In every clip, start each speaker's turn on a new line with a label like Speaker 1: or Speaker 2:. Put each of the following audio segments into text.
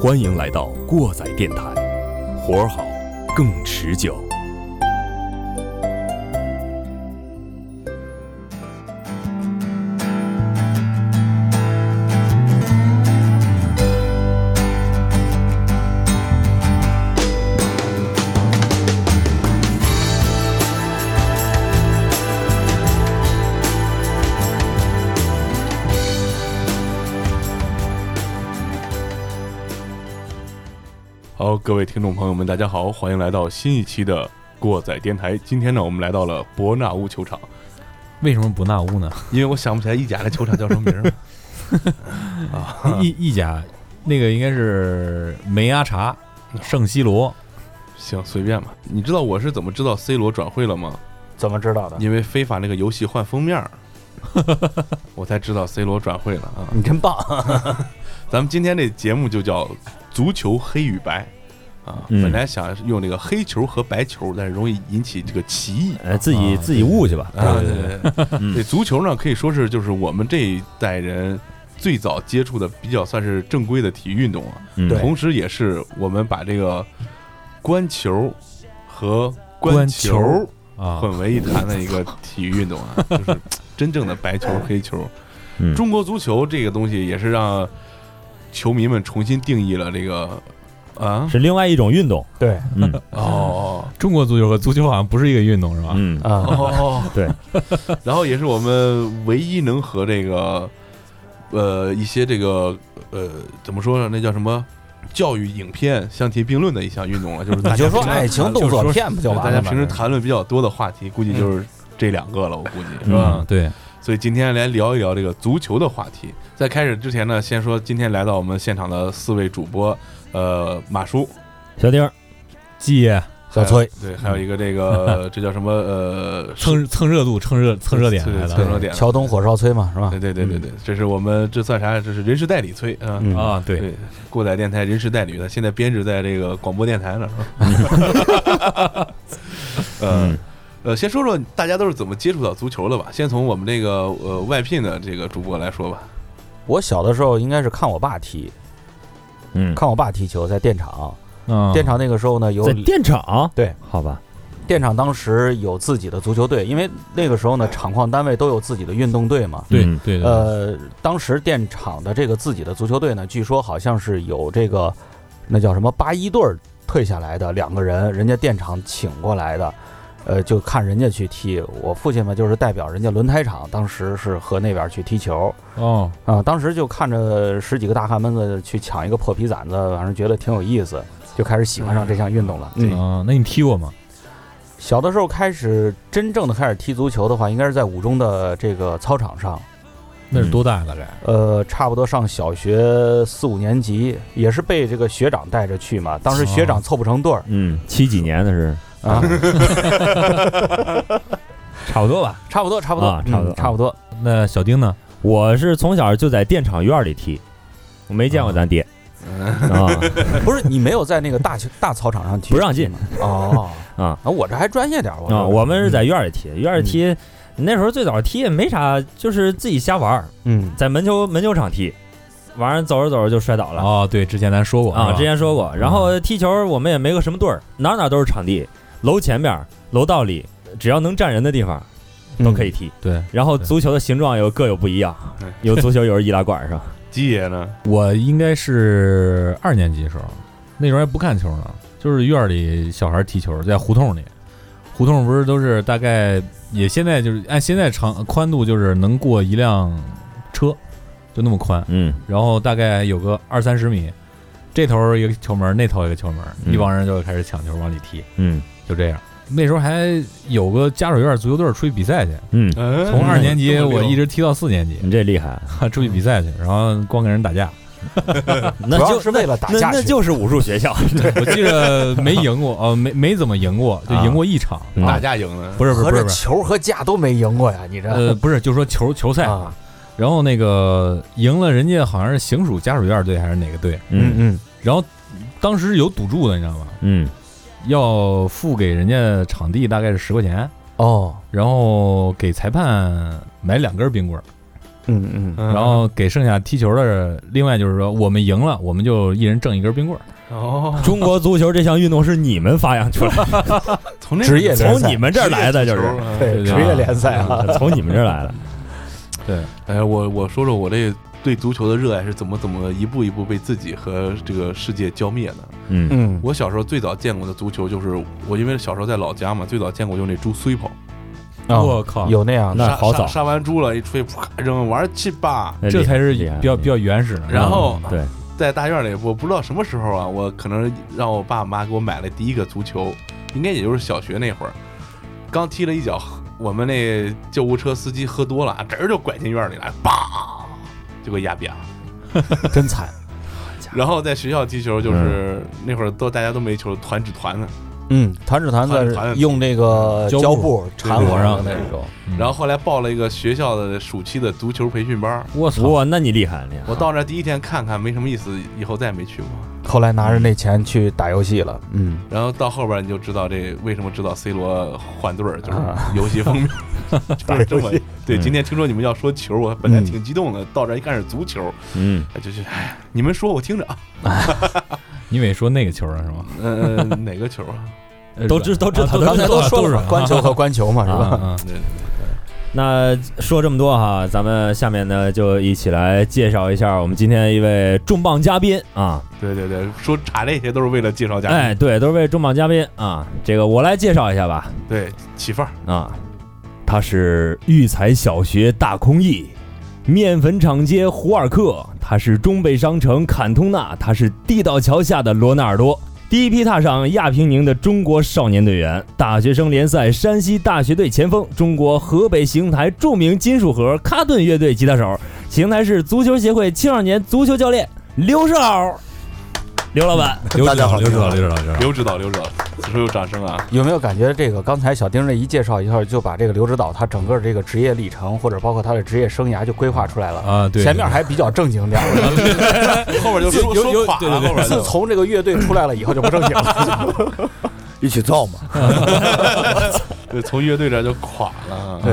Speaker 1: 欢迎来到过载电台，活儿好，更持久。
Speaker 2: 好，各位听众朋友们，大家好，欢迎来到新一期的过载电台。今天呢，我们来到了伯纳乌球场，
Speaker 3: 为什么不纳 乌呢？
Speaker 2: 因为我想不起来意甲的球场叫什么名儿。啊，
Speaker 3: 意意甲那个应该是梅阿查、
Speaker 2: 嗯
Speaker 3: 圣西罗，
Speaker 2: 行，随便吧。你知道我是怎么知道 C 罗转会了吗？
Speaker 4: 怎么知道的？
Speaker 2: 因为非法那个游戏换封 面儿，我才知道 C 罗转会了啊。
Speaker 4: 你真棒！
Speaker 2: 咱们今天这节目就叫《足球黑与白》啊，
Speaker 3: 嗯
Speaker 2: 本来想用那个黑球和白球，但是容易引起这个歧义。
Speaker 3: 哎，自
Speaker 4: 己
Speaker 3: 自己悟去吧
Speaker 2: 啊，
Speaker 3: 对
Speaker 2: 对对对，对足球呢，可以说是就是我们这一代人最早接触的比较算是正规的体育运动啊，
Speaker 3: 嗯
Speaker 4: 对
Speaker 2: 同时也是我们把这个观球和
Speaker 3: 观
Speaker 2: 球
Speaker 3: 球啊，
Speaker 2: 混为一谈的一个体育运动啊，就是真正的白球黑球。
Speaker 3: 嗯
Speaker 2: 中国足球这个东西也是让球迷们重新定义了这个啊
Speaker 5: 是另外一种运动。
Speaker 4: 对，
Speaker 5: 嗯
Speaker 2: 哦
Speaker 3: 中国足球和足球好像不是一个运动是吧？
Speaker 5: 嗯，
Speaker 4: 啊、
Speaker 2: 哦，
Speaker 5: 对，
Speaker 2: 然后也是我们唯一能和这个呃一些这个呃怎么说呢，那叫什么教育影片相提并论的一项运动了， 就是大
Speaker 4: 你
Speaker 2: 家
Speaker 4: 就说
Speaker 2: 平常
Speaker 4: 爱情动作片不就
Speaker 2: 大
Speaker 4: 完
Speaker 2: 家
Speaker 4: 了嗯
Speaker 2: 平时
Speaker 4: 吗？
Speaker 2: 谈论比较多的话题，估计就是这两个了，我估计是吧
Speaker 3: 嗯，？对，
Speaker 2: 所以今天来聊一聊这个足球的话题。在开始之前呢，先说今天来到我们现场的四位主播，呃，马叔、
Speaker 5: 小丁儿，
Speaker 3: 借
Speaker 4: 小崔，
Speaker 2: 对，还有一个这 个这叫什么呃，
Speaker 3: 蹭蹭热度、蹭热蹭热点来
Speaker 2: 对
Speaker 3: 了
Speaker 2: 蹭热点
Speaker 4: 桥东火烧崔嘛，是
Speaker 5: 啊
Speaker 4: 吧
Speaker 2: 对？对对对对，这是我们这算啥？这是人事代理崔啊。
Speaker 4: 嗯
Speaker 3: 啊！对，
Speaker 2: 对，过载电台人事代理的，现在编制在这个广播电台呢。是吧呃
Speaker 5: 嗯
Speaker 2: 呃，先说说大家都是怎么接触到足球的吧。先从我们这个呃外聘的这个主播来说吧。
Speaker 4: 我小的时候应该是看我爸踢，
Speaker 5: 嗯，啊
Speaker 4: 看我爸踢球，在电厂，
Speaker 3: 嗯，
Speaker 4: 电厂那个时候呢有
Speaker 5: 在电厂，
Speaker 4: 对，
Speaker 5: 好吧，
Speaker 4: 电厂当时有自己的足球队，因为那个时候呢厂矿单位都有自己的运动队嘛。
Speaker 3: 对
Speaker 5: 嗯
Speaker 3: 对对，
Speaker 4: 呃，当时电厂的这个自己的足球队呢，据说好像是有这个那叫什么八一队儿退下来的两个人，人家电厂请过来的，呃，就看人家去踢。我父亲嘛，就是代表人家轮胎厂，当时是和那边去踢球
Speaker 3: 哦，
Speaker 4: 啊、当时就看着十几个大汉闷子去抢一个破皮毡子，反正觉得挺有意思，就开始喜欢上这项运动了。
Speaker 2: 嗯
Speaker 3: 啊，那你踢过吗？
Speaker 4: 小的时候开始真正的开始踢足球的话，应该是在五中的这个操场上。
Speaker 3: 那是多大大概？
Speaker 4: 呃，差不多上小学四五年级，也是被这个学长带着去嘛。当时学
Speaker 5: 哦
Speaker 4: 长凑不成队儿
Speaker 5: 嗯，七几年的是，
Speaker 4: 啊，
Speaker 3: 差不多吧。
Speaker 4: 差不多，差不多，
Speaker 5: 啊差不多
Speaker 4: 嗯差不多。
Speaker 3: 那小丁呢？
Speaker 5: 我是从小就在电厂院里踢，我没见过咱爹啊，
Speaker 4: 不是你没有在那个大球大操场上踢，
Speaker 5: 不让进
Speaker 4: 吗哦
Speaker 5: 啊
Speaker 4: 啊！我这还专业点儿，我
Speaker 5: 啊，我们是在院里踢，院里踢，那时候最早踢也没啥，就是自己瞎玩儿，
Speaker 4: 嗯
Speaker 5: 在门球门球场踢，完了走着走着就摔倒了。
Speaker 3: 哦，对，之前咱说过
Speaker 5: 啊，之
Speaker 3: 前
Speaker 5: 前说过。然后踢球我们也没个什么队儿，哪儿哪儿都是场地，楼前面、楼道里，只要能站人的地方都可以踢。
Speaker 3: 对
Speaker 5: 然后足球的形状又各有不一样
Speaker 2: 对，
Speaker 5: 有足球，有易拉罐，是吧？
Speaker 2: 基爷呢？
Speaker 3: 我应该是二年级的时候，那时候还不看球呢，就是院儿里小孩儿踢球，在胡同里。胡同不是都是大概也现在就是按现在长宽度就是能过一辆车，就那么宽，
Speaker 5: 嗯
Speaker 3: 然后大概有个二三十米，这头儿一个球门，那头儿一个球门，
Speaker 5: 嗯
Speaker 3: 一帮人就开始抢球往里踢，
Speaker 5: 嗯
Speaker 3: 就这样。那时候还有个家属院足球队儿出去比赛去，
Speaker 5: 嗯，
Speaker 2: 从
Speaker 3: 从二年级我一直踢到四年级，
Speaker 5: 你这厉害，啊
Speaker 4: 嗯
Speaker 3: 出去比赛去，然后光跟人打 架。
Speaker 5: 那
Speaker 4: 主要
Speaker 5: 就是
Speaker 4: 为了打
Speaker 5: 那
Speaker 4: 架
Speaker 5: 那
Speaker 4: 去。
Speaker 5: 就是武术学校。
Speaker 3: 我记着没赢过，哦，没没怎么赢过，就赢过一场。
Speaker 5: 嗯
Speaker 2: 打架赢了，
Speaker 3: 不是不
Speaker 4: 啊
Speaker 3: 是不
Speaker 4: 合着
Speaker 3: 是不是，
Speaker 4: 球和架都没赢过呀，你这
Speaker 3: 呃，不是，就说球球赛。
Speaker 4: 啊，
Speaker 3: 然后那个赢了，人家好像是行属家属院队还是哪个队，
Speaker 5: 嗯
Speaker 4: 嗯
Speaker 3: 然后当时有赌注的，你知道吗？
Speaker 5: 嗯
Speaker 3: 要付给人家场地大概是十块钱，
Speaker 4: 哦，
Speaker 3: 然后给裁判买两根冰棍儿。
Speaker 4: 嗯嗯，
Speaker 2: 嗯
Speaker 3: 然后给剩下踢球的，另外就是说我们赢了，我们就一人挣一根冰棍儿。
Speaker 2: 哦，
Speaker 5: 中国足球这项运动是你们发扬出来的，
Speaker 2: 从那
Speaker 4: 职业联
Speaker 5: 从
Speaker 4: 赛
Speaker 5: 你们这儿来的，就是
Speaker 2: 哦
Speaker 4: 对，
Speaker 3: 对
Speaker 4: 职
Speaker 3: 对
Speaker 4: 业联赛啊，
Speaker 5: 从你们这儿来的。
Speaker 3: 对，
Speaker 2: 哎，我我说说我这对足球的热爱是怎么怎么一步一步被自己和这个世界浇灭的。
Speaker 5: 嗯，
Speaker 4: 嗯，
Speaker 2: 我小时候最早见过的足球，就是我因为小时候在老家嘛，最早见过用那猪碎跑，
Speaker 4: 啊
Speaker 3: 我靠
Speaker 4: 有那样的，
Speaker 5: 那
Speaker 2: 杀
Speaker 5: 好
Speaker 2: 杀
Speaker 5: 早哎
Speaker 2: 杀完猪了，一吹啪扔，玩儿去吧。
Speaker 3: 这才是
Speaker 5: 厉害
Speaker 3: 比较比较原始的。
Speaker 5: 嗯
Speaker 2: 然后
Speaker 5: 对，
Speaker 2: 在大院里，我不知道什么时候啊，我可能让我爸妈给我买了第一个足球，应该也就是小学那会儿，刚踢了一脚，我们那救护车司机喝多了，啊，直儿就拐进院里来，叭，就给压扁了。
Speaker 4: 真惨，
Speaker 2: 然后在学校踢球，就是
Speaker 5: 嗯
Speaker 2: 那会儿都大家都没球，团指团的。
Speaker 4: 嗯，团纸团
Speaker 2: 团纸团
Speaker 4: 子用那个
Speaker 3: 胶布
Speaker 4: 胶布缠
Speaker 2: 对
Speaker 4: 好
Speaker 3: 上
Speaker 4: 的那种，
Speaker 3: 嗯
Speaker 2: 然后后来报了一个学校的暑期的足球培训班儿，
Speaker 3: 我操，
Speaker 5: 哇，那你厉害，厉害！
Speaker 2: 我到那儿第一天看看没什么意思，以后再也没去过。
Speaker 4: 后来拿着那钱去打游戏了，嗯，
Speaker 2: 然后到后边你就知道这为什么知道 C 罗换队儿，就是
Speaker 4: 啊
Speaker 2: 游戏封面，就是这么
Speaker 4: 打游戏
Speaker 2: 对。
Speaker 5: 嗯
Speaker 2: 今天听说你们要说球，我本来
Speaker 4: 嗯
Speaker 2: 挺激动的，到这儿一看是足球，
Speaker 5: 嗯，
Speaker 2: 哎就是哎，你们说我听着啊，
Speaker 3: 你没说那个球了是吗？
Speaker 2: 呃，哪个球啊？
Speaker 5: 都知都知道
Speaker 3: 啊
Speaker 5: 刚
Speaker 4: 刚才都说了
Speaker 3: 是
Speaker 4: 嘛，关球和关球嘛，是吧？
Speaker 3: 啊啊，
Speaker 2: 对
Speaker 5: 那说这么多哈，咱们下面呢就一起来介绍一下我们今天一位重磅嘉宾啊，
Speaker 2: 对对对，说查这些都是为了介绍嘉宾，
Speaker 5: 哎，对，都是位重磅嘉宾啊，这个我来介绍一下吧
Speaker 2: 对，起范儿，
Speaker 5: 啊，他是育才小学大空翼，面粉厂街胡尔克，他是中北商城坎通纳，他是地道桥下的罗纳尔多。第一批踏上亚平宁的中国少年队员，大学生联赛山西大学队前锋，中国河北邢台著名金属盒卡顿乐队吉他手，邢台市足球协会青少年足球教练刘少，刘老板，
Speaker 3: 刘
Speaker 4: 大
Speaker 3: 指
Speaker 4: 家好
Speaker 3: 嗯导，刘指导，刘指导，刘指导。
Speaker 2: 刘指导，刘指导，此处有掌声啊！
Speaker 4: 有没有感觉这个刚才小丁这一介绍一下，就把这个刘指导他整个这个职业历程，或者包括他的职业生涯就规划出来了
Speaker 3: 啊对
Speaker 4: 前面还比较正经点儿，
Speaker 2: 后边就说
Speaker 3: 有有
Speaker 2: 说垮
Speaker 3: 对
Speaker 2: 了，
Speaker 3: 对对
Speaker 2: 后边
Speaker 4: 自
Speaker 2: 就
Speaker 4: 从这个乐队出来了以后就不正经了。
Speaker 6: 一起造嘛。
Speaker 2: 对从乐队这儿就垮了啊。
Speaker 4: 对，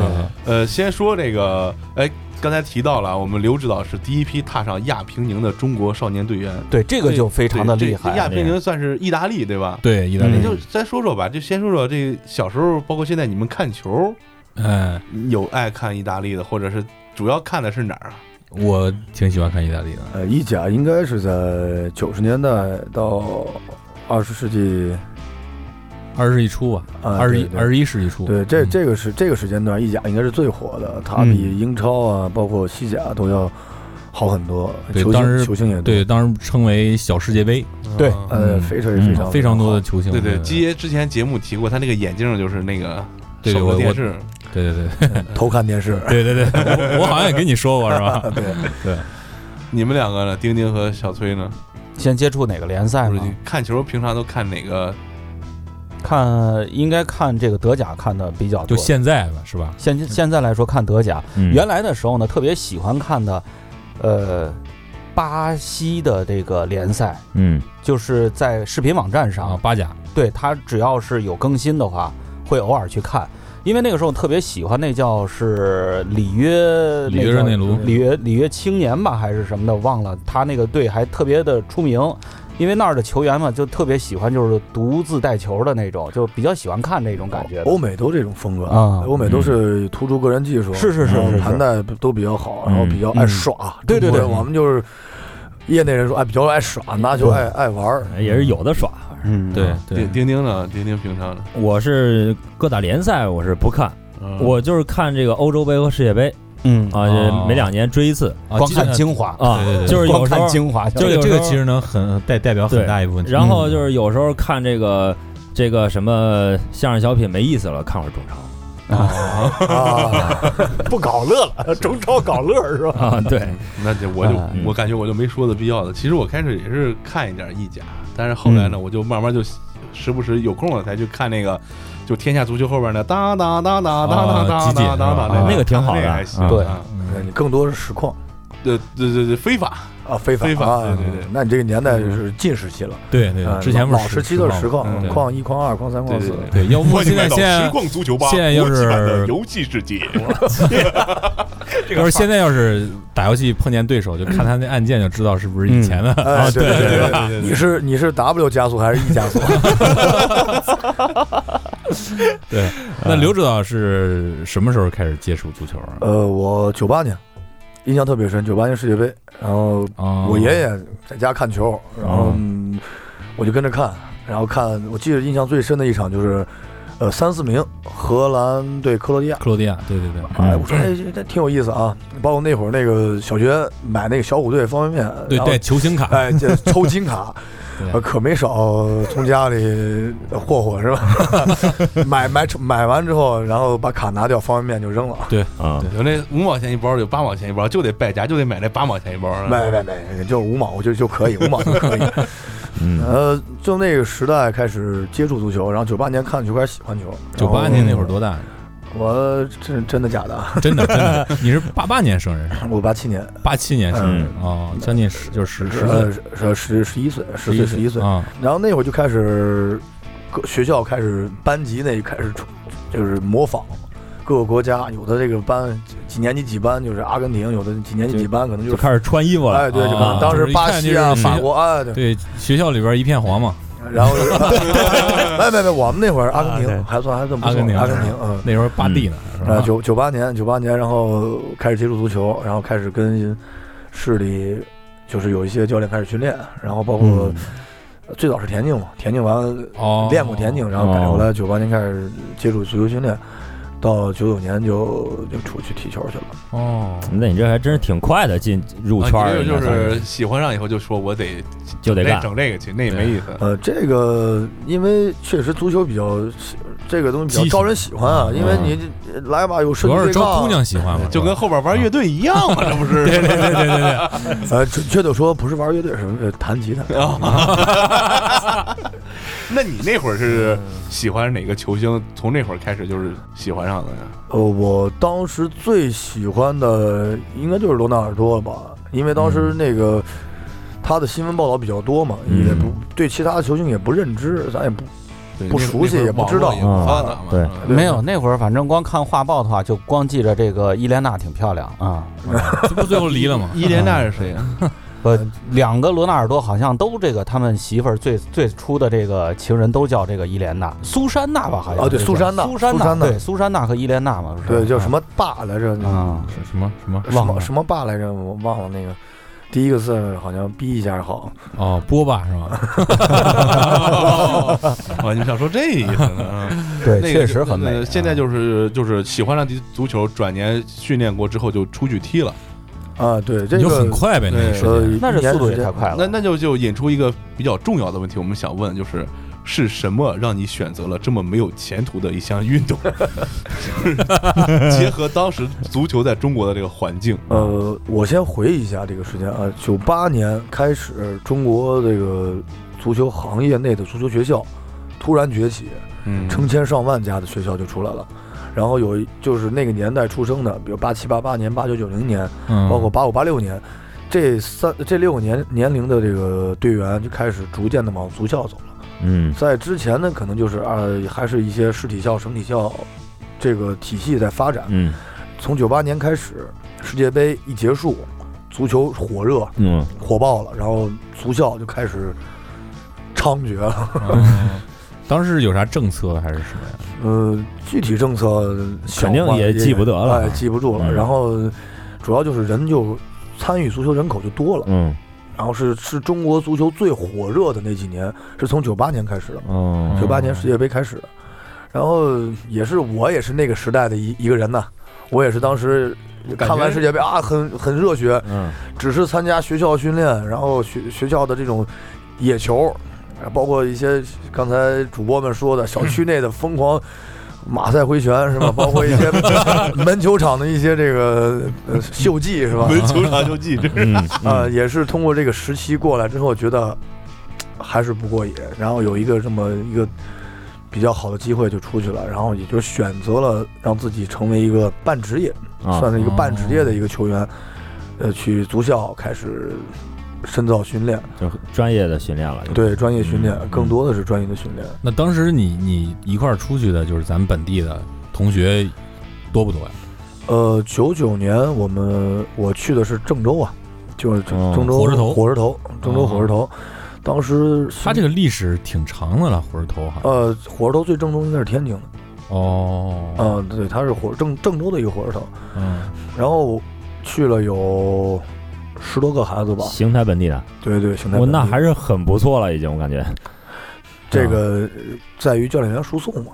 Speaker 2: 呃，先说这个，哎，刚才提到了啊，我们刘指导是第一批踏上亚平宁的中国少年队员，
Speaker 4: 对，这
Speaker 2: 这
Speaker 4: 个就非常的
Speaker 2: 这
Speaker 4: 厉
Speaker 2: 啊这亚
Speaker 4: 害。啊
Speaker 2: 平宁算是意大利对吧？
Speaker 3: 对意大利
Speaker 2: 你，就再说说吧，就先说说这小时候，包括现在你们看球，
Speaker 3: 哎，
Speaker 2: 有爱看意大利的，或者是主要看的是哪儿啊？
Speaker 3: 我挺喜欢看意大利的。
Speaker 6: 呃，意甲应该是在九十年代到二十世纪，
Speaker 3: 二十世纪初吧，
Speaker 6: 啊
Speaker 3: 二十
Speaker 6: 对
Speaker 3: 一
Speaker 6: 对
Speaker 3: 二十一世纪初。
Speaker 6: 对，这
Speaker 3: 嗯
Speaker 6: 这个是这个时间段，意甲应该是最火的，它
Speaker 5: 嗯
Speaker 6: 比英超啊，包括西甲都要好很多，
Speaker 3: 对
Speaker 6: 球
Speaker 3: 当时
Speaker 6: 星球星也多，
Speaker 3: 对，当时称为小世界杯，
Speaker 4: 对
Speaker 2: 嗯
Speaker 6: 呃，
Speaker 3: 嗯
Speaker 6: 非常非常
Speaker 3: 非常多的
Speaker 6: 好
Speaker 3: 球星。
Speaker 2: 对
Speaker 3: 对
Speaker 2: 对，基爷之前节目提过，他那个眼镜就是那个
Speaker 3: 对
Speaker 2: 手
Speaker 3: 我
Speaker 2: 持电
Speaker 3: 我
Speaker 2: 视，
Speaker 3: 对对对
Speaker 6: 哎偷看电视，
Speaker 3: 对对对，我 我好像也跟你说过是吧？
Speaker 6: 对，
Speaker 2: 你们两个呢？丁丁和小崔呢？
Speaker 4: 先接触哪个联赛
Speaker 2: 就是
Speaker 4: 嘛
Speaker 2: 你？看球平常都看哪个？
Speaker 4: 看应该看这个德甲看的比较
Speaker 3: 就
Speaker 4: 多。
Speaker 3: 现在吧，是吧？
Speaker 4: 现现在来说看德甲，
Speaker 5: 嗯
Speaker 4: 原来的时候呢，特别喜欢看的，呃，巴西的这个联赛，
Speaker 5: 嗯
Speaker 4: 就是在视频网站
Speaker 3: 啊，
Speaker 4: 上，
Speaker 3: 八甲，
Speaker 4: 对它只要是有更新的话，会偶尔去看。因为那个时候特别喜欢那叫是里约
Speaker 3: 里约
Speaker 4: 那叫
Speaker 3: 热内卢
Speaker 4: 里约里约青年吧还是什么的忘了，他那个队还特别的出名，因为那儿的球员嘛就特别喜欢就是独自带球的那种，就比较喜欢看那种感觉的。
Speaker 6: 欧美都这种风格
Speaker 4: 啊
Speaker 6: 欧美都是突出个人技术，
Speaker 4: 是是是
Speaker 6: 然后
Speaker 4: 是是
Speaker 6: 盘带都比较好，然后
Speaker 5: 嗯
Speaker 6: 比较爱耍，
Speaker 4: 对对
Speaker 6: 中国
Speaker 4: 对
Speaker 6: 人我们就是业内人说，哎，比较爱耍，拿球爱爱玩儿，
Speaker 5: 哎也是有的耍，
Speaker 4: 嗯，
Speaker 3: 对对
Speaker 2: 丁，丁丁呢？丁丁平常呢？
Speaker 5: 我是各大联赛我是不看，
Speaker 2: 嗯
Speaker 5: 我就是看这个欧洲杯和世界杯
Speaker 4: 嗯，
Speaker 5: 啊，
Speaker 3: 哦
Speaker 5: 就每两年追一次
Speaker 6: 哦
Speaker 3: 啊
Speaker 4: 光
Speaker 3: 基
Speaker 4: 看
Speaker 3: 本
Speaker 4: 精华
Speaker 3: 对
Speaker 5: 啊
Speaker 3: 对，对
Speaker 5: 就是
Speaker 4: 光
Speaker 5: 有时
Speaker 4: 看
Speaker 5: 候，
Speaker 4: 精华
Speaker 5: 就
Speaker 3: 这
Speaker 5: 是
Speaker 3: 个
Speaker 5: 有时
Speaker 3: 这
Speaker 5: 候
Speaker 3: 个其实能很代代表很
Speaker 5: 对
Speaker 3: 大一部分。
Speaker 5: 然后就是有时候看这个这个什么相声小品没意思了，看会儿中超
Speaker 6: 啊，
Speaker 4: 不搞乐了，中超搞乐是 吧？
Speaker 5: 啊，对，
Speaker 2: 那就我就、
Speaker 4: 啊
Speaker 5: 嗯
Speaker 2: 我感觉我就没说的必要的。其实我开始也是看一点意甲，但是后来
Speaker 5: 嗯
Speaker 2: 呢，我就慢慢就时不时有空了才去看那个，就天下足球后边的哒哒哒
Speaker 5: 啊
Speaker 2: 哒哒哒哒
Speaker 3: 集锦
Speaker 2: 哒
Speaker 3: 是吧
Speaker 2: 哒
Speaker 4: 啊
Speaker 2: 哒，
Speaker 5: 那个挺好的
Speaker 2: 看还行
Speaker 4: 对
Speaker 2: 啊
Speaker 6: 你更多是实况
Speaker 2: 对对对对，非法
Speaker 6: 啊，非法
Speaker 2: 非法
Speaker 6: 啊
Speaker 2: 对对对
Speaker 6: 那你这个年代就是近时期了，
Speaker 3: 对对
Speaker 6: 啊
Speaker 3: 嗯对，之前不
Speaker 6: 老
Speaker 3: 是
Speaker 6: 老时期都是实况
Speaker 2: 嗯，对
Speaker 6: 框一、框二、框三、框四
Speaker 2: 对，
Speaker 3: 对，
Speaker 2: 对
Speaker 3: 要不现在现在
Speaker 7: 逛足球吧，
Speaker 3: 现在要
Speaker 7: 国际版的
Speaker 3: 是
Speaker 7: 游戏世界，
Speaker 3: 要是现在要是打游戏碰见对手，就看他那按键就知道是不是以前的
Speaker 6: 哎
Speaker 3: 啊，
Speaker 6: 对
Speaker 3: 对
Speaker 6: 对
Speaker 3: 吧？
Speaker 6: 对，你是你是 W 加速还是 E 加速？
Speaker 3: 对。那刘指导是什么时候开始接触足球啊？
Speaker 6: 呃，我九八年印象特别深，九八年世界杯，然后
Speaker 3: 哦
Speaker 6: 我爷爷在家看球，然后、嗯我就跟着看，然后看，我记得印象最深的一场就是，呃，三四名荷兰对克罗地亚。
Speaker 3: 克罗地亚，对对对，
Speaker 6: 哎，我说哎，这这挺有意思啊！包括那会儿那个小学买那个小虎队方便面，
Speaker 3: 对
Speaker 6: 然后
Speaker 3: 带球星卡，
Speaker 6: 哎，这抽金卡
Speaker 3: 对，
Speaker 6: 呃可没少从家里霍霍是吧？ 买买买完之后，然后把卡拿掉，方便面就扔了。
Speaker 5: 啊，
Speaker 2: 有那五毛钱一包，有八毛钱一包，就得败家，就得买那八毛钱一包。啊
Speaker 6: 没没没，就五毛就就可以，五毛就可以。
Speaker 5: 嗯，
Speaker 6: 呃，就那个时代开始接触足球，然后九八年看就开始喜欢球。
Speaker 3: 九八
Speaker 6: 哦
Speaker 3: 年那会儿，多大？
Speaker 6: 我真真的假的？
Speaker 3: 真的真的，你是八八年生人是吧？
Speaker 6: 我八七年，
Speaker 3: 八七年生人
Speaker 5: 嗯
Speaker 3: 哦，将近十就是十十岁
Speaker 6: 呃十十十一岁，十岁十一岁。
Speaker 3: 啊，
Speaker 6: 然后那会儿就开始，各学校开始班级内开始出就是模仿各个国家，有的这个班几年级几班就是阿根廷，有的几年级几班可能
Speaker 5: 就
Speaker 6: 就是
Speaker 5: 开始穿衣服了，
Speaker 6: 哎对，就可能
Speaker 3: 啊
Speaker 6: 当时
Speaker 3: 就是一
Speaker 6: 巴
Speaker 3: 看
Speaker 6: 西
Speaker 3: 就
Speaker 6: 啊、
Speaker 3: 是
Speaker 6: 法
Speaker 3: 学
Speaker 6: 国啊，对，
Speaker 3: 对，学校里边一片黄嘛，
Speaker 6: 然 后没没没，我们那会儿阿根廷还算还算不
Speaker 3: 啊阿
Speaker 6: 错
Speaker 3: 根，廷
Speaker 6: 阿根廷嗯。
Speaker 3: 那时候八 D 呢，是
Speaker 6: 呃，
Speaker 3: 吧？
Speaker 6: 九九八年，九八年，然后开始接触足球，然后开始跟市里就是有一些教练开始训练，然后包括
Speaker 5: 嗯
Speaker 6: 最早是田径嘛，田径完了
Speaker 3: 哦，
Speaker 6: 嗯练过田径，然后改回来九八年开始接触足球训练，到九九年就就出去踢球去了。
Speaker 3: 哦，
Speaker 5: 那你这还真是挺快的进入
Speaker 2: 啊
Speaker 5: 圈
Speaker 2: 你
Speaker 5: 儿
Speaker 2: 这
Speaker 5: 了，
Speaker 2: 就
Speaker 5: 应该算
Speaker 2: 是喜欢上以后就说我得
Speaker 5: 就得
Speaker 2: 那
Speaker 5: 干，
Speaker 2: 整这个去，那也没意思。
Speaker 6: 呃，这个因为确实足球比较这个东西比较招人喜欢啊，因为你这来吧有
Speaker 3: 嗯主
Speaker 6: 身
Speaker 3: 要
Speaker 6: 体
Speaker 3: 是
Speaker 6: 对
Speaker 3: 招
Speaker 6: 抗啊
Speaker 3: 姑，娘喜欢嘛，
Speaker 2: 就跟
Speaker 3: 是吧
Speaker 2: 后边玩乐队一样嘛，这不是？
Speaker 3: 对对对对对对，
Speaker 6: 呃，准确的说不是玩乐队，是呃弹吉他。
Speaker 2: 那你那会儿是喜欢哪个球星？从那会儿开始就是喜欢上的呀？
Speaker 6: 呃，我当时最喜欢的应该就是罗纳尔多了吧，因为当时那个、他的新闻报道比较多嘛，
Speaker 5: 嗯
Speaker 6: 也不对其他的球星也不认知，咱也不
Speaker 2: 对
Speaker 6: 不
Speaker 2: 那
Speaker 6: 熟悉
Speaker 2: 那会儿
Speaker 6: 也不
Speaker 2: 网
Speaker 6: 知
Speaker 2: 络
Speaker 6: 道
Speaker 2: 也不发达嘛
Speaker 5: 啊。对
Speaker 2: 嗯
Speaker 4: 没有，那会儿，反正光看画报的话，就光记着这个伊莲娜挺漂亮啊。
Speaker 3: 这不最后离了吗？
Speaker 2: 伊莲娜是 谁啊？
Speaker 4: 呃，两个罗纳尔多好像都这个，他们媳妇儿最最初的这个情人都叫这个伊莲娜、苏珊娜吧，好像
Speaker 6: 哦对
Speaker 4: 是
Speaker 6: 苏珊娜
Speaker 4: 苏珊
Speaker 6: 苏珊娜
Speaker 4: 对，苏珊娜和伊莲娜嘛，不是
Speaker 6: 对叫什么爸来着？
Speaker 4: 啊？
Speaker 3: 是什么什么？
Speaker 6: 什
Speaker 4: 忘
Speaker 6: 么
Speaker 4: 了
Speaker 6: 什么爸来着？我忘了那个。第一个字好像 B 一下好，
Speaker 3: 哦，波霸是吧？
Speaker 2: 啊，你想说这意思呢？嗯
Speaker 4: 对，
Speaker 2: 那个
Speaker 4: 确实很
Speaker 2: 呃
Speaker 6: 啊
Speaker 4: 美。
Speaker 2: 现在就是就是喜欢上足球，转年训练过之后就出去踢了。
Speaker 6: 啊，对这
Speaker 3: 你就很
Speaker 6: 个
Speaker 3: 快呗，那个
Speaker 2: 对
Speaker 3: 时
Speaker 6: 呃
Speaker 3: 间。，
Speaker 4: 那
Speaker 6: 一
Speaker 4: 这
Speaker 6: 年
Speaker 4: 速度
Speaker 6: 时
Speaker 4: 也
Speaker 6: 间
Speaker 4: 太快了。
Speaker 2: 那那就就引出一个比较重要的问题，我们想问就是。是什么让你选择了这么没有前途的一项运动？ 就是结合当时足球在中国的这个环境，
Speaker 6: 呃，我先回忆一下这个时间啊，九八年开始，中国这个足球行业内的足球学校突然崛起，
Speaker 2: 嗯
Speaker 6: 成千上万家的学校就出来了。然后有一就是那个年代出生的，比如八七、八八年、八九、九零年，
Speaker 3: 嗯，
Speaker 6: 包括八五、八六年，这三这六个年年龄的这个队员就开始逐渐的往足校走了。
Speaker 5: 嗯
Speaker 6: 在之前呢，可能就是呃还是一些市体校、省体校这个体系在发展。
Speaker 5: 嗯
Speaker 6: 从九八年开始，世界杯一结束，足球火热
Speaker 5: 嗯，
Speaker 6: 火爆了，然后足校就开始猖獗了。
Speaker 3: 嗯
Speaker 2: 啊
Speaker 3: 当时有啥政策还是什么呀？
Speaker 6: 呃，具体政策小
Speaker 5: 肯定
Speaker 6: 嘛
Speaker 5: 也记不得了
Speaker 6: 哎，记不住了。
Speaker 5: 嗯
Speaker 6: 然后主要就是人就参与足球人口就多了，
Speaker 5: 嗯
Speaker 6: 然后是是中国足球最火热的那几年，是从九八年开始的，
Speaker 5: 嗯
Speaker 6: 九八年世界杯开始的。然后也是我也是那个时代的一一个人呐，我也是当时
Speaker 2: 感
Speaker 6: 看
Speaker 2: 觉
Speaker 6: 完世界杯啊，很很热血，
Speaker 5: 嗯
Speaker 6: 只是参加学校训练，然后学学校的这种野球，呃包括一些刚才主播们说的小区内的疯狂马赛回旋 是吧？包括一些门球场的一些这个呃秀技是吧？
Speaker 2: 文球场就记这
Speaker 5: 嗯
Speaker 6: 啊、也是通过这个时期过来之后，觉得嘖还是不过瘾，然后有一个这么一个比较好的机会就出去了，然后也就选择了让自己成为一个半职业，
Speaker 5: 啊
Speaker 6: 算是一个半职业的一个球员，呃，去足校开始深造训练，
Speaker 5: 就是专业的训练了，
Speaker 6: 对专业训练
Speaker 5: 嗯，
Speaker 6: 更多的是专业的训练。
Speaker 3: 那当时你你一块儿出去的，就是咱们本地的同学多不多呀？
Speaker 6: 呃，九九年我们我去的是郑州啊，就是郑
Speaker 5: 哦
Speaker 6: 郑州
Speaker 3: 火车头
Speaker 6: 火车头，郑州火车头。当时是
Speaker 3: 它这个历史挺长的了，火车头好像。
Speaker 6: 呃，火车头最正宗应该是天津的，
Speaker 3: 哦，
Speaker 6: 嗯、对，它是火郑郑州的一个火车头。
Speaker 3: 嗯，
Speaker 6: 然后去了有十多个孩子吧，
Speaker 5: 邢台本地的，
Speaker 6: 对对，邢台
Speaker 5: 我
Speaker 6: 本地。
Speaker 5: 那还是啊很不错了，已经我感觉。
Speaker 6: 这个呃在于教练员输送嘛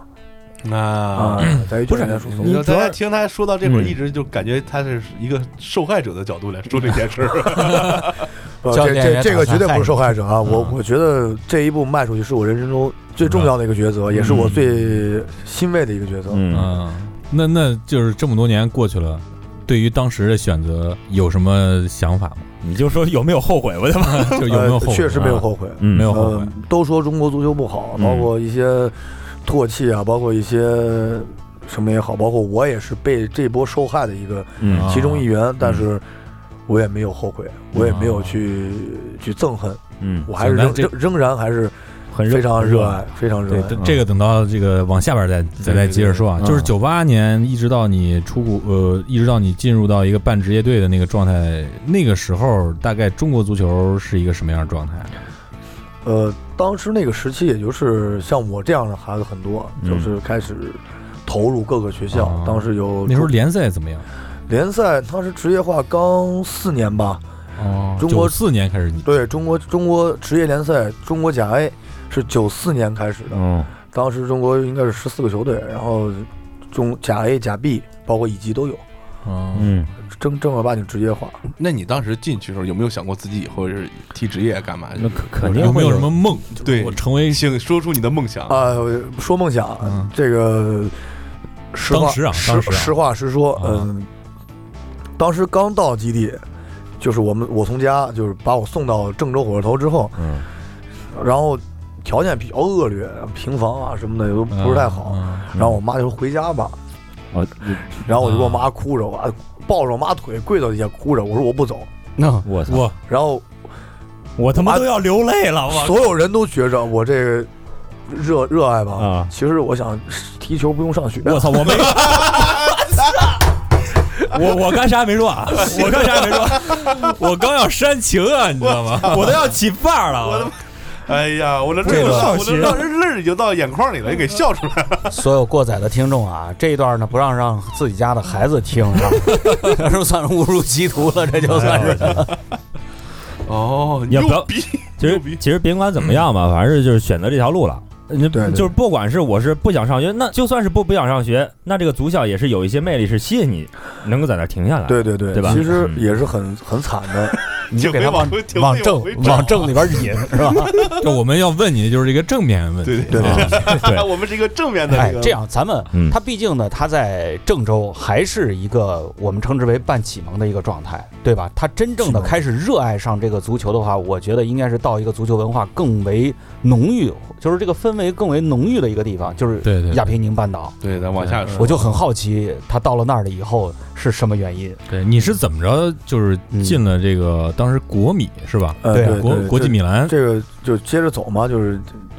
Speaker 2: 那
Speaker 6: 啊，在于教练员输送。
Speaker 2: 你
Speaker 5: 你
Speaker 2: 说
Speaker 5: 主
Speaker 2: 大
Speaker 5: 要
Speaker 2: 家听他说到这会儿，
Speaker 5: 嗯
Speaker 2: 一直就感觉他是一个受害者的角度来说这件事 儿。
Speaker 6: 不
Speaker 4: 教
Speaker 6: 啊这
Speaker 4: 练
Speaker 6: 这
Speaker 4: 员
Speaker 6: 这个
Speaker 4: 打算
Speaker 6: 绝对不是受害者啊！我
Speaker 3: 嗯
Speaker 6: 我觉得这一步迈出去是我人生中最重要的一个抉择，也是我最欣慰的一个抉择。
Speaker 5: 嗯，
Speaker 3: 嗯，那那就是这么多年过去了，对于当时的选择有什么想法吗？
Speaker 5: 你就说有没有后悔？我的妈！
Speaker 3: 就有没有后悔？啊
Speaker 6: 呃？确实没有，后悔，
Speaker 5: 嗯
Speaker 3: 没有后悔
Speaker 6: 嗯。，都说中国足球不好，
Speaker 5: 嗯
Speaker 6: 包括一些唾弃啊，包括一些什么也好，包括我也是被这波受害的一个
Speaker 5: 嗯
Speaker 3: 啊
Speaker 6: 其中一员，但是我也没有后悔，我也没有去去憎恨，
Speaker 5: 嗯，
Speaker 6: 我还是
Speaker 3: 简单
Speaker 6: 仍
Speaker 3: 啊这
Speaker 6: 仍仍然还是
Speaker 5: 很
Speaker 6: 非常热，爱，非常热
Speaker 3: 对，
Speaker 6: 爱
Speaker 3: 这。这个等到这个往下边再再来接着说啊，
Speaker 5: 对对对
Speaker 3: 就是
Speaker 5: 嗯
Speaker 3: 九八年一直到你出国，呃，一直到你进入到一个半职业队的那个状态，那个时候大概中国足球是一个什么样的状态？啊
Speaker 6: 呃，当时那个时期，也就是像我这样的孩子很多，
Speaker 5: 嗯
Speaker 6: 就是开始投入各个学校。
Speaker 3: 哦
Speaker 6: 当时有
Speaker 3: 那时候联赛怎么样？啊
Speaker 6: 联赛，当时职业化刚四年吧，
Speaker 3: 哦
Speaker 6: 中国
Speaker 3: 四年开始你
Speaker 6: 对中国中国职业联赛，中国甲 A 是九四年开始的，
Speaker 5: 嗯
Speaker 6: 当时中国应该是十四个球队，然后中甲 A、甲 B 包括乙级都有，
Speaker 3: 嗯，
Speaker 5: 嗯，
Speaker 6: 正正儿八经职业化。
Speaker 2: 那你当时进去的时候，有没有想过自己以后是踢职业干嘛去？
Speaker 5: 那肯肯定
Speaker 3: 有没
Speaker 5: 会
Speaker 3: 有什么梦？
Speaker 2: 对
Speaker 3: 我成为
Speaker 2: 请说出你的梦想。
Speaker 6: 啊、说梦想，
Speaker 3: 嗯
Speaker 6: 这个实
Speaker 3: 当
Speaker 6: 话
Speaker 3: 时啊
Speaker 6: 实
Speaker 3: 当时啊
Speaker 6: 实话实说，
Speaker 3: 啊
Speaker 6: 嗯，当时刚到基地，就是我们我从家就是把我送到郑州火车头之后，
Speaker 5: 嗯
Speaker 6: 然后条件比较恶劣，平房啊什么的也都不是太好，
Speaker 3: 嗯
Speaker 5: 嗯
Speaker 6: 然后我妈就说回家吧，
Speaker 5: 哦，
Speaker 6: 然后我就跟我妈哭着，我啊抱着我妈腿跪到底下哭着，我说我不走，
Speaker 4: 那
Speaker 5: 我操，
Speaker 3: 我
Speaker 6: 然后
Speaker 5: 我他妈都要流泪了，我
Speaker 6: 所有人都觉着我这个热热爱吧，
Speaker 5: 啊
Speaker 6: 其实我想踢球不用上学，
Speaker 5: 我 操，我没，我我刚啥也没说啊，我刚啥也没说， 我刚要煽情啊，你知道吗？我都要起范儿了，我
Speaker 2: 哎呀，我的
Speaker 5: 这
Speaker 2: 泪，
Speaker 5: 个
Speaker 2: 我的让人泪儿已经到眼眶里了，也给笑出来了。
Speaker 4: 所有过载的听众啊， 这一段呢不让让自己家的孩子听啊，这就算是误入歧途了，这就算是。
Speaker 2: 哦，
Speaker 5: 你要不要
Speaker 2: 牛逼！
Speaker 5: 其实
Speaker 2: 牛逼
Speaker 5: 其实甭管怎么样吧，反正就是选择这条路了。那
Speaker 6: 对对
Speaker 5: 就是不管是我是不想上学，那就算是不不想上学，那这个足校也是有一些魅力，是吸引你能够在那儿停下来。，
Speaker 6: 对对对，
Speaker 5: 对吧
Speaker 6: 其实
Speaker 5: 嗯
Speaker 6: 也是很很惨的。
Speaker 4: 你就给
Speaker 2: 挺
Speaker 4: 他
Speaker 2: 会
Speaker 4: 往
Speaker 2: 往回挺会
Speaker 4: 往正
Speaker 2: 往回找
Speaker 4: 往正里边引是吧？
Speaker 3: 嗯就我们要问你的就是一个正面问题，
Speaker 6: 对
Speaker 2: 对
Speaker 6: 对
Speaker 3: 啊
Speaker 5: 对
Speaker 2: 我们是一个正面的
Speaker 4: 哎
Speaker 2: 那，
Speaker 4: 这
Speaker 2: 个。
Speaker 4: 样咱们
Speaker 5: 嗯
Speaker 4: 他毕竟呢，他在郑州还是一个我们称之为半启蒙的一个状态，对吧？他真正的开始热爱上这个足球的话，我觉得应该是到一个足球文化更为浓郁，就是这个氛围更为浓郁的一个地方，就是
Speaker 3: 对对对
Speaker 4: 亚平宁半岛。
Speaker 2: 对，咱往下说。
Speaker 4: 我就很好奇，他到了那儿了以后是什么原因？
Speaker 3: 对，你是怎么着就是进了这个当时国米是吧？
Speaker 6: 呃，
Speaker 4: 对啊
Speaker 6: 对
Speaker 3: 国
Speaker 6: 对
Speaker 3: 国际
Speaker 6: 这
Speaker 3: 米兰
Speaker 6: 这个就接着走嘛，就是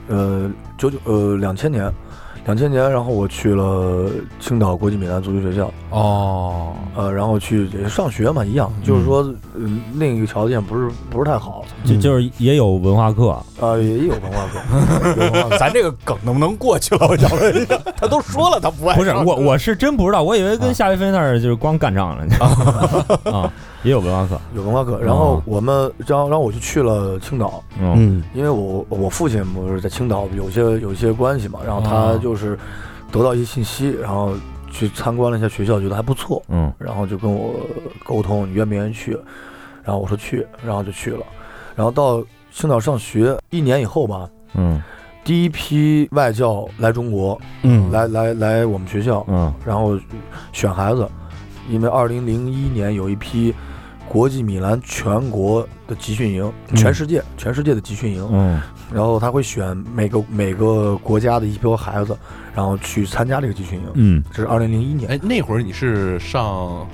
Speaker 6: 呃九九呃两千年，两千年，然后我去了青岛国际米兰足球学校，
Speaker 3: 哦，
Speaker 6: 呃，然后去也是上学嘛，一样，就是说、呃、那个条件不是不是太好，
Speaker 5: 就就是也有文化课，
Speaker 6: 呃，也有文化课，有 文化课
Speaker 4: 咱这个梗能不能过去了？我想问一下，他都说了，他不爱
Speaker 5: 不是
Speaker 4: 上
Speaker 5: 我我是真不知道，我以为跟夏威飞那儿就是光干仗了呢。啊， 也有文化课，
Speaker 6: 有文化课，然后我们然后然后我就去了青岛，
Speaker 5: 嗯
Speaker 4: 嗯
Speaker 6: 因为我我父亲不是在青岛有些有些关系嘛，然后
Speaker 3: 哦
Speaker 6: 他就是得到一些信息，然后去参观了一下学校，觉得还不错，
Speaker 5: 嗯
Speaker 6: 然后就跟我沟通你愿不愿意去，然后我说去，然后就去了。然后到青岛上学一年以后吧，
Speaker 5: 嗯
Speaker 6: 第一批外教来中国，
Speaker 4: 嗯，
Speaker 6: 来来来我们学校，
Speaker 5: 嗯
Speaker 6: 然后选孩子，因为二零零一年有一批国际米兰全国的集训营，
Speaker 5: 嗯
Speaker 6: 全世界全世界的集训营，
Speaker 5: 嗯
Speaker 6: 然后他会选每个每个国家的一批孩子，然后去参加这个集训营。
Speaker 5: 嗯，
Speaker 6: 这是二零零一年，
Speaker 2: 哎，那会儿你是上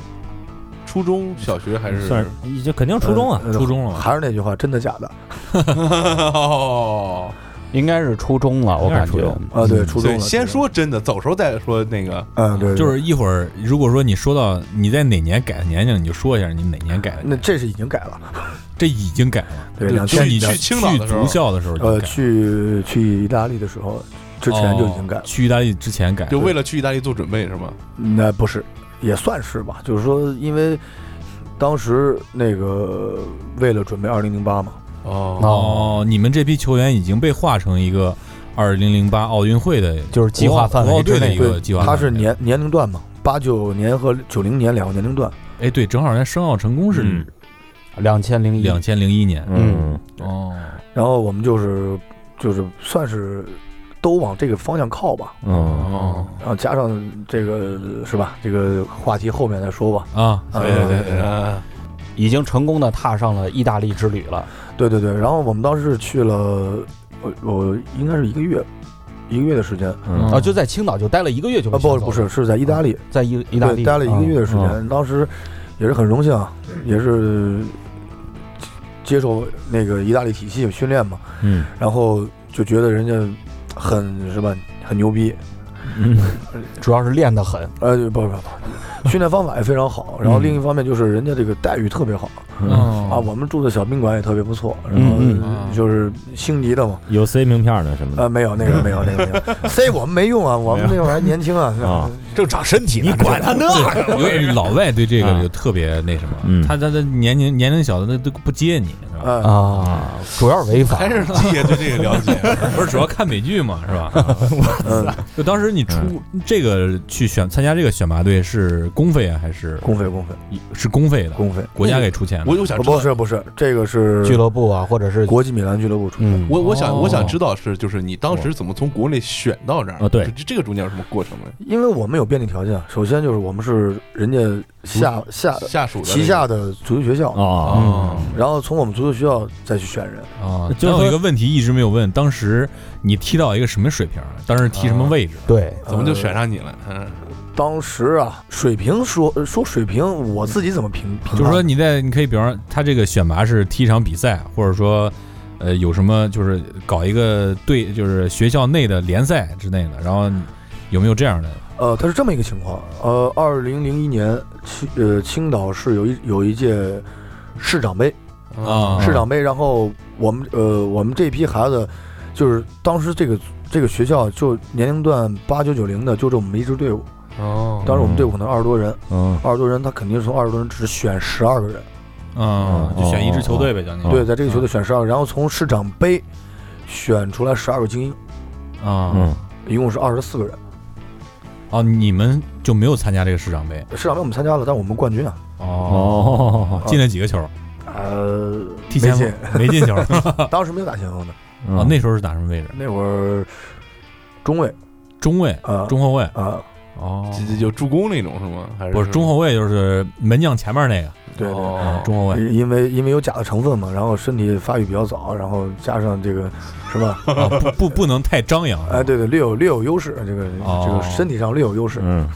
Speaker 2: 初中小学还是？
Speaker 5: 算是你这肯定初中啊，
Speaker 6: 呃
Speaker 3: 初中了吧
Speaker 6: 还是那句话，真的假的？
Speaker 2: 哦，
Speaker 4: 应该是初中了，我
Speaker 3: 应该
Speaker 4: 感
Speaker 3: 是初
Speaker 4: 觉
Speaker 3: 中
Speaker 6: 啊，对，初
Speaker 2: 所
Speaker 6: 中
Speaker 2: 以
Speaker 6: 了
Speaker 2: 先，说真的，走时候再说那个
Speaker 6: 嗯，对，对
Speaker 3: 就是一会儿，如果说你说到你在哪年改的年龄，你就说一下你哪年改的年
Speaker 6: 那
Speaker 3: 龄。
Speaker 6: 这是已经改了，
Speaker 3: 这已经改了，
Speaker 6: 对，
Speaker 2: 就
Speaker 6: 两
Speaker 3: 就
Speaker 6: 千
Speaker 2: 去
Speaker 3: 你
Speaker 2: 青岛的时候
Speaker 3: 足校的时候就
Speaker 6: 呃，
Speaker 3: 改，
Speaker 6: 去去意大利的时候之前就已经改
Speaker 3: 哦
Speaker 6: 了，嗯
Speaker 3: 去意大利之前改，
Speaker 2: 就为了去意大利做准备是吗？
Speaker 6: 那不是，也算是吧，就是说，因为当时那个为了准备二零零八嘛，
Speaker 2: 哦，
Speaker 3: 哦，你们这批球员已经被划成一个二零零八奥运会的
Speaker 4: 就是计划范围之
Speaker 3: 国奥队的
Speaker 4: 内
Speaker 3: 一。个计划。
Speaker 6: 它是，年年龄段嘛，八九年和九零年两个年龄段，
Speaker 3: 哎，对，正好咱申奥成功是
Speaker 5: 嗯
Speaker 4: 两千零一
Speaker 3: 两，千零一年。
Speaker 5: 嗯，
Speaker 3: 哦，
Speaker 6: 然后我们就是就是算是都往这个方向靠吧，
Speaker 5: 嗯
Speaker 2: 哦，
Speaker 6: 然后加上这个是吧，这个话题后面再说吧，
Speaker 3: 啊，
Speaker 6: 嗯
Speaker 2: 对对对，啊
Speaker 4: 已经成功的踏上了意大利之旅了。
Speaker 6: 对对对，然后我们当时是去了，我我应该是一个月。一个月的时间啊，啊
Speaker 5: 嗯
Speaker 4: 啊，就在青岛就待了一个月就被
Speaker 6: 不
Speaker 4: 抢走
Speaker 6: 不是，
Speaker 4: 了
Speaker 6: 是在意大利，
Speaker 4: 在意
Speaker 6: 对，
Speaker 4: 意大利
Speaker 6: 待了一个
Speaker 4: 嗯
Speaker 6: 月的时间，当时也是很荣幸啊，也是接受那个意大利体系训练嘛，
Speaker 5: 嗯，
Speaker 6: 然后就觉得人家很什么很牛逼，
Speaker 4: 嗯主要是练得很，
Speaker 6: 呃，不不不，训练方法也非常好，然后
Speaker 4: 嗯
Speaker 6: 另一方面就是人家这个待遇特别好啊，
Speaker 3: 啊，
Speaker 6: 我们住的小宾馆也特别不错，然
Speaker 5: 嗯
Speaker 6: 后就是星级的嘛，
Speaker 5: 有 C 名片呢什么的
Speaker 6: 啊，没有那个没有那个没有 ，C 我们没用啊，我们那会儿还年轻啊
Speaker 5: 啊，
Speaker 2: 正长身体呢，
Speaker 5: 他呢？
Speaker 3: 因为老外对这个
Speaker 5: 啊
Speaker 3: 就特别那什么，
Speaker 5: 嗯
Speaker 3: 他他他年龄年龄小的那都不接你，是吧？
Speaker 6: 啊，
Speaker 4: 啊，主要是违法
Speaker 2: 还。是季爷对这个了 解，
Speaker 3: 不是主要看美剧嘛，是吧？
Speaker 6: 嗯，
Speaker 3: 就当时你出这个去选参加这个选拔队是公费啊，还是
Speaker 6: 公费公费
Speaker 3: 是公费的？
Speaker 6: 公费，
Speaker 3: 国家给出钱的？
Speaker 2: 我我想知
Speaker 6: 不
Speaker 2: 道。
Speaker 6: 是不是，这个是
Speaker 4: 俱乐部啊，或者是
Speaker 6: 国际米兰俱乐部出的。
Speaker 4: 嗯，
Speaker 2: 我我想
Speaker 3: 哦
Speaker 2: 我想知道是就是你当时怎么从国内选到这儿
Speaker 5: 哦对
Speaker 2: 这这个中间有什么过程吗？
Speaker 6: 因为我们有便利条件，啊首先就是我们是人家下下
Speaker 2: 下属的
Speaker 6: 呃旗下的足球学校，
Speaker 5: 啊，
Speaker 2: 啊，
Speaker 6: 然后从我们足球学校再去选人。
Speaker 3: 啊，
Speaker 5: 就
Speaker 3: 但
Speaker 5: 说
Speaker 3: 有一个问题一直没有问，当时你踢到一个什么水平？啊当时踢什么位置？
Speaker 4: 对，
Speaker 2: 怎么就
Speaker 6: 呃
Speaker 2: 选上你了？嗯，
Speaker 6: 当时啊，水平说呃说水平，我自己怎么评？评判
Speaker 3: 就是说你在你可以，比方说他这个选拔是踢一场比赛，或者说。呃，有什么就是搞一个队，就是学校内的联赛之类的，然后有没有这样的？
Speaker 6: 呃，它是这么一个情况。呃，二零零一年青呃青岛市有一有一届市长杯，
Speaker 3: 啊
Speaker 6: 市长杯，然后我们呃我们这批孩子，就是当时这个这个学校就年龄段八九九零的，就这我们一支队伍。
Speaker 2: 哦
Speaker 6: 当时我们队伍可能二十多人，
Speaker 5: 嗯
Speaker 6: 二十多人，他肯定是从二十多人只选十二个人，
Speaker 3: 嗯，就选一支球队呗，将近
Speaker 6: 对，在这个球队选十二个，然后从市长杯选出来十二个精英，
Speaker 3: 啊
Speaker 5: 嗯
Speaker 6: 一共是二十四个人。
Speaker 3: 哦，你们就没有参加这个市长杯
Speaker 6: 市长杯我们参加了，但我们冠军啊，
Speaker 5: 哦，
Speaker 3: 进了几个球？
Speaker 6: 呃，
Speaker 3: 提前
Speaker 6: 没进，
Speaker 3: 没进球
Speaker 6: 当时没有打前锋的，
Speaker 3: 啊？那时候是打什么位置？
Speaker 6: 那会儿中卫
Speaker 3: 中卫、
Speaker 6: 啊
Speaker 3: 中后卫
Speaker 6: 啊，
Speaker 3: 哦
Speaker 2: 这这就助攻那种是吗？还是
Speaker 3: 不是中后卫，就是门将前面那个啊
Speaker 6: 对对。啊
Speaker 2: 哦
Speaker 3: 中 后卫
Speaker 6: 因因为因为有钾的成分嘛，然后身体发育比较早，然后加上这个什 么，
Speaker 3: 啊，不不不能太张扬。啊
Speaker 6: 哎，对对，略有略有优势，这个这
Speaker 3: 哦
Speaker 6: 个身体上略有优势。
Speaker 5: 嗯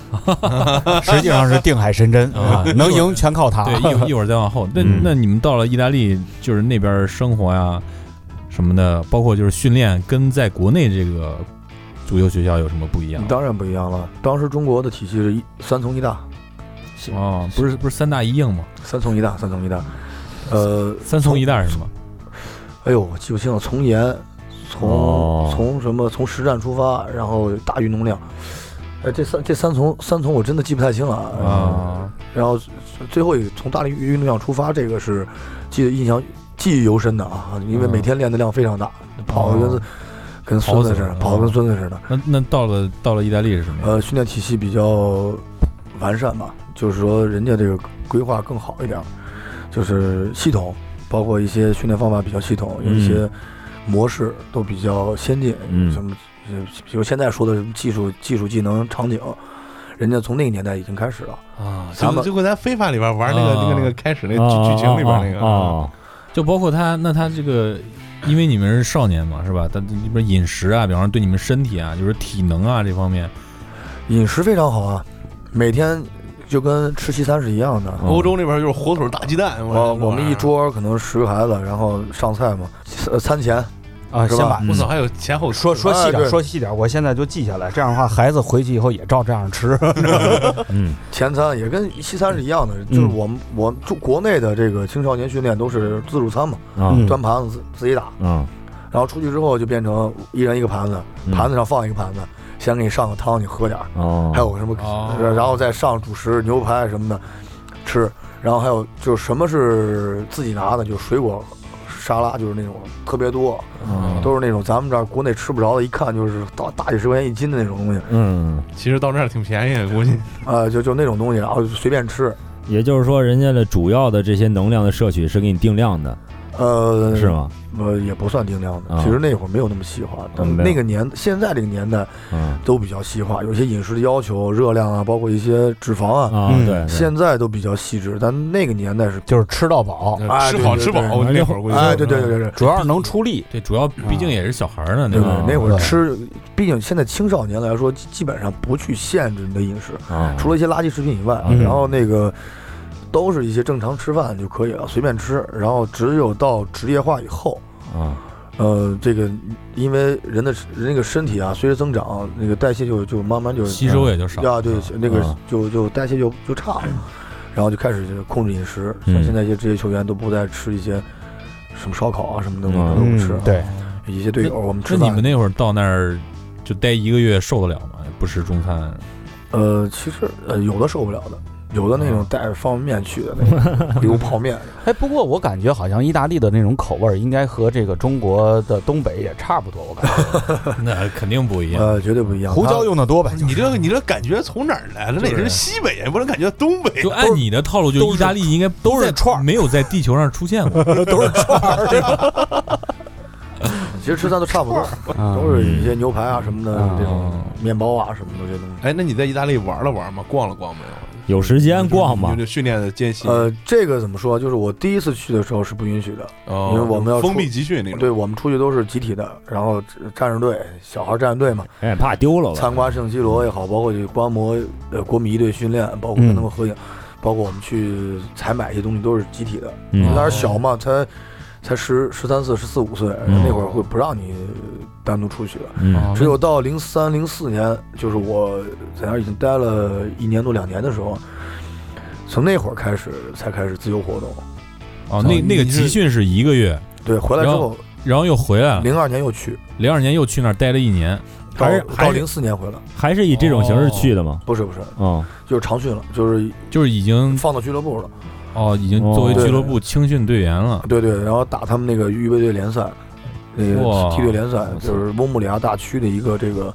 Speaker 4: 实际上是定海神针
Speaker 3: 啊
Speaker 4: 能赢全靠他。
Speaker 3: 对，一会儿一会儿再往后。那
Speaker 5: 嗯
Speaker 3: 那你们到了意大利，就是那边生活呀什么的，包括就是训练，跟在国内这个足球学校有什么不一样？
Speaker 6: 当然不一样了。当时中国的体系是一三从一大，
Speaker 3: 哦，不是不是三大一硬吗？
Speaker 6: 三从一大，三从一大。呃，
Speaker 3: 三从一大是什么？
Speaker 6: 哎呦，我记不清了，从严，从、
Speaker 5: 哦
Speaker 6: 从什么从实战出发，然后大运动量。哎，这三这三从三从我真的记不太清了
Speaker 3: 啊。
Speaker 6: 然后最后一个从大力运动量出发，这个是记得印象记忆犹深的啊，因为每天练的量非常大，跑的跟跟孙子似的，
Speaker 3: 跑
Speaker 6: 跑
Speaker 3: 死了
Speaker 6: 的跟孙子似的。
Speaker 3: 那那到了到了意大利是什么样？
Speaker 6: 呃，训练体系比较完善吧，就是说人家这个规划更好一点儿，就是系统，包括一些训练方法比较系统，有一些模式都比较先进，
Speaker 5: 嗯
Speaker 6: 什么呃比如现在说的什么技术、技术、技能、场景，人家从那个年代已经开始了。
Speaker 2: 啊，
Speaker 6: 咱
Speaker 2: 就
Speaker 6: 们
Speaker 2: 就跟咱非法里边玩那个
Speaker 3: 啊
Speaker 2: 那个那个开始那个剧剧情里边那个
Speaker 5: 啊，
Speaker 3: 就包括他，那他这个，因为你们是少年嘛，是吧？他里边饮食啊，比方说对你们身体啊，就是体能啊这方面，
Speaker 6: 饮食非常好啊，每天就跟吃西餐是一样的。
Speaker 2: 欧洲那边就是火腿大鸡蛋，
Speaker 6: 我我哎
Speaker 2: 这玩意
Speaker 6: 们
Speaker 2: 儿
Speaker 6: 一桌可能十个孩子，然后上菜嘛，呃餐前
Speaker 4: 啊，
Speaker 6: 是
Speaker 4: 先
Speaker 6: 吧
Speaker 4: 把
Speaker 5: 哦
Speaker 2: 我操，还有前后
Speaker 4: 说说
Speaker 6: 哎
Speaker 4: 细点，
Speaker 6: 对
Speaker 4: 说细点，我现在就记下来。这样的话，孩子回去以后也照这样吃。
Speaker 5: 哦
Speaker 3: 嗯，
Speaker 6: 前餐也跟西餐是一样的，就是我们我们就国内的这个青少年训练都是自助餐嘛，
Speaker 5: 啊
Speaker 4: 嗯
Speaker 6: 端盘子自自己打，
Speaker 5: 啊
Speaker 6: 然后出去之后就变成一人一个盘子，
Speaker 5: 嗯
Speaker 6: 盘子上放一个盘子，先给你上个汤，你喝点儿，
Speaker 5: 哦，
Speaker 6: 还有什么，
Speaker 2: 哦
Speaker 6: 然后再上主食牛排什么的吃，然后还有就是什么是自己拿的，就是水果沙拉，就是那种特别多，
Speaker 5: 嗯
Speaker 6: 啊都是那种咱们这儿国内吃不着的，一看就是大大几十块钱一斤的那种东西，
Speaker 5: 嗯，
Speaker 2: 其实到那儿挺便宜的，估计
Speaker 6: 呃，就就那种东西，然后就随便吃，
Speaker 5: 也就是说，人家的主要的这些能量的摄取是给你定量的，
Speaker 6: 呃，
Speaker 5: 是吗？
Speaker 6: 呃，也不算定量的。
Speaker 5: 啊
Speaker 6: 其实那会儿没有那么细化，但
Speaker 5: 嗯没有
Speaker 6: 那个年现在这个年代
Speaker 5: 嗯
Speaker 6: 都比较细化，有些饮食的要求、热量啊，包括一些脂肪啊，
Speaker 5: 啊，
Speaker 4: 嗯
Speaker 5: 对，
Speaker 6: 现在都比较细致。但那个年代是，
Speaker 4: 就是吃到饱，
Speaker 6: 哎
Speaker 2: 吃好吃饱
Speaker 6: 对对对。
Speaker 2: 我那会儿估计
Speaker 6: 哎，对对对对对
Speaker 4: 主要是能出力。
Speaker 3: 对，主要毕竟也是小孩儿呢，
Speaker 6: 对对
Speaker 3: 那个
Speaker 5: 啊，
Speaker 6: 那会儿
Speaker 4: 对
Speaker 6: 吃，毕竟现在青少年来说，基基本上不去限制你的饮食，
Speaker 5: 啊，
Speaker 6: 除了一些垃圾食品以外啊，
Speaker 5: 嗯
Speaker 6: 然后那个。都是一些正常吃饭就可以了，随便吃。然后只有到职业化以后，
Speaker 5: 啊，
Speaker 6: 呃，这个因为人的人那个身体啊，随着增长，那个代谢就就慢慢就
Speaker 3: 吸收也就少。嗯
Speaker 6: 呀，对，那个
Speaker 5: 啊
Speaker 6: 就就代谢就就差了，然后就开始就是控制饮食，
Speaker 5: 嗯
Speaker 6: 像现在一些职业球员都不再吃一些什么烧烤啊什么东西都不吃，，
Speaker 4: 对，
Speaker 6: 一些队友我们
Speaker 3: 嗯那
Speaker 6: 吃
Speaker 3: 你
Speaker 6: 饭
Speaker 3: 们，那会儿到那儿就待一个月，受得了吗？不吃 中餐，
Speaker 6: 呃，其实呃有的受不了的，有的
Speaker 3: 嗯
Speaker 6: 那种带着方便面去的那种油泡面，
Speaker 4: 哎，不过我感觉好像意大利的那种口味儿，应该和这个中国的东北也差不多。我感觉
Speaker 3: 那肯定不一样。
Speaker 6: 呃，绝对不一样，
Speaker 7: 胡椒
Speaker 6: 它
Speaker 7: 用的多呗，
Speaker 2: 你这个你这感觉从哪儿来的？那也是西北，也不能感觉东北
Speaker 3: 就。按你的套路，就意大利应该都是串，没有在地球上出 现过。
Speaker 7: 都是串儿，
Speaker 6: 其实吃饭都差不多，都是一些牛排啊什么的
Speaker 4: 嗯
Speaker 6: 这种面包啊什么的这些东西。
Speaker 2: 哎，那你在意大利玩了玩吗？逛了逛没有？
Speaker 5: 有时间逛
Speaker 2: 有
Speaker 6: 嗯
Speaker 5: 嘛，
Speaker 2: 这训练的间
Speaker 7: 嗯
Speaker 2: 隙，
Speaker 6: 呃，这个怎么说？就是我第一次去的时候是不允许的，
Speaker 2: 哦，
Speaker 6: 因为我们要
Speaker 2: 封
Speaker 6: 出
Speaker 2: 闭集训那种。
Speaker 6: 对我们出去都是集体的，然后战士队、小孩战士队嘛，
Speaker 5: 哎，怕丢了吧？
Speaker 6: 参观圣基罗也好，包括去观摩呃国米一队训练，包括跟他们合影，包括我们去采买一些东西都是集体的。
Speaker 5: 嗯
Speaker 6: 那时候小嘛，才才十十三四、十四五岁，
Speaker 5: 嗯
Speaker 6: 那会儿会不让你单独出去的。
Speaker 5: 嗯
Speaker 6: 只有到零三零四年，就是我在那儿已经待了一年多两年的时候，从那会儿开始才开始自由活动。
Speaker 3: 哦，那那个集训是一个月，
Speaker 6: 对，回来之后，
Speaker 3: 然后又回
Speaker 5: 啊
Speaker 3: 来了。
Speaker 6: 零二年又去，
Speaker 3: 零二年又去那儿待了一年。
Speaker 6: 到
Speaker 5: 还是还
Speaker 6: 到
Speaker 5: 是
Speaker 6: 零四年回来，
Speaker 5: 还是以这种形式去的嘛，
Speaker 6: 不是不是，
Speaker 5: 啊，
Speaker 6: 就是长训了，就是
Speaker 3: 就是已经
Speaker 6: 放到俱乐部了。
Speaker 3: 哦，已经作为
Speaker 6: 哦
Speaker 3: 俱乐部青训队员了。
Speaker 6: 对对，然后打他们那个预备队联赛，那个
Speaker 3: 哇
Speaker 6: 梯队联赛
Speaker 5: 我，操
Speaker 6: 就是翁布里亚大区的一个这个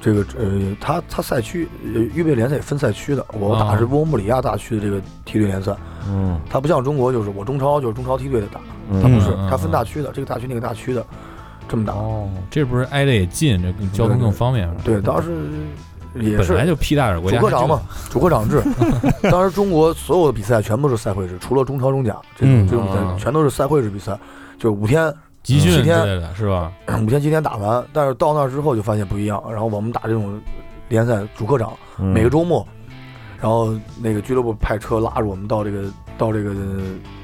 Speaker 6: 这个呃，他他赛区呃预备联赛也分赛区的，我
Speaker 3: 啊
Speaker 6: 打的是翁布里亚大区的这个梯队联赛，
Speaker 5: 嗯，
Speaker 6: 它不像中国就是我中超就是中超梯队的打，
Speaker 5: 嗯
Speaker 6: 它不是
Speaker 3: 嗯嗯，
Speaker 6: 它分大区的，这个大区那个大区的，这么打。
Speaker 4: 哦，
Speaker 3: 这不是挨着也近，这更交通更方便了。
Speaker 6: 对，当时也
Speaker 3: 本来
Speaker 6: 是
Speaker 3: 就屁大点国
Speaker 6: 主
Speaker 3: 家，
Speaker 6: 客场嘛，主客场制。 当时中国所有的比赛全部是赛会制，除了中超、中甲这种
Speaker 4: 嗯
Speaker 6: 这种比赛，
Speaker 2: 啊
Speaker 6: 全都是赛会制比赛，就是五天
Speaker 3: 集训
Speaker 6: 七
Speaker 3: 之类
Speaker 6: 天
Speaker 3: 的是吧？
Speaker 6: 五天七天打完，但是到那儿之后就发现不一样。然后我们打这种联赛主客场，
Speaker 5: 嗯
Speaker 6: 每个周末，然后那个俱乐部派车拉着我们到这个到这个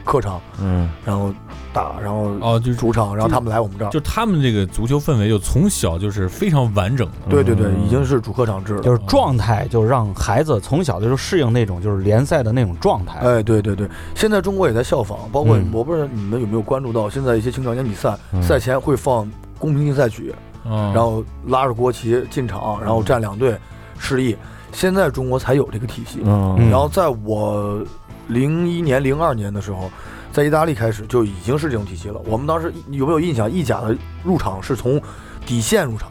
Speaker 6: 客场，
Speaker 5: 嗯
Speaker 6: 然后打，然后
Speaker 3: 哦，就是
Speaker 6: 主场，然后他们来我们这儿。
Speaker 3: 就他们这个足球氛围，就从小就是非常完整的。
Speaker 6: 对对对，
Speaker 5: 嗯
Speaker 6: 已经是主客场制了。
Speaker 4: 就是状态，就是让孩子从小就适应那种就是联赛的那种状态。
Speaker 6: 哎，对对对，现在中国也在效仿，包括
Speaker 4: 嗯
Speaker 6: 我不知道你们有没有关注到，现在一些青少年比赛
Speaker 5: 嗯
Speaker 6: 赛前会放公平竞赛曲，
Speaker 3: 嗯，
Speaker 6: 然后拉着国旗进场，然后站两队示意。现在中国才有这个体系，
Speaker 5: 嗯
Speaker 6: 然后在我零一年、零二年的时候，在意大利开始就已经是这种体系了。我们当时有没有印象？意甲的入场是从底线入场，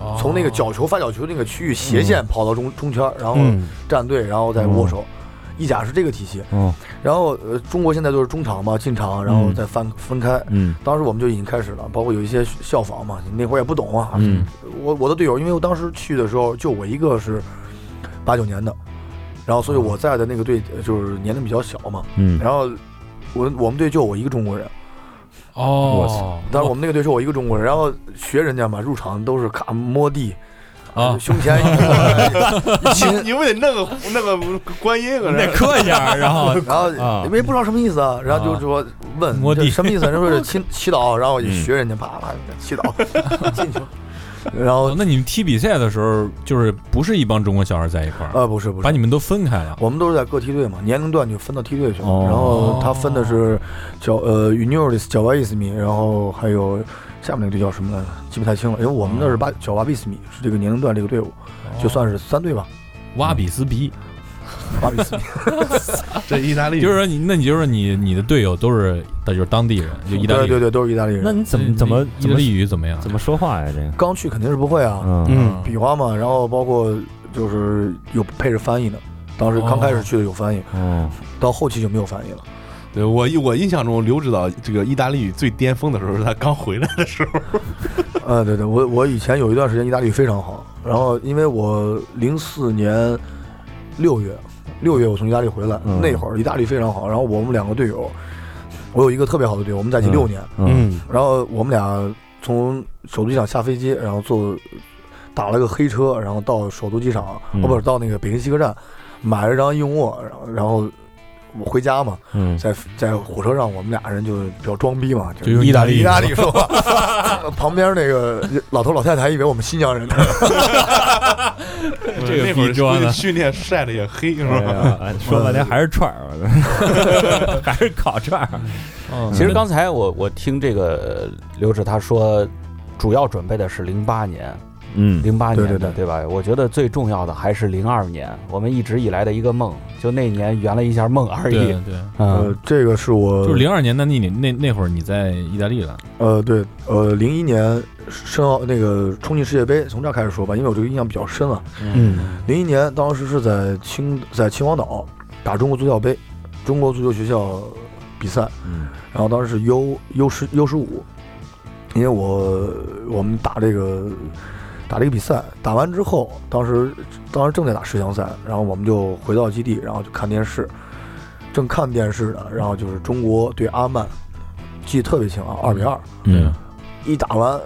Speaker 3: 哦
Speaker 6: 从那个角球发角球那个区域斜线跑到中中圈，然后
Speaker 4: 嗯，
Speaker 6: 站队，然后再握手。意甲是这个体系，
Speaker 5: 嗯
Speaker 6: 然后呃，中国现在就是中场嘛，进场然后再翻分开。
Speaker 5: 嗯
Speaker 6: 当时我们就已经开始了，包括有一些效仿嘛，那会儿也不懂啊。
Speaker 5: 嗯
Speaker 6: 我我的队友，因为我当时去的时候就我一个是八九年的，然后所以
Speaker 3: 嗯
Speaker 6: 我在的那个队呃就是年龄比较小嘛，
Speaker 5: 嗯，
Speaker 6: 然后我我们队就我一个中国人，
Speaker 5: 我
Speaker 3: 哦，
Speaker 6: 但是我们那个队是我一个中国人，然后学人家嘛，入场都是卡摸地
Speaker 3: 啊，
Speaker 6: 胸前一个一亲，
Speaker 2: 你们得弄个弄个观音搁这儿
Speaker 5: 磕一下，然后
Speaker 6: 然后
Speaker 5: 啊
Speaker 6: 因为不知道什么意思啊，然后就说问
Speaker 3: 摸地嗯
Speaker 6: 这什么意思？人说是 祈祈祷，然后也学人家啪啪祈祷 进球，然后
Speaker 3: 哦那你们踢比赛的时候，就是不是一帮中国小孩在一块儿，
Speaker 6: 呃不是不
Speaker 3: 把
Speaker 6: 是，
Speaker 3: 你们都分开了？
Speaker 6: 我们都是在各梯队嘛，年龄段就分到梯队去了。
Speaker 3: 哦
Speaker 6: 然后他分的是叫呃 Unioris 角巴伊斯米，然后还有下面那个队叫什么来着？记不太清了，因为我们那是
Speaker 3: 哦
Speaker 6: 巴角巴比斯米是这个年龄段这个队伍，就算是三队吧，
Speaker 3: 挖比斯比，
Speaker 6: 嗯巴比斯米。
Speaker 2: 这意大利
Speaker 3: 就是说你，那你就是你你的队友都是就是当地人， 就意大
Speaker 6: 对
Speaker 3: 利
Speaker 6: 对
Speaker 3: 人。
Speaker 6: 对，都是意大利
Speaker 5: 那
Speaker 6: 人。
Speaker 5: 你怎么怎么
Speaker 3: 意
Speaker 5: 怎
Speaker 3: 大
Speaker 5: 么
Speaker 3: 利语怎么样？
Speaker 5: 怎么说话呀？这个，
Speaker 6: 刚去肯定是不会啊，
Speaker 5: 嗯
Speaker 2: 嗯，
Speaker 6: 比划嘛，然后包括就是有配着翻译的，当时刚开
Speaker 3: 哦
Speaker 6: 始去的有翻译，
Speaker 5: 嗯，
Speaker 6: 到后期就没有翻译了。
Speaker 2: 对我我印象中刘指导这个意大利语最巅峰的时候是他刚回来的时候，
Speaker 6: 呃，对对，我我以前有一段时间意大利非常好，然后因为我零四年六月，六月我从意大利回来，
Speaker 5: 嗯
Speaker 6: 那会儿意大利非常好，然后我们两个队友，我有一个特别好的队友，我们在一起六年，
Speaker 5: 嗯，
Speaker 6: 然后我们俩从首都机场下飞机，然后坐打了个黑车，然后到首都机场，
Speaker 5: 嗯
Speaker 6: 哦不是到那个北京西客站，买了张硬卧，然后然后我回家嘛，
Speaker 5: 嗯，
Speaker 6: 在在火车上我们俩人就比较装逼嘛，
Speaker 3: 就用意大利语
Speaker 6: 意大利说话， 旁边那个老头老太太还以为我们新疆人呢，
Speaker 3: 这个
Speaker 2: 那会
Speaker 3: 逼装
Speaker 2: 儿
Speaker 3: 的
Speaker 2: 训练晒的也黑是
Speaker 5: 哎
Speaker 2: 吧？
Speaker 3: 啊
Speaker 5: 呀哎说半天还是串儿，我的还是烤串儿，
Speaker 3: 嗯？
Speaker 4: 其实刚才我我听这个呃刘指他说，主要准备的是零八年，
Speaker 5: 嗯
Speaker 4: 零八年的
Speaker 6: 对对对
Speaker 4: 吧？我觉得最重要的还是零二年，我们一直以来的一个梦，就那年圆了一下梦而
Speaker 3: 对
Speaker 4: 已。
Speaker 3: 对，
Speaker 6: 呃
Speaker 4: 嗯，，
Speaker 6: 这个是我
Speaker 3: 啊就是零二年的那你那那会儿你在意大利了，
Speaker 6: 呃，对，呃，零一年申奥那个冲进世界杯，从这儿开始说吧，因为我这个印象比较深啊。
Speaker 4: 嗯
Speaker 6: 零一年当时是在青在秦皇岛打中国足校杯，中国足球学校比赛，
Speaker 5: 嗯
Speaker 6: 然后当时是 U U 十 U 十五，因为我我们打这个打这个比赛，打完之后，当时当时正在打十强赛，然后我们就回到基地，然后就看电视，正看电视呢，然后就是中国对阿曼，记得特别清啊，二比二，
Speaker 3: 嗯，
Speaker 6: 一打完。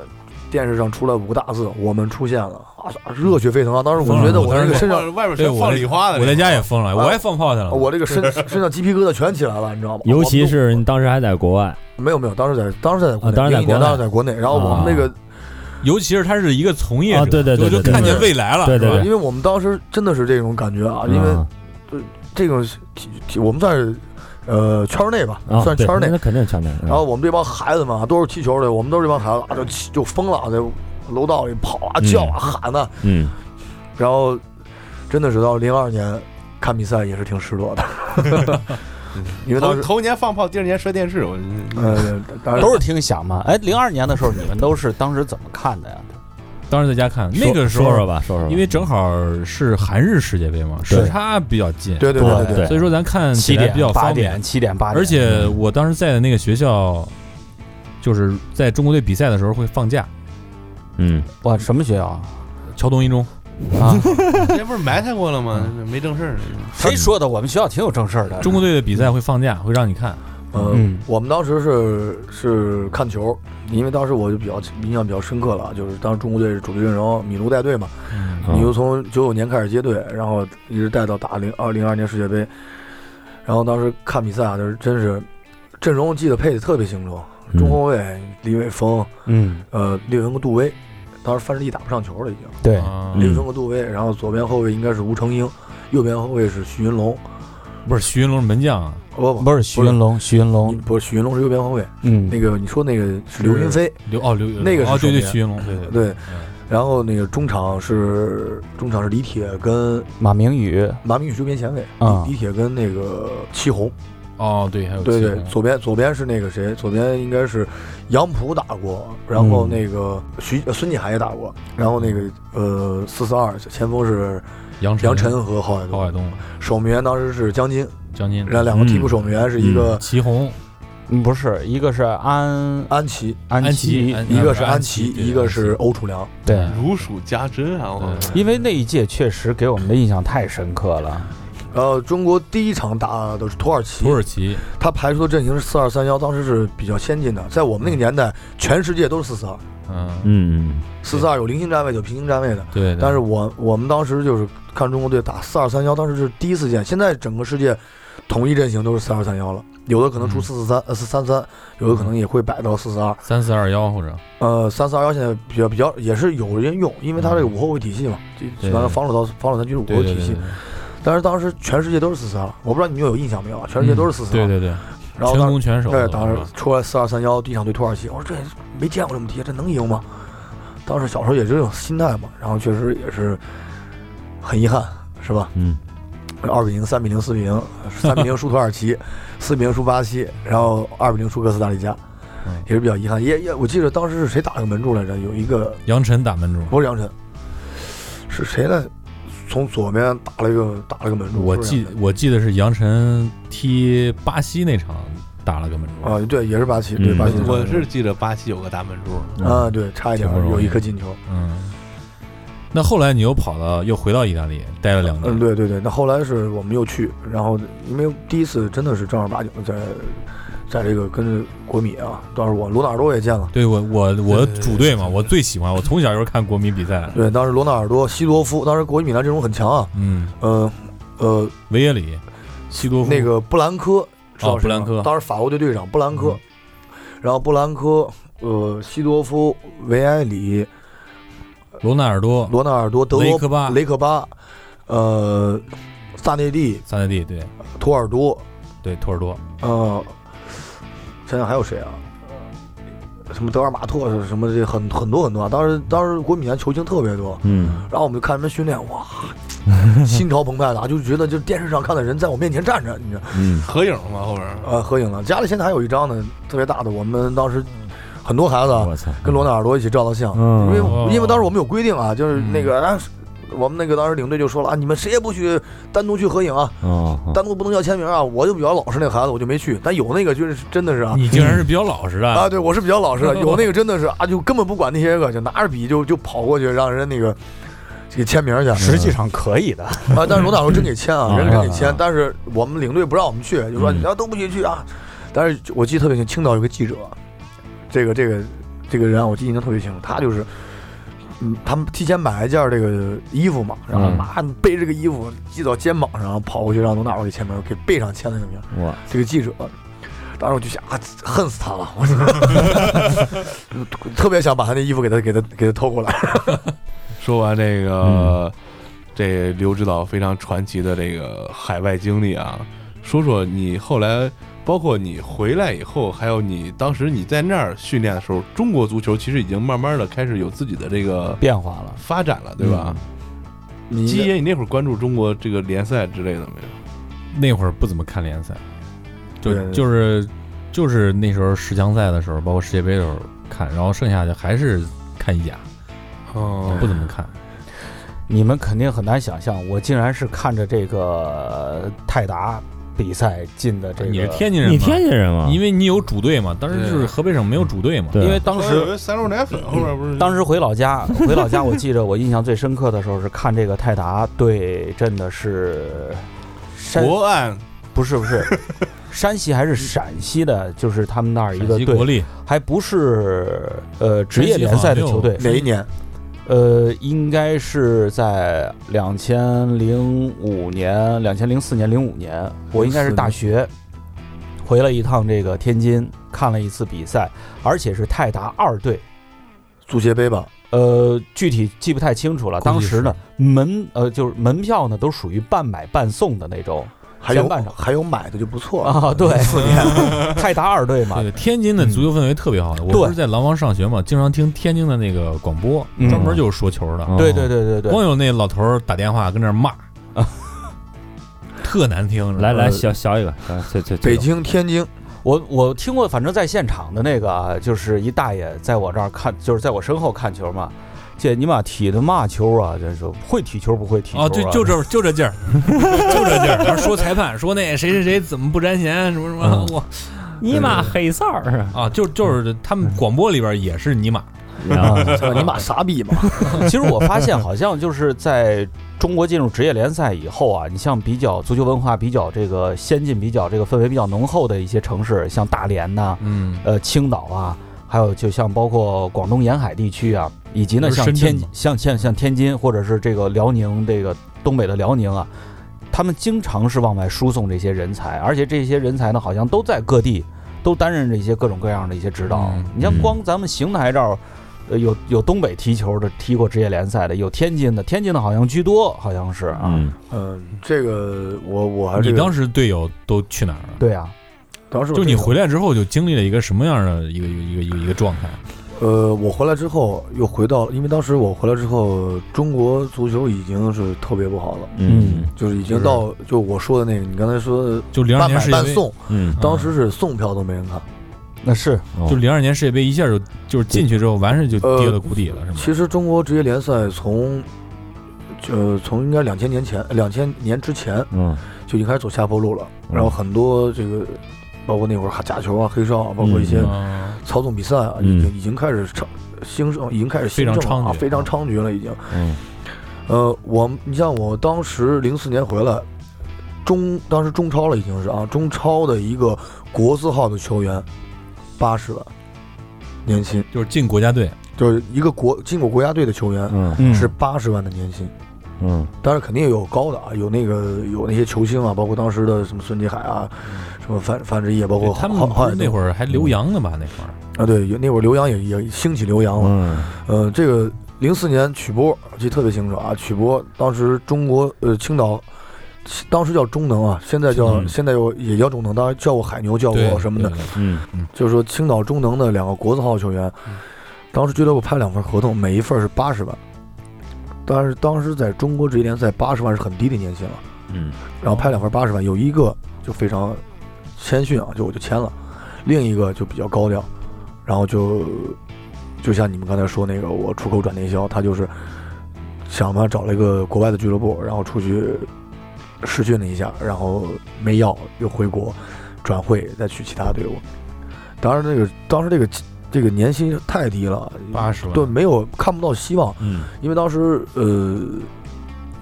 Speaker 6: 电视上出来五个大字，我们出现了，啊，热血沸腾啊！当时我觉得我这个身上
Speaker 2: 外边全放礼花的，
Speaker 3: 啊我在家也疯了，
Speaker 6: 啊
Speaker 3: 我也放炮去了。
Speaker 6: 我这个 身身上鸡皮疙瘩全起来了，你知道吗？
Speaker 5: 尤其
Speaker 6: 我
Speaker 5: 是你当时还在国外，
Speaker 6: 没有没有，当时在当时在国
Speaker 5: 啊
Speaker 6: 内，
Speaker 5: 当时在
Speaker 6: 01年
Speaker 5: 国内
Speaker 6: 当时在国内，然后我们那个，
Speaker 3: 尤其是他是一个从业者，
Speaker 5: 啊对对对
Speaker 3: 我就
Speaker 5: 对对
Speaker 3: 看见
Speaker 6: 对
Speaker 3: 未来了。
Speaker 5: 对对
Speaker 3: 是吧
Speaker 5: 对
Speaker 6: 因为我们当时真的是这种感觉啊，因为
Speaker 5: 嗯
Speaker 6: 这种体体我们算是呃圈内吧，
Speaker 5: 啊，
Speaker 6: 算
Speaker 5: 对
Speaker 6: 圈内哦
Speaker 5: 那，肯定是圈内，嗯
Speaker 6: 然后我们这帮孩子们啊，都是踢球的，我们都是这帮孩子啊，就气就疯了，在楼道里跑啊、
Speaker 5: 嗯
Speaker 6: 叫啊、喊呐、
Speaker 5: 嗯，
Speaker 6: 然后真的是到零二年看比赛也是挺失 落的， 因为当
Speaker 2: 头
Speaker 6: 时
Speaker 2: 头年放炮，第二年摔电视，我
Speaker 3: 嗯
Speaker 6: 呃，当时
Speaker 4: 都是听响嘛。哎，零二年的时候你们都是当时怎么看的呀？
Speaker 3: 当时在家看，
Speaker 5: 说
Speaker 3: 那个时
Speaker 5: 说
Speaker 3: 候
Speaker 5: 说吧，说说吧，
Speaker 3: 因为正好是韩日世界杯嘛，
Speaker 5: 对
Speaker 3: 时差比较近，
Speaker 6: 对对对对
Speaker 5: 对
Speaker 3: 所以说咱看起
Speaker 4: 七
Speaker 3: 来
Speaker 4: 点
Speaker 3: 嗯比较
Speaker 4: 八
Speaker 3: 方
Speaker 4: 点，
Speaker 3: 便。
Speaker 4: 七点八点，
Speaker 3: 而且我当时在的那个学校，就是在中国队比赛的时候会放假，
Speaker 5: 嗯
Speaker 4: 哇，什么学校啊？
Speaker 3: 桥东一中。
Speaker 4: 啊，
Speaker 2: 这不是埋汰过了吗？
Speaker 3: 嗯
Speaker 2: 没正事儿，
Speaker 4: 谁说的？我们学校挺有正事儿的。
Speaker 3: 中国队的比赛会放假，会让你看。
Speaker 6: 呃
Speaker 4: 嗯，
Speaker 6: 我们当时是是看球，因为当时我就比较印象比较深刻了，啊就是当时中国队是主力阵容，米卢带队嘛，
Speaker 5: 嗯
Speaker 6: 米卢从九九年开始接队，然后一直带到打零二零二年世界杯，然后当时看比赛啊，就是真是阵容记得配的特别清楚，
Speaker 5: 嗯
Speaker 6: 中后卫李玮峰，
Speaker 4: 嗯，
Speaker 6: 呃，李玮峰和杜威，当时范志毅打不上球了已经，
Speaker 4: 对，
Speaker 3: 啊
Speaker 5: 嗯
Speaker 6: 李玮峰和杜威，然后左边后卫应该是吴成英，右边后卫是徐云龙，
Speaker 3: 不是徐云龙是门将啊，
Speaker 6: 哦不
Speaker 4: 不是徐云龙，徐云龙，
Speaker 6: 不是徐云龙是右边后卫，
Speaker 4: 嗯，
Speaker 6: 那个你说那个是刘云飞。
Speaker 3: 刘哦刘
Speaker 6: 那个是
Speaker 3: 哦对对
Speaker 6: 守门
Speaker 3: 徐云龙对对
Speaker 6: 对，
Speaker 3: 嗯
Speaker 6: 然后那个中场是中场是李铁跟
Speaker 4: 马明宇，
Speaker 6: 马明宇是边前卫，
Speaker 4: 啊
Speaker 6: 李李铁跟那个祁宏，
Speaker 3: 哦对还有
Speaker 6: 对
Speaker 3: 祁
Speaker 6: 对，
Speaker 3: 宏
Speaker 6: 左边左边是那个谁，左边应该是杨浦打过，然后那个徐、呃孙继海也打过，然后那个呃四四二前锋是
Speaker 3: 杨晨
Speaker 6: 杨晨和郝海
Speaker 3: 高嗯海
Speaker 6: 东，
Speaker 3: 东
Speaker 6: 守门员当时是江津，
Speaker 3: 江津
Speaker 6: 然后两个替补
Speaker 5: 嗯
Speaker 6: 守门员是一个
Speaker 3: 祁宏
Speaker 4: 嗯不是，一个是安
Speaker 6: 安琪，
Speaker 4: 安
Speaker 3: 安琪
Speaker 4: 琪，
Speaker 3: 安
Speaker 6: 一个是
Speaker 3: 安
Speaker 6: 安
Speaker 3: 琪
Speaker 6: 琪，
Speaker 3: 对
Speaker 6: 一个
Speaker 3: 安
Speaker 6: 是
Speaker 3: 琪
Speaker 6: 欧楚良，
Speaker 4: 对，
Speaker 2: 如数家珍啊！
Speaker 6: 嗯
Speaker 2: 我
Speaker 3: 对
Speaker 4: 因为那一届确实给我们的印象太深刻了。
Speaker 6: 然后中国第一场打的是土耳其，
Speaker 3: 土耳其
Speaker 6: 他排出的阵型是四二三幺，当时是比较先进的，在我们那个年代，全世界都是四四二，
Speaker 3: 嗯
Speaker 5: 嗯
Speaker 6: 四四二有零星站位，有平行站位的。
Speaker 3: 对，对
Speaker 6: 但是我我们当时就是看中国队打四二三幺，当时是第一次见。现在整个世界统一阵型都是四二三幺了，有的可能出
Speaker 3: 嗯
Speaker 6: 四四三呃四三三，有的可能也会摆到四四二，
Speaker 3: 三四二幺或者
Speaker 6: 呃三四二幺现在比较比较也是有人用，因为它这个五后卫体系嘛，就
Speaker 3: 嗯对
Speaker 6: 基本上防守到防守三就是五
Speaker 3: 对
Speaker 6: 后卫
Speaker 3: 对
Speaker 6: 体
Speaker 3: 对
Speaker 6: 系，但是当时全世界都是四四二，我不知道你们有印象没有啊，全世界都是四四
Speaker 3: 嗯对
Speaker 6: 二，
Speaker 3: 对对，
Speaker 6: 然后
Speaker 3: 全
Speaker 6: 当时
Speaker 3: 攻全守
Speaker 6: 对
Speaker 3: 的，
Speaker 6: 当
Speaker 3: 是
Speaker 6: 时
Speaker 3: 吧
Speaker 6: 出来四二三幺第一场对土耳其，我说这没见过这么踢，这能赢吗？当时小时候也是这种心态嘛，然后确实也是很遗憾，是吧？
Speaker 5: 嗯，
Speaker 6: 二比零、三比零、四比零，三比零输土耳 其，四比零输巴西，然后二比零输哥斯达黎加
Speaker 3: 嗯，
Speaker 6: 也是比较遗憾。也也，我记得当时是谁打了个门柱来着？有一个
Speaker 3: 杨晨打门柱，
Speaker 6: 不是杨晨，是谁来？从左面打了一个打了个门柱，
Speaker 3: 我
Speaker 6: 是不是
Speaker 3: 记
Speaker 6: 杨晨
Speaker 3: 我记得是杨晨踢巴西那场打了个门柱，
Speaker 6: 啊，对，也是巴西，对
Speaker 5: 嗯
Speaker 6: 巴西那场，
Speaker 2: 我是记得巴西有个大门柱，
Speaker 6: 啊，对，差一点
Speaker 3: 挺不容易
Speaker 6: 有一颗进球。
Speaker 3: 嗯。那后来你又跑到又回到意大利待了两
Speaker 6: 嗯，
Speaker 3: 年，
Speaker 6: 对对对，那后来是我们又去，然后因为第一次真的是正儿八经的在，在这个跟着国米啊，当时我罗纳尔多也见了，
Speaker 3: 对我我我
Speaker 2: 对对
Speaker 3: 主队嘛，我最喜欢，我从小就是看国米比赛，
Speaker 6: 对，当时罗纳尔多、西多夫，当时国际米兰阵容很强啊，
Speaker 3: 嗯，
Speaker 6: 呃呃，
Speaker 3: 维耶里、西多夫
Speaker 6: 那个布兰科，知道
Speaker 3: 哦
Speaker 6: 谁吗
Speaker 3: 布兰科
Speaker 6: 当时法国队队长布兰科，
Speaker 3: 嗯
Speaker 6: 然后布兰科，呃，西多夫、维埃里、
Speaker 3: 罗纳尔多、
Speaker 6: 罗纳尔多、德
Speaker 3: 雷
Speaker 6: 罗
Speaker 3: 克巴、
Speaker 6: 雷克巴，呃，萨内蒂、
Speaker 3: 萨内蒂，对
Speaker 6: 图尔多，
Speaker 3: 对，托尔多，
Speaker 6: 呃，想想还有谁啊？
Speaker 3: 嗯
Speaker 6: 什么德尔马特是什么这很很多很多啊！当时当时国米兰球星特别多，
Speaker 5: 嗯，
Speaker 6: 然后我们就看他们训练， 哇，心潮澎湃的啊，就觉得就是电视上看的人在我面前站着，你知道。
Speaker 5: 嗯，
Speaker 2: 合影嘛后边。
Speaker 6: 呃，合影了。家里现在还有一张呢，特别大的。我们当时很多孩子啊
Speaker 5: 我操，
Speaker 6: 跟罗纳尔多一起照的相，
Speaker 5: 嗯
Speaker 6: 因为
Speaker 3: 嗯哦嗯
Speaker 6: 因为当时我们有规定啊，就是那个啊，我们那个当时领队就说了啊，你们谁也不许单独去合影啊，
Speaker 5: 哦，
Speaker 6: 单独不能要签名啊。我就比较老实那个孩子，我就没去。但有那个就是真的是啊。
Speaker 3: 你竟然是比较老实
Speaker 6: 啊，
Speaker 3: 的，
Speaker 6: 对，我是比较老实的， 有那个真的是啊，就根本不管那些个，就拿着笔就就跑过去，让人那个给签名去。
Speaker 4: 实际上可以的，
Speaker 6: 啊，但是罗纳尔多真给签啊，
Speaker 5: 嗯
Speaker 6: 人家真给签
Speaker 4: 啊，
Speaker 6: 但是我们领队不让我们去，就说
Speaker 5: 嗯
Speaker 6: 你要都不许去啊。但是我记得特别清，青岛有个记者，这个这个这个人啊我记得印象特别清楚，他就是。嗯，他们提前买一件这个衣服嘛，然后
Speaker 5: 嗯
Speaker 6: 妈背这个衣服系到肩膀上，跑过去让罗纳尔多给签名，给背上签了个名。
Speaker 5: 哇，
Speaker 6: 这个记者，当时我就想啊，恨死他了，我 特别想把他那衣服给他给他给他偷过来。
Speaker 2: 说完这
Speaker 3: 嗯
Speaker 2: 个，这刘指导非常传奇的这个海外经历啊，说说你后来，包括你回来以后，还有你当时你在那儿训练的时候，中国足球其实已经慢慢的开始有自己的这个
Speaker 4: 变化了。
Speaker 2: 发展了，对吧？
Speaker 3: 嗯
Speaker 6: 你
Speaker 2: 基爷，你那会儿关注中国这个联赛之类的没有？
Speaker 3: 那会儿不怎么看联赛，
Speaker 6: 对
Speaker 3: 就
Speaker 6: 对
Speaker 3: 就是就是那时候十强赛的时候，包括世界杯的时候看，然后剩下的还是看意甲，
Speaker 2: 哦
Speaker 3: 不怎么看，
Speaker 4: 你们肯定很难想象，我竟然是看着这个呃泰达比赛进的这个。
Speaker 3: 你是天津人吗，
Speaker 5: 你天津人吗？
Speaker 3: 因为你有主队嘛，当时就是河北省没有主队嘛，
Speaker 5: 对
Speaker 4: 因为当时
Speaker 2: 有三鹿奶粉后面不是
Speaker 4: 当时回老家， 回老家，我记着我印象最深刻的时候是看这个泰达对阵的是山，
Speaker 2: 国安
Speaker 4: 不是 不是山西还是陕西的，就是他们那儿一
Speaker 3: 陕
Speaker 4: 个
Speaker 3: 西国
Speaker 4: 队，
Speaker 3: 力
Speaker 4: 还不是呃职业联赛的球队，
Speaker 6: 哪一年？
Speaker 4: 呃，应该是在两千零五年、两千零四年、零五年，我应该是大学回了一趟这个天津，看了一次比赛，而且是泰达二队。
Speaker 6: 足协杯吧？
Speaker 4: 呃，具体记不太清楚了。
Speaker 3: 估计
Speaker 4: 当时呢，门呃就是门票呢都属于半买半送的那种
Speaker 6: 还有
Speaker 4: 前半场
Speaker 6: 还有买的就不错了。
Speaker 4: 啊，对， 泰达二队嘛
Speaker 3: 对，天津的足球氛围特别好的，我不是在廊坊上学嘛，经常听天津的那个广播，
Speaker 4: 嗯
Speaker 3: 专门就是说球的，
Speaker 5: 哦
Speaker 4: 对对对对对
Speaker 3: 光，有那老头儿打电话跟那儿骂，特难听。
Speaker 5: 来来
Speaker 6: 呃
Speaker 5: 小小一个，来这这这
Speaker 6: 北京、天津，
Speaker 4: 我我听过，反正在现场的那个啊，就是一大爷在我这儿看，就是在我身后看球嘛。姐，你妈踢的嘛球啊？这是会踢球不会踢球
Speaker 3: 啊，对，就 这就这劲儿，就这劲儿。然后说裁判，说那谁谁谁怎么不沾弦，什么什么，
Speaker 5: 嗯
Speaker 3: 我
Speaker 5: 尼玛黑哨儿啊！
Speaker 3: 啊，就就是他们广播里边也是尼玛，
Speaker 5: 啊
Speaker 6: 操你妈傻逼嘛！
Speaker 4: 其实我发现，好像就是在中国进入职业联赛以后啊，你像比较足球文化比较这个先进、比较这个氛围比较浓厚的一些城市，像大连呐、
Speaker 3: 嗯，
Speaker 4: 呃青岛啊，还有就像包括广东沿海地区啊，以及呢
Speaker 3: 就是
Speaker 4: 像
Speaker 3: 深圳
Speaker 4: 天
Speaker 3: 嘛
Speaker 4: 像像像天津或者是这个辽宁这个东北的辽宁啊，他们经常是往外输送这些人才，而且这些人才呢，好像都在各地都担任着一些各种各样的一些指导。
Speaker 3: 嗯
Speaker 4: 你像光咱们邢台这儿，呃，有有东北踢球的踢过职业联赛的，有天津的，天津的好像居多，好像是啊。
Speaker 5: 嗯，
Speaker 6: 嗯，这个我我还是
Speaker 3: 你当
Speaker 6: 时
Speaker 3: 时队友都去哪儿了？
Speaker 4: 对啊，
Speaker 6: 当时我
Speaker 3: 就你
Speaker 6: 这个
Speaker 3: 回来之后就经历了一个什么样的一个一个一个一个一个状态？
Speaker 6: 呃，我回来之后又回到，因为当时我回来之后，中国足球已经是特别不好了，
Speaker 5: 嗯
Speaker 6: 就是已经到就我说的那个，你刚才说的
Speaker 3: 就零二
Speaker 6: 半
Speaker 3: 年世
Speaker 6: 买
Speaker 3: 界
Speaker 6: 半
Speaker 3: 杯，
Speaker 6: 送，
Speaker 5: 嗯，
Speaker 6: 当时是送票都没人看。
Speaker 4: 那是
Speaker 5: 哦
Speaker 3: 就零二年世界杯一下就就是进去之后，完事就
Speaker 6: 呃
Speaker 3: 跌到谷底了，是吗？
Speaker 6: 其实中国职业联赛从，呃，从应该两千年前，两千年之前
Speaker 5: 嗯
Speaker 6: 就已经开始走下坡路了。
Speaker 5: 嗯
Speaker 6: 然后很多这个，包括那会儿假球啊、黑哨啊，包括一些
Speaker 5: 嗯
Speaker 3: 啊
Speaker 6: 操纵比赛啊，
Speaker 5: 嗯
Speaker 6: 已经已经开始昌兴盛，已经开始兴
Speaker 3: 非常
Speaker 6: 盛
Speaker 3: 猖
Speaker 6: 了
Speaker 3: 獗
Speaker 6: 啊，非常猖獗了已经。
Speaker 5: 嗯
Speaker 6: 呃，我你像我当时零四年回来，中当时中超了已经是啊，中超的一个国字号的球员，八十万年薪，
Speaker 3: 就是进国家队，
Speaker 6: 就是一个国进过国家队的球员
Speaker 5: 嗯
Speaker 4: 嗯
Speaker 6: 是八十万的年薪。
Speaker 5: 嗯
Speaker 6: 当然肯定也有高的啊，有那个有那些球星啊，包括当时的什么孙继海啊，什么范范志毅，啊包括
Speaker 3: 嗯
Speaker 6: 嗯
Speaker 3: 他们
Speaker 6: 郝郝
Speaker 3: 不
Speaker 6: 海
Speaker 3: 是那会儿还留洋呢吧？那会儿
Speaker 6: 东啊，对，有那会儿刘洋也也兴起刘洋了。
Speaker 5: 嗯
Speaker 6: 呃，这个零四年曲波我记得特别清楚啊，曲波当时中国呃青岛，当时叫中能啊，现在叫
Speaker 5: 嗯
Speaker 6: 现在又也叫中能，当然叫过海牛，叫
Speaker 3: 对
Speaker 6: 过什么的，
Speaker 3: 对对
Speaker 5: 嗯
Speaker 6: 就是说青岛中能的两个国字号球员，
Speaker 3: 嗯
Speaker 6: 当时俱乐部拍两份合同，每一份是八十万，但是当时在中国职业联赛八十万是很低的年薪了。
Speaker 5: 嗯
Speaker 6: 然后拍两份八十万，有一个就非常谦逊啊，就我就签了，另一个就比较高调，然后就就像你们刚才说那个，我出口转内销，他就是想办法找了一个国外的俱乐部，然后出去试训了一下，然后没要，又回国转会，再去其他队伍。当然，这个当时这个这个年薪太低了，
Speaker 3: 八十万，
Speaker 6: 对，没有看不到希望，
Speaker 5: 嗯
Speaker 6: 因为当时呃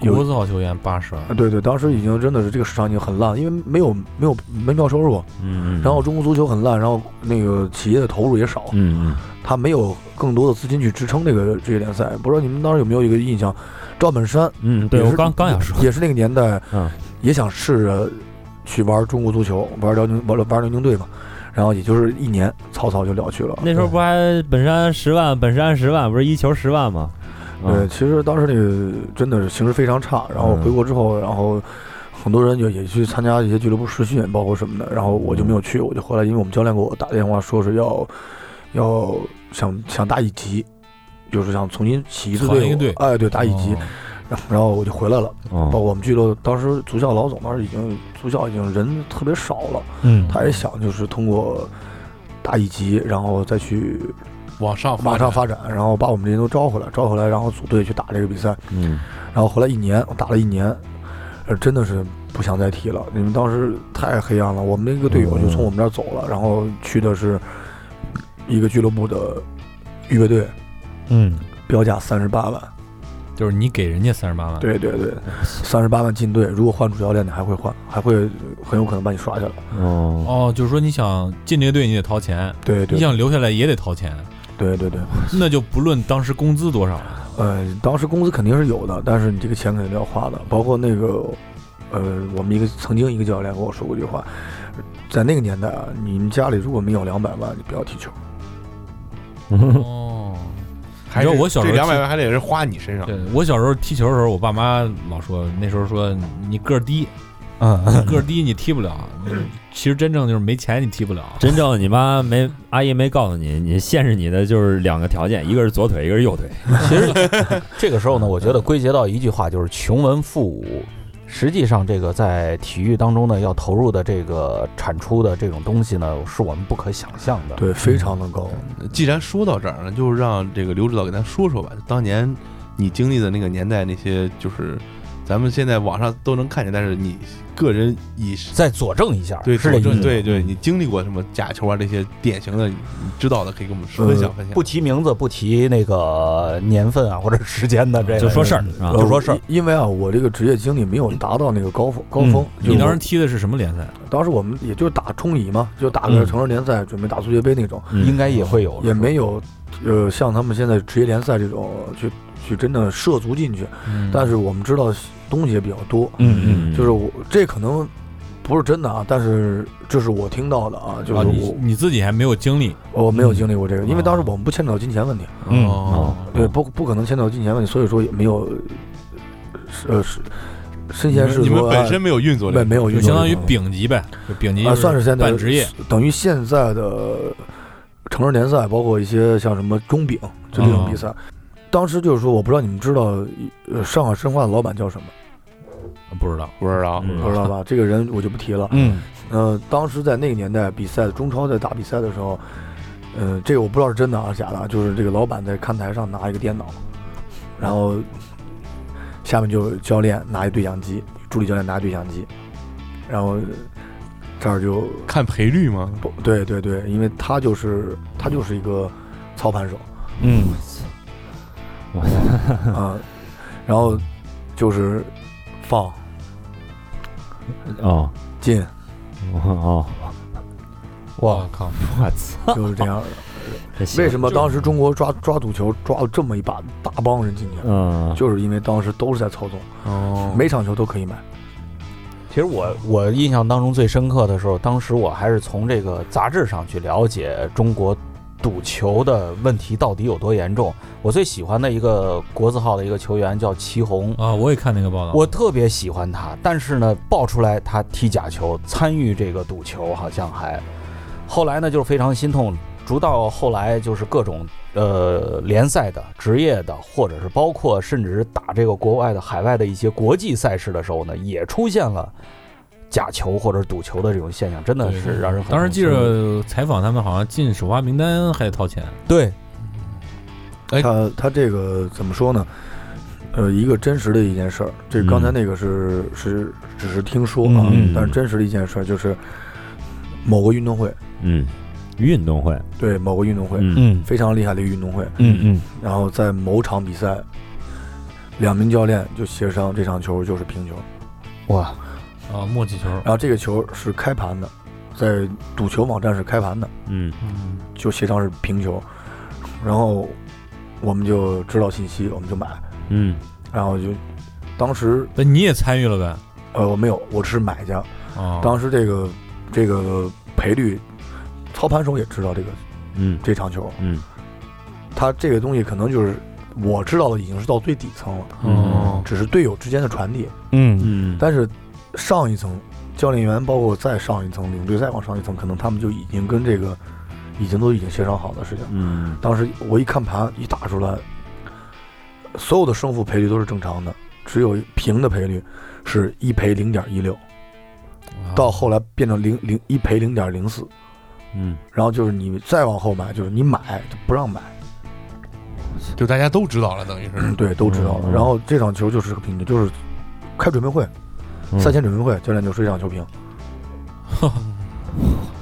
Speaker 6: 有
Speaker 3: 国字号球员八十万
Speaker 6: 啊，，对对，当时已经真的是这个市场已经很烂，因为没有没有门票收入，
Speaker 5: 嗯，
Speaker 6: 然后中国足球很烂，然后那个企业的投入也少，
Speaker 5: 嗯
Speaker 6: 他没有更多的资金去支撑这个职业联赛。不知道你们当时有没有一个印象，赵本山
Speaker 5: 嗯，
Speaker 6: 也
Speaker 5: 对
Speaker 6: 是
Speaker 5: 我刚刚想说，
Speaker 6: 也是那个年代，
Speaker 5: 嗯
Speaker 6: 也想试着去玩中国足球，玩辽宁玩玩辽宁队嘛，然后也就是一年，草草就了去了。
Speaker 5: 那时候不还本山十万，本山十万，不是一球十万吗？
Speaker 6: 对，其实当时那个真的是形势非常差，然后
Speaker 5: 嗯
Speaker 6: 回国之后，然后很多人就也去参加一些俱乐部试训，包括什么的，然后我就没有去，我就回来，因为我们教练给我打电话说是要要想想打乙级，就是想重新起一次
Speaker 3: 攒一
Speaker 6: 队
Speaker 3: 个
Speaker 6: 伍
Speaker 3: 队，
Speaker 6: 哎，对，打乙级
Speaker 3: 哦，
Speaker 6: 然后然后我就回来了，包括
Speaker 5: 哦，
Speaker 6: 我们俱乐部当时足校老总当时已经足校已经人特别少了，
Speaker 5: 嗯
Speaker 6: 他也想就是通过打乙级，然后再去
Speaker 2: 往上
Speaker 6: 马上
Speaker 2: 展
Speaker 6: 发展，然后把我们这些都招回来，招回来，然后组队去打这个比赛。
Speaker 5: 嗯
Speaker 6: 然后回来一年，我打了一年，呃，真的是不想再踢了。你们当时太黑暗了，我们那个队友就从我们这儿走
Speaker 3: 嗯
Speaker 6: 了，然后去的是一个俱乐部的预备队，
Speaker 5: 嗯
Speaker 6: 标价三十八万。
Speaker 3: 啊就是你给人家三十八万，，
Speaker 6: 对对对，三十八万进队，如果换主教练，你还会换，还会很有可能把你刷下来。
Speaker 5: 哦，
Speaker 3: 哦，就是说你想进这个队你得掏钱，
Speaker 6: 对对
Speaker 3: 你想留下来也得 掏钱，
Speaker 6: 对对对，
Speaker 3: 那就不论当时工资多少了，
Speaker 6: 呃，当时工资肯定是有的，但是你这个钱肯定要花的，包括那个，呃，我们一个曾经一个教练跟我说过一句话，在那个年代啊，你们家里如果没有两百万，你不要踢球。
Speaker 3: 哦。
Speaker 2: 还
Speaker 3: 你知道
Speaker 2: 是
Speaker 3: 我小时候
Speaker 2: 这两
Speaker 3: 踢
Speaker 2: 百万还得是花你身上，
Speaker 3: 对我小时候踢球的时候，我爸妈老说，那时候说你个 儿低，
Speaker 4: 嗯，
Speaker 3: 个儿低你踢不了。其实真正就是没钱你踢不了。
Speaker 5: 真正你妈没阿姨没告诉你，你限制你的就是两个条件，一个是左腿，一个是右腿。
Speaker 4: 其实这个时候呢，我觉得归结到一句话，就是穷文富武。实际上，这个在体育当中呢，要投入的这个产出的这种东西呢，是我们不可想象的。
Speaker 6: 对，非常的高。
Speaker 2: 既然说到这儿呢，就让这个刘指导给咱说说吧，当年你经历的那个年代，那些就是咱们现在网上都能看见，但是你个人以
Speaker 4: 再佐证一下，
Speaker 2: 对是
Speaker 4: 是这
Speaker 2: 这
Speaker 4: 意思
Speaker 2: 对
Speaker 5: 思
Speaker 2: 对对，你经历过什么假球啊这些典型的，你知道的可以跟我们分享分享。
Speaker 4: 不提名字，不提那个年份啊或者时间的，这个
Speaker 5: 就说事儿啊
Speaker 6: 呃
Speaker 4: 就说事儿。
Speaker 6: 因因为啊，我这个职业经历没有达到那个高峰高峰。就
Speaker 3: 你当时
Speaker 6: 我
Speaker 3: 踢的是什么联赛？
Speaker 6: 当时我们也就是打中乙嘛，就打个
Speaker 5: 嗯
Speaker 6: 城市联赛，准备打足协杯那种，
Speaker 5: 嗯
Speaker 4: 应该也会有，
Speaker 6: 也没有呃像他们现在职业联赛这种去去真的涉足进去，
Speaker 3: 嗯
Speaker 6: 但是我们知道东西也比较多，
Speaker 5: 嗯嗯，
Speaker 6: 就是我这可能不是真的啊，但是这是我听到的啊，就是
Speaker 3: 啊，你
Speaker 6: 我、
Speaker 3: 你自己还没有经历，
Speaker 6: 我没有经历过这个，因为当时我们不牵扯到金钱问题，
Speaker 5: 嗯
Speaker 3: 哦
Speaker 6: 对，不不可能牵扯到金钱问题，所以说也没有，呃，是身
Speaker 2: 你
Speaker 6: 先
Speaker 2: 们
Speaker 6: 士
Speaker 2: 你们
Speaker 6: 卒，
Speaker 2: 本
Speaker 6: 哎
Speaker 2: 身没有运作这
Speaker 6: 没
Speaker 2: 个，
Speaker 6: 没有运
Speaker 3: 就
Speaker 6: 作
Speaker 3: 相当于
Speaker 6: 这个
Speaker 3: 丙级呗，就丙级
Speaker 6: 啊，算是现在
Speaker 3: 半职业，
Speaker 6: 等于现在的成人联赛，包括一些像什么中丙就这种比赛。当时就是说，我不知道你们知道，呃，上海申花的老板叫什么，
Speaker 3: 不知道
Speaker 2: 不知道，啊
Speaker 5: 嗯
Speaker 6: 不知道吧？这个人我就不提了。
Speaker 5: 嗯
Speaker 6: 呃，当时在那个年代比赛，中超在打比赛的时候，呃，这个我不知道是真的还是假的啊，就是这个老板在看台上拿一个电脑，然后下面就有教练拿一对讲机，助理教练拿一对讲机，然后这儿就
Speaker 2: 看赔率吗？
Speaker 6: 不对对对，因为他就是他就是一个操盘手
Speaker 5: 嗯，
Speaker 6: 啊、然后就是放
Speaker 5: 哦
Speaker 6: 进
Speaker 5: 哦，
Speaker 6: 哦
Speaker 3: 我靠，
Speaker 5: 我操，
Speaker 6: 就是 这样的。
Speaker 5: 这行
Speaker 6: 为什么当时中国抓抓足球抓了这么一把大帮人进去？啊
Speaker 5: 嗯，
Speaker 6: 就是因为当时都是在操纵，
Speaker 2: 哦，
Speaker 6: 每场球都可以买。
Speaker 4: 其实我我印象当中最深刻的时候，当时我还是从这个杂志上去了解中国赌球的问题到底有多严重。我最喜欢的一个国字号的一个球员叫祁宏，
Speaker 3: 啊，我也看那个报道，
Speaker 4: 我特别喜欢他，但是呢，爆出来他踢假球，参与这个赌球，好像还，后来呢就是非常心痛。直到后来就是各种呃联赛的、职业的，或者是包括甚至是打这个国外的、海外的一些国际赛事的时候呢，也出现了假球或者赌球的这种现象，真的
Speaker 3: 对
Speaker 4: 是让人很
Speaker 3: 当时记
Speaker 4: 痛心
Speaker 3: 着采访他们，好像进首发名单还得掏钱，
Speaker 4: 对
Speaker 2: 哎
Speaker 6: 他他这个怎么说呢？呃，一个真实的一件事儿，这
Speaker 5: 嗯
Speaker 6: 刚才那个是、是只是听说啊，
Speaker 5: 嗯嗯
Speaker 6: 但是真实的一件事儿就是某个运动会，
Speaker 5: 嗯，运动会，
Speaker 6: 对某个运动会、
Speaker 5: 嗯
Speaker 4: 嗯
Speaker 6: 非常厉害的一个运动会，
Speaker 5: 嗯嗯
Speaker 6: 然后在某场比赛，两名教练就协商这场球就是平球，
Speaker 4: 哇
Speaker 3: 啊，默契球，
Speaker 6: 然后这个球是开盘的，在赌球网站是开盘的，
Speaker 5: 嗯
Speaker 6: 就协商是平球，然后我们就知道信息，我们就买，
Speaker 5: 嗯
Speaker 6: 然后就当时
Speaker 3: 那你也参与了呗？
Speaker 6: 呃我没有，我只是买家，
Speaker 3: 啊，
Speaker 6: 当时这个这个赔率，操盘手也知道这个
Speaker 5: 嗯
Speaker 6: 这场球，
Speaker 5: 嗯
Speaker 6: 他这个东西可能就是我知道的已经是到最底层了，
Speaker 5: 哦
Speaker 6: 只是队友之间的传递，
Speaker 4: 嗯
Speaker 5: 嗯，
Speaker 6: 但是上一层教练员，包括再上一层领队，再往上一层，可能他们就已经跟这个已经都已经协商好的事情。
Speaker 5: 嗯
Speaker 6: 当时我一看盘，一打出来，所有的胜负赔率都是正常的，只有平的赔率是一赔零点一六，
Speaker 3: 啊
Speaker 6: 到后来变成零零一赔零点零四，
Speaker 5: 嗯
Speaker 6: 然后就是你再往后买，就是你买就不让买，
Speaker 2: 就大家都知道了，等于是
Speaker 6: 对，都知道了。
Speaker 5: 嗯
Speaker 6: 然后这场球就是个平局，就是开准备会，
Speaker 5: 嗯
Speaker 6: 赛前准备会，教练就说这场球平，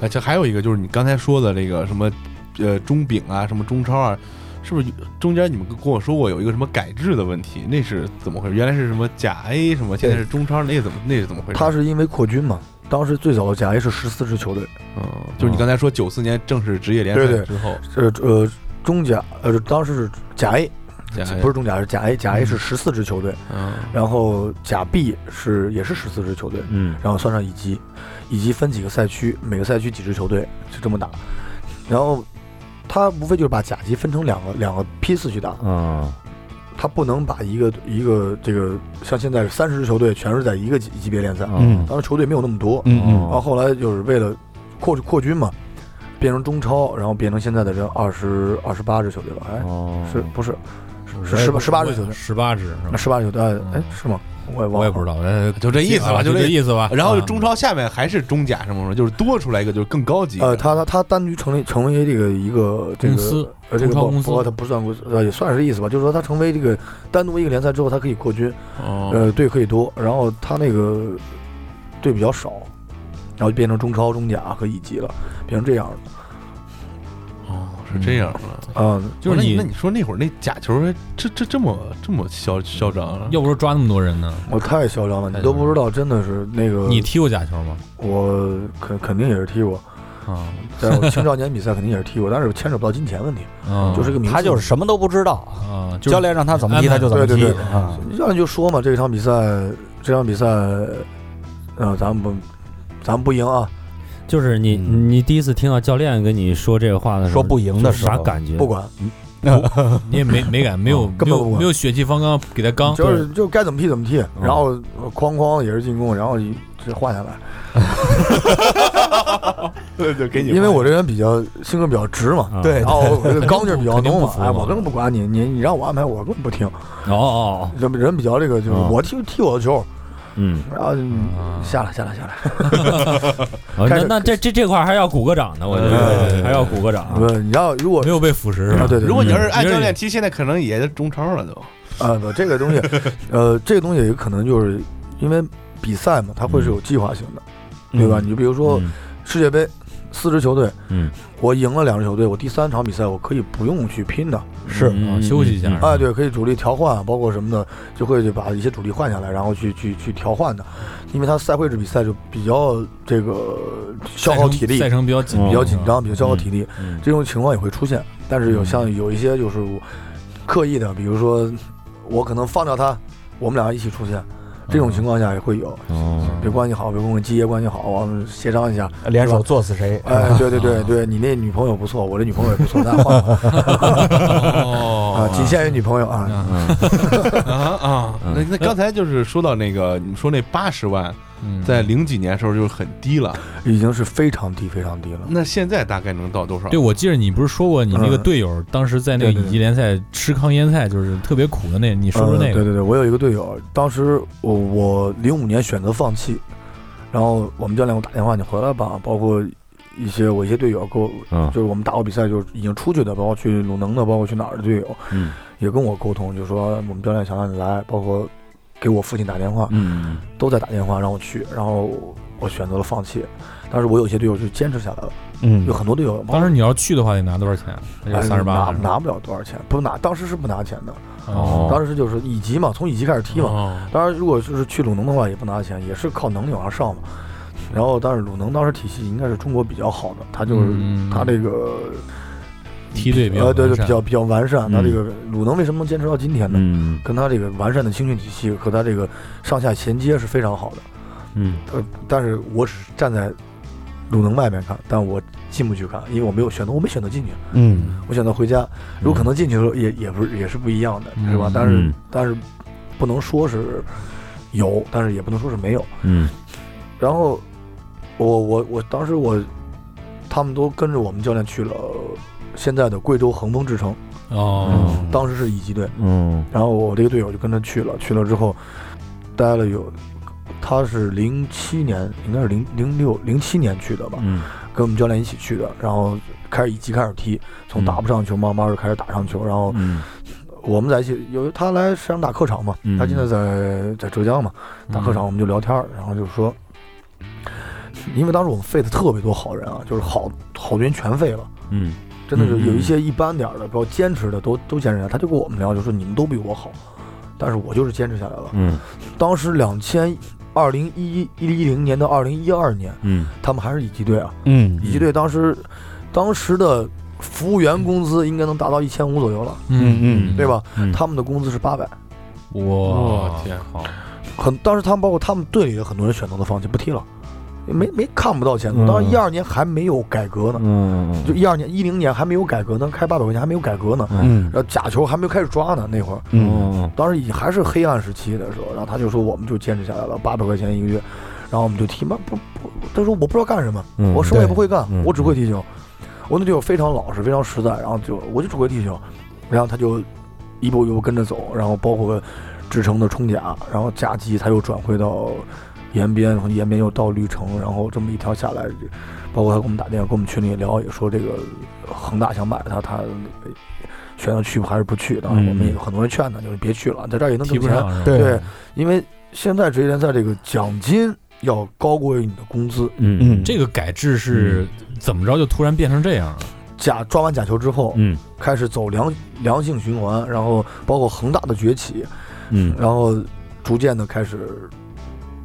Speaker 2: 哎，这还有一个就是你刚才说的那个什么，呃，中丙啊，什么中超啊，是不是中间你们跟我说过有一个什么改制的问题？那是怎么回事？原来是什么甲 A 什么，现在是中超，那怎么那是怎么回事？
Speaker 6: 他是因为扩军嘛。当时最早的甲 A 是十四支球队，
Speaker 2: 嗯，就是你刚才说九四年正式职业联
Speaker 6: 对
Speaker 2: 赛
Speaker 6: 对
Speaker 2: 之后，
Speaker 6: 呃呃，中甲呃当时是甲 A，
Speaker 2: 甲 A
Speaker 6: 不是中啊甲是甲 A，甲 A 是十四支球队，
Speaker 2: 嗯
Speaker 6: 然后甲 B 是也是十四支球队，
Speaker 5: 嗯
Speaker 6: 然后算上乙级，乙级分几个赛区，每个赛区几支球队就这么打，然后他无非就是把甲级分成两个两个批次去打，
Speaker 7: 嗯
Speaker 5: 啊
Speaker 6: 他不能把一个一个这个像现在三十支球队全是在一个级级别联赛，
Speaker 5: 嗯
Speaker 6: 当时球队没有那么多，
Speaker 5: 嗯
Speaker 6: 然
Speaker 7: 哦
Speaker 6: 哦后后来就是为了扩扩军嘛，变成中超，然后变成现在的这二十二十八支球队了，哎，
Speaker 5: 哦
Speaker 6: 是不是
Speaker 3: 嗯
Speaker 6: 是十八十八支球队？
Speaker 3: 十八支是吧？
Speaker 6: 十八支球队，哎哎
Speaker 3: 嗯
Speaker 6: 是吗？我也忘了，
Speaker 3: 我也不知道，呃
Speaker 2: 就这意思吧
Speaker 3: 啊
Speaker 2: 就
Speaker 3: 就
Speaker 2: 这
Speaker 3: 这意思吧。
Speaker 2: 然后
Speaker 6: 嗯
Speaker 3: 啊
Speaker 2: 中超下面还是中甲什么什么，就是多出来一个就是更高级的。
Speaker 6: 呃，他他他单独成立成为这个一个这个
Speaker 3: 公司
Speaker 6: 呃这个
Speaker 3: 中超
Speaker 6: 不
Speaker 3: 公司
Speaker 6: 不，他不算公司，呃也算是意思吧，就是说他成为这个单独一个联赛之后，他可以扩军，
Speaker 2: 哦，
Speaker 6: 呃队可以多，然后他那个队比较少，然后就变成中超、中甲和乙级了，变成这样了。
Speaker 2: 哦，是这样的。
Speaker 6: 呃嗯，
Speaker 3: 就是
Speaker 2: 那
Speaker 3: 你
Speaker 2: 那，你说那会儿那假球这这这么这么嚣嚣张啊？
Speaker 3: 要不说抓那么多人呢？
Speaker 6: 我太嚣呃张了，你都不知道，真的是那个
Speaker 3: 你踢过假球吗？
Speaker 6: 我肯肯定也是踢过，
Speaker 3: 啊
Speaker 6: 在我青少年比赛肯定也是踢过，但是牵扯不到金钱问题，
Speaker 3: 啊，
Speaker 6: 就是个名次。
Speaker 4: 他就是什么都不知道，
Speaker 3: 啊，就是
Speaker 4: 教练让他怎么踢他就怎么
Speaker 6: 对
Speaker 4: 踢
Speaker 6: 对
Speaker 4: 啊。
Speaker 6: 教练就说嘛，这场比赛，这场比赛，呃，咱们不，咱们不赢啊，
Speaker 7: 就是你
Speaker 4: 嗯
Speaker 7: 你第一次听到教练跟你说这个话的时候，
Speaker 4: 说不赢的时
Speaker 7: 啥
Speaker 4: 候，
Speaker 7: 感觉？
Speaker 6: 不管，
Speaker 3: 你也没没敢，没有
Speaker 6: 根本不
Speaker 3: 没有
Speaker 6: 管
Speaker 3: 没有血气方刚给他刚，
Speaker 6: 就是就该怎么踢怎么踢，
Speaker 3: 嗯
Speaker 6: 然后呃哐哐也是进攻，然后一直换下来。
Speaker 2: 对对，给你换，
Speaker 6: 因为我这人比较性格比较直嘛，
Speaker 7: 啊
Speaker 2: 对
Speaker 6: 然后我这刚劲儿比较
Speaker 3: 嗯 肯定
Speaker 6: 浓
Speaker 3: 不
Speaker 6: 嘛
Speaker 3: 服，
Speaker 6: 哎，
Speaker 3: 嘛
Speaker 6: 我根本不管你，你你让我安排，我根本不听。
Speaker 3: 哦哦
Speaker 6: 人人比较这个，就是
Speaker 3: 嗯
Speaker 7: 啊
Speaker 6: 我踢踢我的球，
Speaker 7: 嗯，
Speaker 6: 然后
Speaker 3: 啊
Speaker 6: 下来下来下来，
Speaker 7: 啊
Speaker 6: 开
Speaker 7: 那
Speaker 6: 始
Speaker 7: 那这这这块儿还要鼓个掌呢，我觉
Speaker 2: 对对对
Speaker 7: 得
Speaker 2: 对
Speaker 7: 还要鼓个掌啊。
Speaker 6: 不是你要如果
Speaker 3: 嗯没有被腐蚀是
Speaker 6: 啊
Speaker 3: 吧？
Speaker 6: 对对，
Speaker 2: 如果你要是
Speaker 3: 嗯
Speaker 2: 按
Speaker 3: 因为
Speaker 2: 教练踢，现在可能也是中超了都。
Speaker 6: 啊不这个东西，呃这个东西有可能就是因为比赛嘛，它会是有计划性的，对吧？你就比如说
Speaker 7: 嗯
Speaker 6: 世界杯四支球队，
Speaker 7: 嗯，
Speaker 6: 我赢了两支球队，我第三场比赛我可以不用去拼的，
Speaker 4: 是
Speaker 7: 嗯
Speaker 3: 啊
Speaker 7: 哦
Speaker 3: 休息一下，
Speaker 6: 哎，对，可以主力调换，包括什么的，就会把一些主力换下来，然后去去去调换的，因为他赛会制比赛就比较这个消耗体力，嗯
Speaker 3: 赛程比较紧，
Speaker 6: 比较紧张，比较消耗体力，
Speaker 7: 哦嗯
Speaker 6: 这种情况也会出现。但是
Speaker 3: 嗯
Speaker 6: 有像有一些就是我刻意的，比如说我可能放掉他，我们俩一起出现，这
Speaker 3: 嗯
Speaker 6: 种情况下也会有。
Speaker 7: 哦，
Speaker 6: 比如关系好，比如跟我基爷关系好，我们协商一下。
Speaker 4: 联手作死谁？
Speaker 3: 嗯
Speaker 6: 哎，对对对对，你那女朋友不错，我这女朋友也不错，咱 换吧啊，
Speaker 2: 哦
Speaker 6: 仅限于女朋友啊。
Speaker 3: 嗯
Speaker 2: 啊啊！
Speaker 4: 嗯
Speaker 2: 那那刚才就是说到那个，你说那八十万，
Speaker 3: 嗯
Speaker 2: 在零几年的时候就很低了，
Speaker 6: 已经是非常低非常低了。
Speaker 2: 那现在大概能到多少
Speaker 3: 对，？我记得你不是说过你那个队友当时在那个
Speaker 6: 嗯对对
Speaker 3: 乙级联赛吃糠咽菜，就是特别苦的那，你说说那
Speaker 6: 呃对
Speaker 3: 个
Speaker 6: 对对，我有一个队友，当时我我零五年选择放弃，然后我们教练给我打电话，你回来吧，包括。一些我一些队友跟我，
Speaker 3: 啊
Speaker 7: 嗯
Speaker 6: 就是我们打过比赛就已经出去的，包括去鲁能的，包括去哪儿的队友，
Speaker 7: 嗯，
Speaker 6: 也跟我沟通，就说我们教练想让你来，包括给我父亲打电话，
Speaker 7: 嗯，
Speaker 6: 都在打电话让我去，然后我选择了放弃。但是我有些队友就坚持下来了，
Speaker 4: 嗯
Speaker 6: 有很多队友
Speaker 3: 当时你要去的话得拿多少钱？啊那
Speaker 6: 哎
Speaker 3: 就三十八
Speaker 6: 拿拿不了多少钱，不拿，当时是不拿钱的，
Speaker 7: 哦
Speaker 6: 当时就是乙级嘛，从乙级开始踢嘛，
Speaker 2: 哦
Speaker 6: 当然，如果就是去鲁能的话，也不拿钱，也是靠能力往上上嘛。然后，但是鲁能当时体系应该是中国比较好的，他就是、
Speaker 3: 嗯
Speaker 6: 他这个
Speaker 3: 梯队比较
Speaker 6: 呃对对
Speaker 3: 完善
Speaker 6: 比较比较完善。
Speaker 7: 嗯
Speaker 6: 他这个鲁能为什么能坚持到今天呢？
Speaker 7: 嗯
Speaker 6: 跟他这个完善的青训体系和他这个上下衔接是非常好的。
Speaker 7: 嗯，
Speaker 6: 呃，但是我只是站在鲁能外面看，但我进不去看，因为我没有选择，我没选择进去，
Speaker 4: 嗯，
Speaker 6: 我选择回家。如果可能进去的时候，也也不是也是不一样的，是吧
Speaker 3: 嗯？
Speaker 6: 但是、
Speaker 7: 嗯
Speaker 6: 但是不能说是有，但是也不能说是没有。
Speaker 7: 嗯
Speaker 6: 然后我我我当时我他们都跟着我们教练去了现在的贵州恒丰之城，
Speaker 3: 哦，
Speaker 6: 当时是乙级队，
Speaker 7: 嗯
Speaker 6: 然后我这个队友就跟着去了，去了之后待了有。他是零七年，应该是零零六零七年去的吧，
Speaker 7: 嗯
Speaker 6: 跟我们教练一起去的。然后开始乙级开始踢，从打不上球，慢慢就开始打上球。然后
Speaker 7: 嗯
Speaker 6: 我们在一起，有他来山上打客场嘛，
Speaker 7: 嗯
Speaker 6: 他现在在在浙江嘛，打客场我们就聊天儿，然后就说，因为当时我们废的特别多好人啊，就是好好多人全废了，
Speaker 7: 嗯
Speaker 6: 真的是有
Speaker 7: 嗯嗯
Speaker 6: 一些一般点儿的，包括坚持的都都坚持下来。他就跟我们聊，就说你们都比我好，但是我就是坚持下来了。
Speaker 7: 嗯
Speaker 6: 当时两千二零一一一零年到二零一二年，
Speaker 7: 嗯
Speaker 6: 他们还是乙级队啊，
Speaker 4: 嗯
Speaker 6: 乙级队当时当时的服务员工资应该能达到一千五左右了，
Speaker 7: 嗯
Speaker 6: 对？吧？
Speaker 7: 嗯
Speaker 6: 他们的工资是八百，
Speaker 3: 我
Speaker 2: 天
Speaker 3: 好，
Speaker 6: 很当时他们包括他们队里的很多人选择了放弃，不踢了，没没看不到前途。
Speaker 7: 嗯
Speaker 6: 当时一二年还没有改革呢，
Speaker 7: 嗯
Speaker 6: 就一二年一零年还没有改革呢，开八百块钱还没有改革呢，
Speaker 4: 嗯
Speaker 6: 然后假球还没有开始抓呢，那会儿
Speaker 7: 嗯
Speaker 6: 当时已还是黑暗时期的时候，然后他就说我们就坚持下来了，八百块钱一个月，然后我们就踢嘛不不，他说我不知道干什么，
Speaker 7: 嗯
Speaker 6: 我什么也不会干
Speaker 7: 嗯，
Speaker 6: 我只会踢球。我那队友非常老实，非常实在，然后就我就只会踢球，然后他就一步一步跟着走，然后包括志成的冲甲，然后甲级他又转回到延边，从延边又到绿城，然后这么一条下来，包括他给我们打电话，跟我们群里聊，也说这个恒大想买他，他选择去还是不去的，
Speaker 7: 嗯
Speaker 6: 我们也很多人劝他，就是别去了，在这儿也能
Speaker 3: 提
Speaker 6: 挣
Speaker 3: 不
Speaker 6: 钱，
Speaker 3: 上是吧？
Speaker 6: 对，因为现在职业联赛这个奖金要高过于你的工资，
Speaker 7: 嗯
Speaker 3: 这个改制是
Speaker 6: 嗯
Speaker 3: 怎么着就突然变成这样了？
Speaker 6: 假抓完假球之后，
Speaker 7: 嗯
Speaker 6: 开始走良良性循环，然后包括恒大的崛起，
Speaker 7: 嗯
Speaker 6: 然后逐渐的开始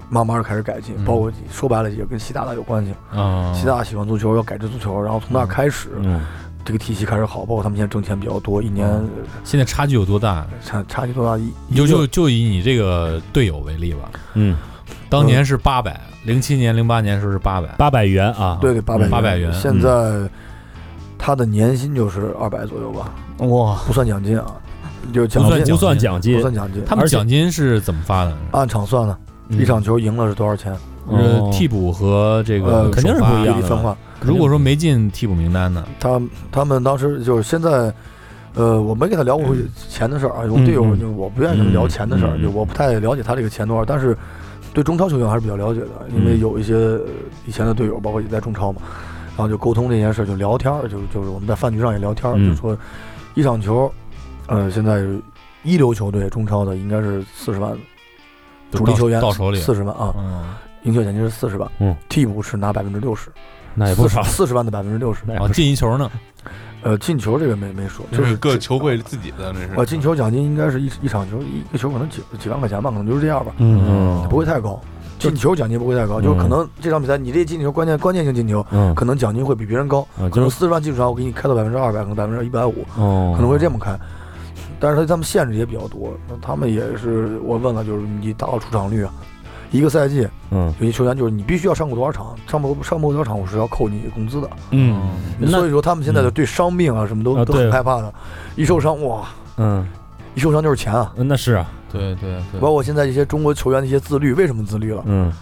Speaker 6: 慢慢地开始改进
Speaker 3: 嗯，
Speaker 6: 包括说白了也跟习大大有关系。
Speaker 7: 哦
Speaker 3: 啊，
Speaker 6: 习大大喜欢足球，要改制足球，然后从那儿开始，
Speaker 7: 嗯
Speaker 6: 这个体系开始好，包括他们现在挣钱比较多，一年
Speaker 7: 哦
Speaker 3: 嗯现在差距有多大？
Speaker 6: 呃差差距多大？一
Speaker 3: 就就就以你这个队友为例吧，
Speaker 7: 嗯，
Speaker 3: 当年是八百，零七年、零八年时候是八百，
Speaker 7: 八百元啊，
Speaker 6: 对对八百
Speaker 3: 嗯800元
Speaker 6: 现在他的年薪就是二百左右吧，
Speaker 4: 哇，
Speaker 6: 不算奖金啊，就奖
Speaker 7: 不算
Speaker 6: 金
Speaker 7: 不算奖
Speaker 6: 不
Speaker 7: 金，
Speaker 6: 算奖金，
Speaker 3: 他们
Speaker 7: 而且
Speaker 3: 奖金是怎么发的？
Speaker 6: 按场算的，
Speaker 7: 嗯
Speaker 6: 一场球赢了是多少钱？
Speaker 3: 呃
Speaker 7: 哦，
Speaker 3: 替补和这
Speaker 6: 呃
Speaker 3: 个
Speaker 7: 肯定是
Speaker 3: 首发
Speaker 7: 不一
Speaker 6: 比
Speaker 7: 样
Speaker 6: 例
Speaker 7: 的
Speaker 6: 分化。
Speaker 3: 如果说没进替补名单呢？
Speaker 6: 他他们当时就是现在，呃，我没跟他聊过钱的事儿啊。我队友
Speaker 7: 嗯
Speaker 6: 就我不愿意跟他聊钱的事儿，
Speaker 7: 嗯嗯
Speaker 6: 就我不太了解他这个钱多少，但是对中超球员还是比较了解的，因
Speaker 7: 嗯
Speaker 6: 为有一些呃以前的队友，包括也在中超嘛，然后就沟通这件事儿，就聊天儿，就就是我们在饭局上也聊天儿，
Speaker 7: 嗯
Speaker 6: 就说一场球，呃，现在一流球队中超的应该是四十万，
Speaker 3: 就
Speaker 6: 主力
Speaker 3: 到
Speaker 6: 球员
Speaker 3: 到手里，
Speaker 6: 四十万啊，
Speaker 3: 嗯，
Speaker 7: 哦
Speaker 6: 赢球奖金是四十万，
Speaker 7: 嗯
Speaker 6: 替补是拿百分之六十，
Speaker 7: 那也不少，
Speaker 6: 四十万的百分之六十，
Speaker 7: 那也
Speaker 3: 啊，
Speaker 7: 不少。
Speaker 3: 进一 球呢，
Speaker 6: 呃，进球这个没没说，
Speaker 2: 就
Speaker 6: 就
Speaker 7: 嗯
Speaker 6: 是是
Speaker 2: 各球会自己的那是。
Speaker 6: 呃，进球奖金应该是一一场球一个球可能几几万块钱吧，可能就是这样吧，
Speaker 7: 嗯
Speaker 6: 不会太高。进球奖金不会太高，就是可能这场比赛你这进球关键关键性进球，
Speaker 7: 嗯
Speaker 6: 可能奖金会比别人高，
Speaker 7: 啊，
Speaker 6: 可
Speaker 7: 就
Speaker 6: 能
Speaker 7: 是
Speaker 6: 四十万基础上我给你开到百分之二百，可能百分之一百五，
Speaker 7: 哦，
Speaker 6: 可能会这么开。但是他他们限制也比较多，那他们也是我问了，就是你达到出场率啊，一个赛季
Speaker 7: 嗯
Speaker 6: 有些球员就是你必须要上过多少场，上不上不过多少场我是要扣你工资的。
Speaker 7: 嗯那嗯
Speaker 6: 所以说他们现在的对伤病啊什么都
Speaker 7: 啊
Speaker 6: 都
Speaker 7: 对
Speaker 6: 很害怕的，一受伤哇，
Speaker 7: 嗯，
Speaker 6: 一受伤就是钱啊。
Speaker 7: 那是啊，
Speaker 3: 对对对
Speaker 6: 包括现在一些中国球员的一些自律，为什么自律了？
Speaker 7: 嗯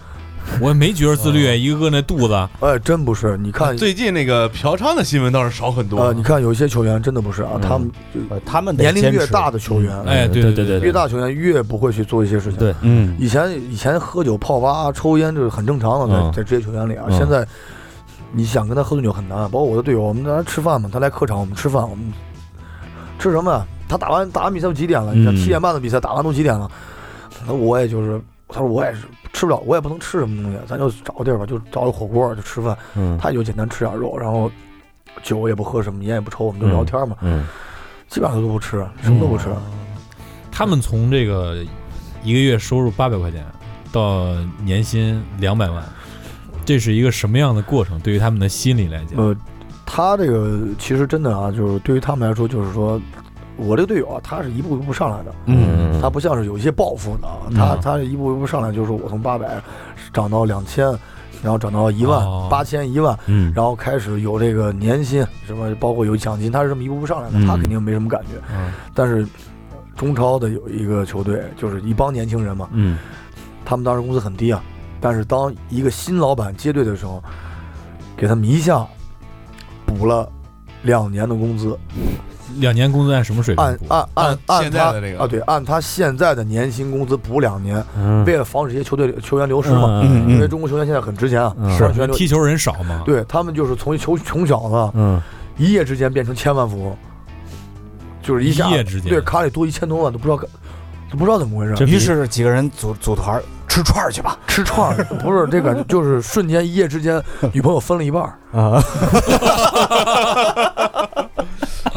Speaker 3: 我也没觉得自
Speaker 7: 哦
Speaker 3: 律，一个个那肚子，
Speaker 6: 哎，真不是，你看，
Speaker 2: 啊最近那个嫖娼的新闻倒是少很多。
Speaker 4: 啊
Speaker 6: 呃，你看有一些球员真的不是啊
Speaker 7: 嗯，
Speaker 6: 他们
Speaker 4: 呃他们得
Speaker 6: 年龄
Speaker 4: 坚
Speaker 6: 越
Speaker 4: 持
Speaker 6: 大的球员，
Speaker 3: 哎，
Speaker 7: 对
Speaker 3: 对
Speaker 7: 对
Speaker 3: 对
Speaker 7: 对
Speaker 6: 越大球员越不会去做一些事情。
Speaker 7: 对，
Speaker 5: 嗯
Speaker 6: 以前以前喝酒泡吧、抽烟这是很正常
Speaker 7: 嗯
Speaker 6: 的，在在职业球员里啊。
Speaker 7: 嗯
Speaker 6: 现在你想跟他喝顿酒很难，包括我的队友，我们在那吃饭嘛，他来客场我们吃饭，我们吃什么呀？他打完打完比赛都几点了？你看
Speaker 7: 嗯
Speaker 6: 七点半的比赛打完都几点了？那我也就是，他说我也是吃不了，我也不能吃什么东西，咱就找个地儿吧，就找个火锅就吃饭。
Speaker 7: 嗯
Speaker 6: 他也就简单吃点肉，然后酒也不喝什么，烟也不抽，我们就聊天嘛，
Speaker 7: 嗯
Speaker 6: 基本上都不吃，什么都不吃。
Speaker 3: 他们从这个一个月收入八百块钱到年薪两百万，这是一个什么样的过程？对于他们的心理来讲，
Speaker 6: 呃，他这个其实真的啊，就是对于他们来说，就是说。我这个队友啊，他是一步一步上来的，
Speaker 7: 嗯，
Speaker 6: 他不像是有一些报复的啊，他他是一步一步上来，就是我从八百涨到两千，然后涨到一万
Speaker 3: 哦、
Speaker 6: 八千、一万，
Speaker 7: 嗯
Speaker 6: 然后开始有这个年薪，什么包括有奖金，他是这么一步步上来的，他
Speaker 7: 嗯
Speaker 6: 肯定没什么感觉。
Speaker 3: 嗯
Speaker 6: 但是中超的有一个球队，就是一帮年轻人嘛，
Speaker 7: 嗯
Speaker 6: 他们当时工资很低啊，但是当一个新老板接队的时候，给他们一下补了两年的工资，
Speaker 3: 两年工资按什么水平
Speaker 6: 按
Speaker 3: 补？
Speaker 6: 按按
Speaker 2: 按
Speaker 6: 按
Speaker 2: 现在
Speaker 6: 他
Speaker 2: 的这个
Speaker 6: 啊，对，按他现在的年薪工资补两年，
Speaker 7: 嗯，
Speaker 6: 为了防止一些球队球员流失嘛，
Speaker 7: 嗯
Speaker 6: 因为中国球员现在很值钱啊，
Speaker 7: 嗯
Speaker 6: 中国球员流
Speaker 3: 踢球人少嘛？
Speaker 6: 对他们就是从球从小呢
Speaker 7: 嗯
Speaker 6: 一夜之间变成千万富翁，就是一下
Speaker 3: 一夜之间
Speaker 6: 对卡里多一千多万都不知道干。都不知道怎么回事，
Speaker 7: 这
Speaker 4: 于是几个人组组团儿吃串儿去吧
Speaker 6: 吃串儿不是这个，就是瞬间一夜之间，女朋友分了一半儿，
Speaker 4: 啊！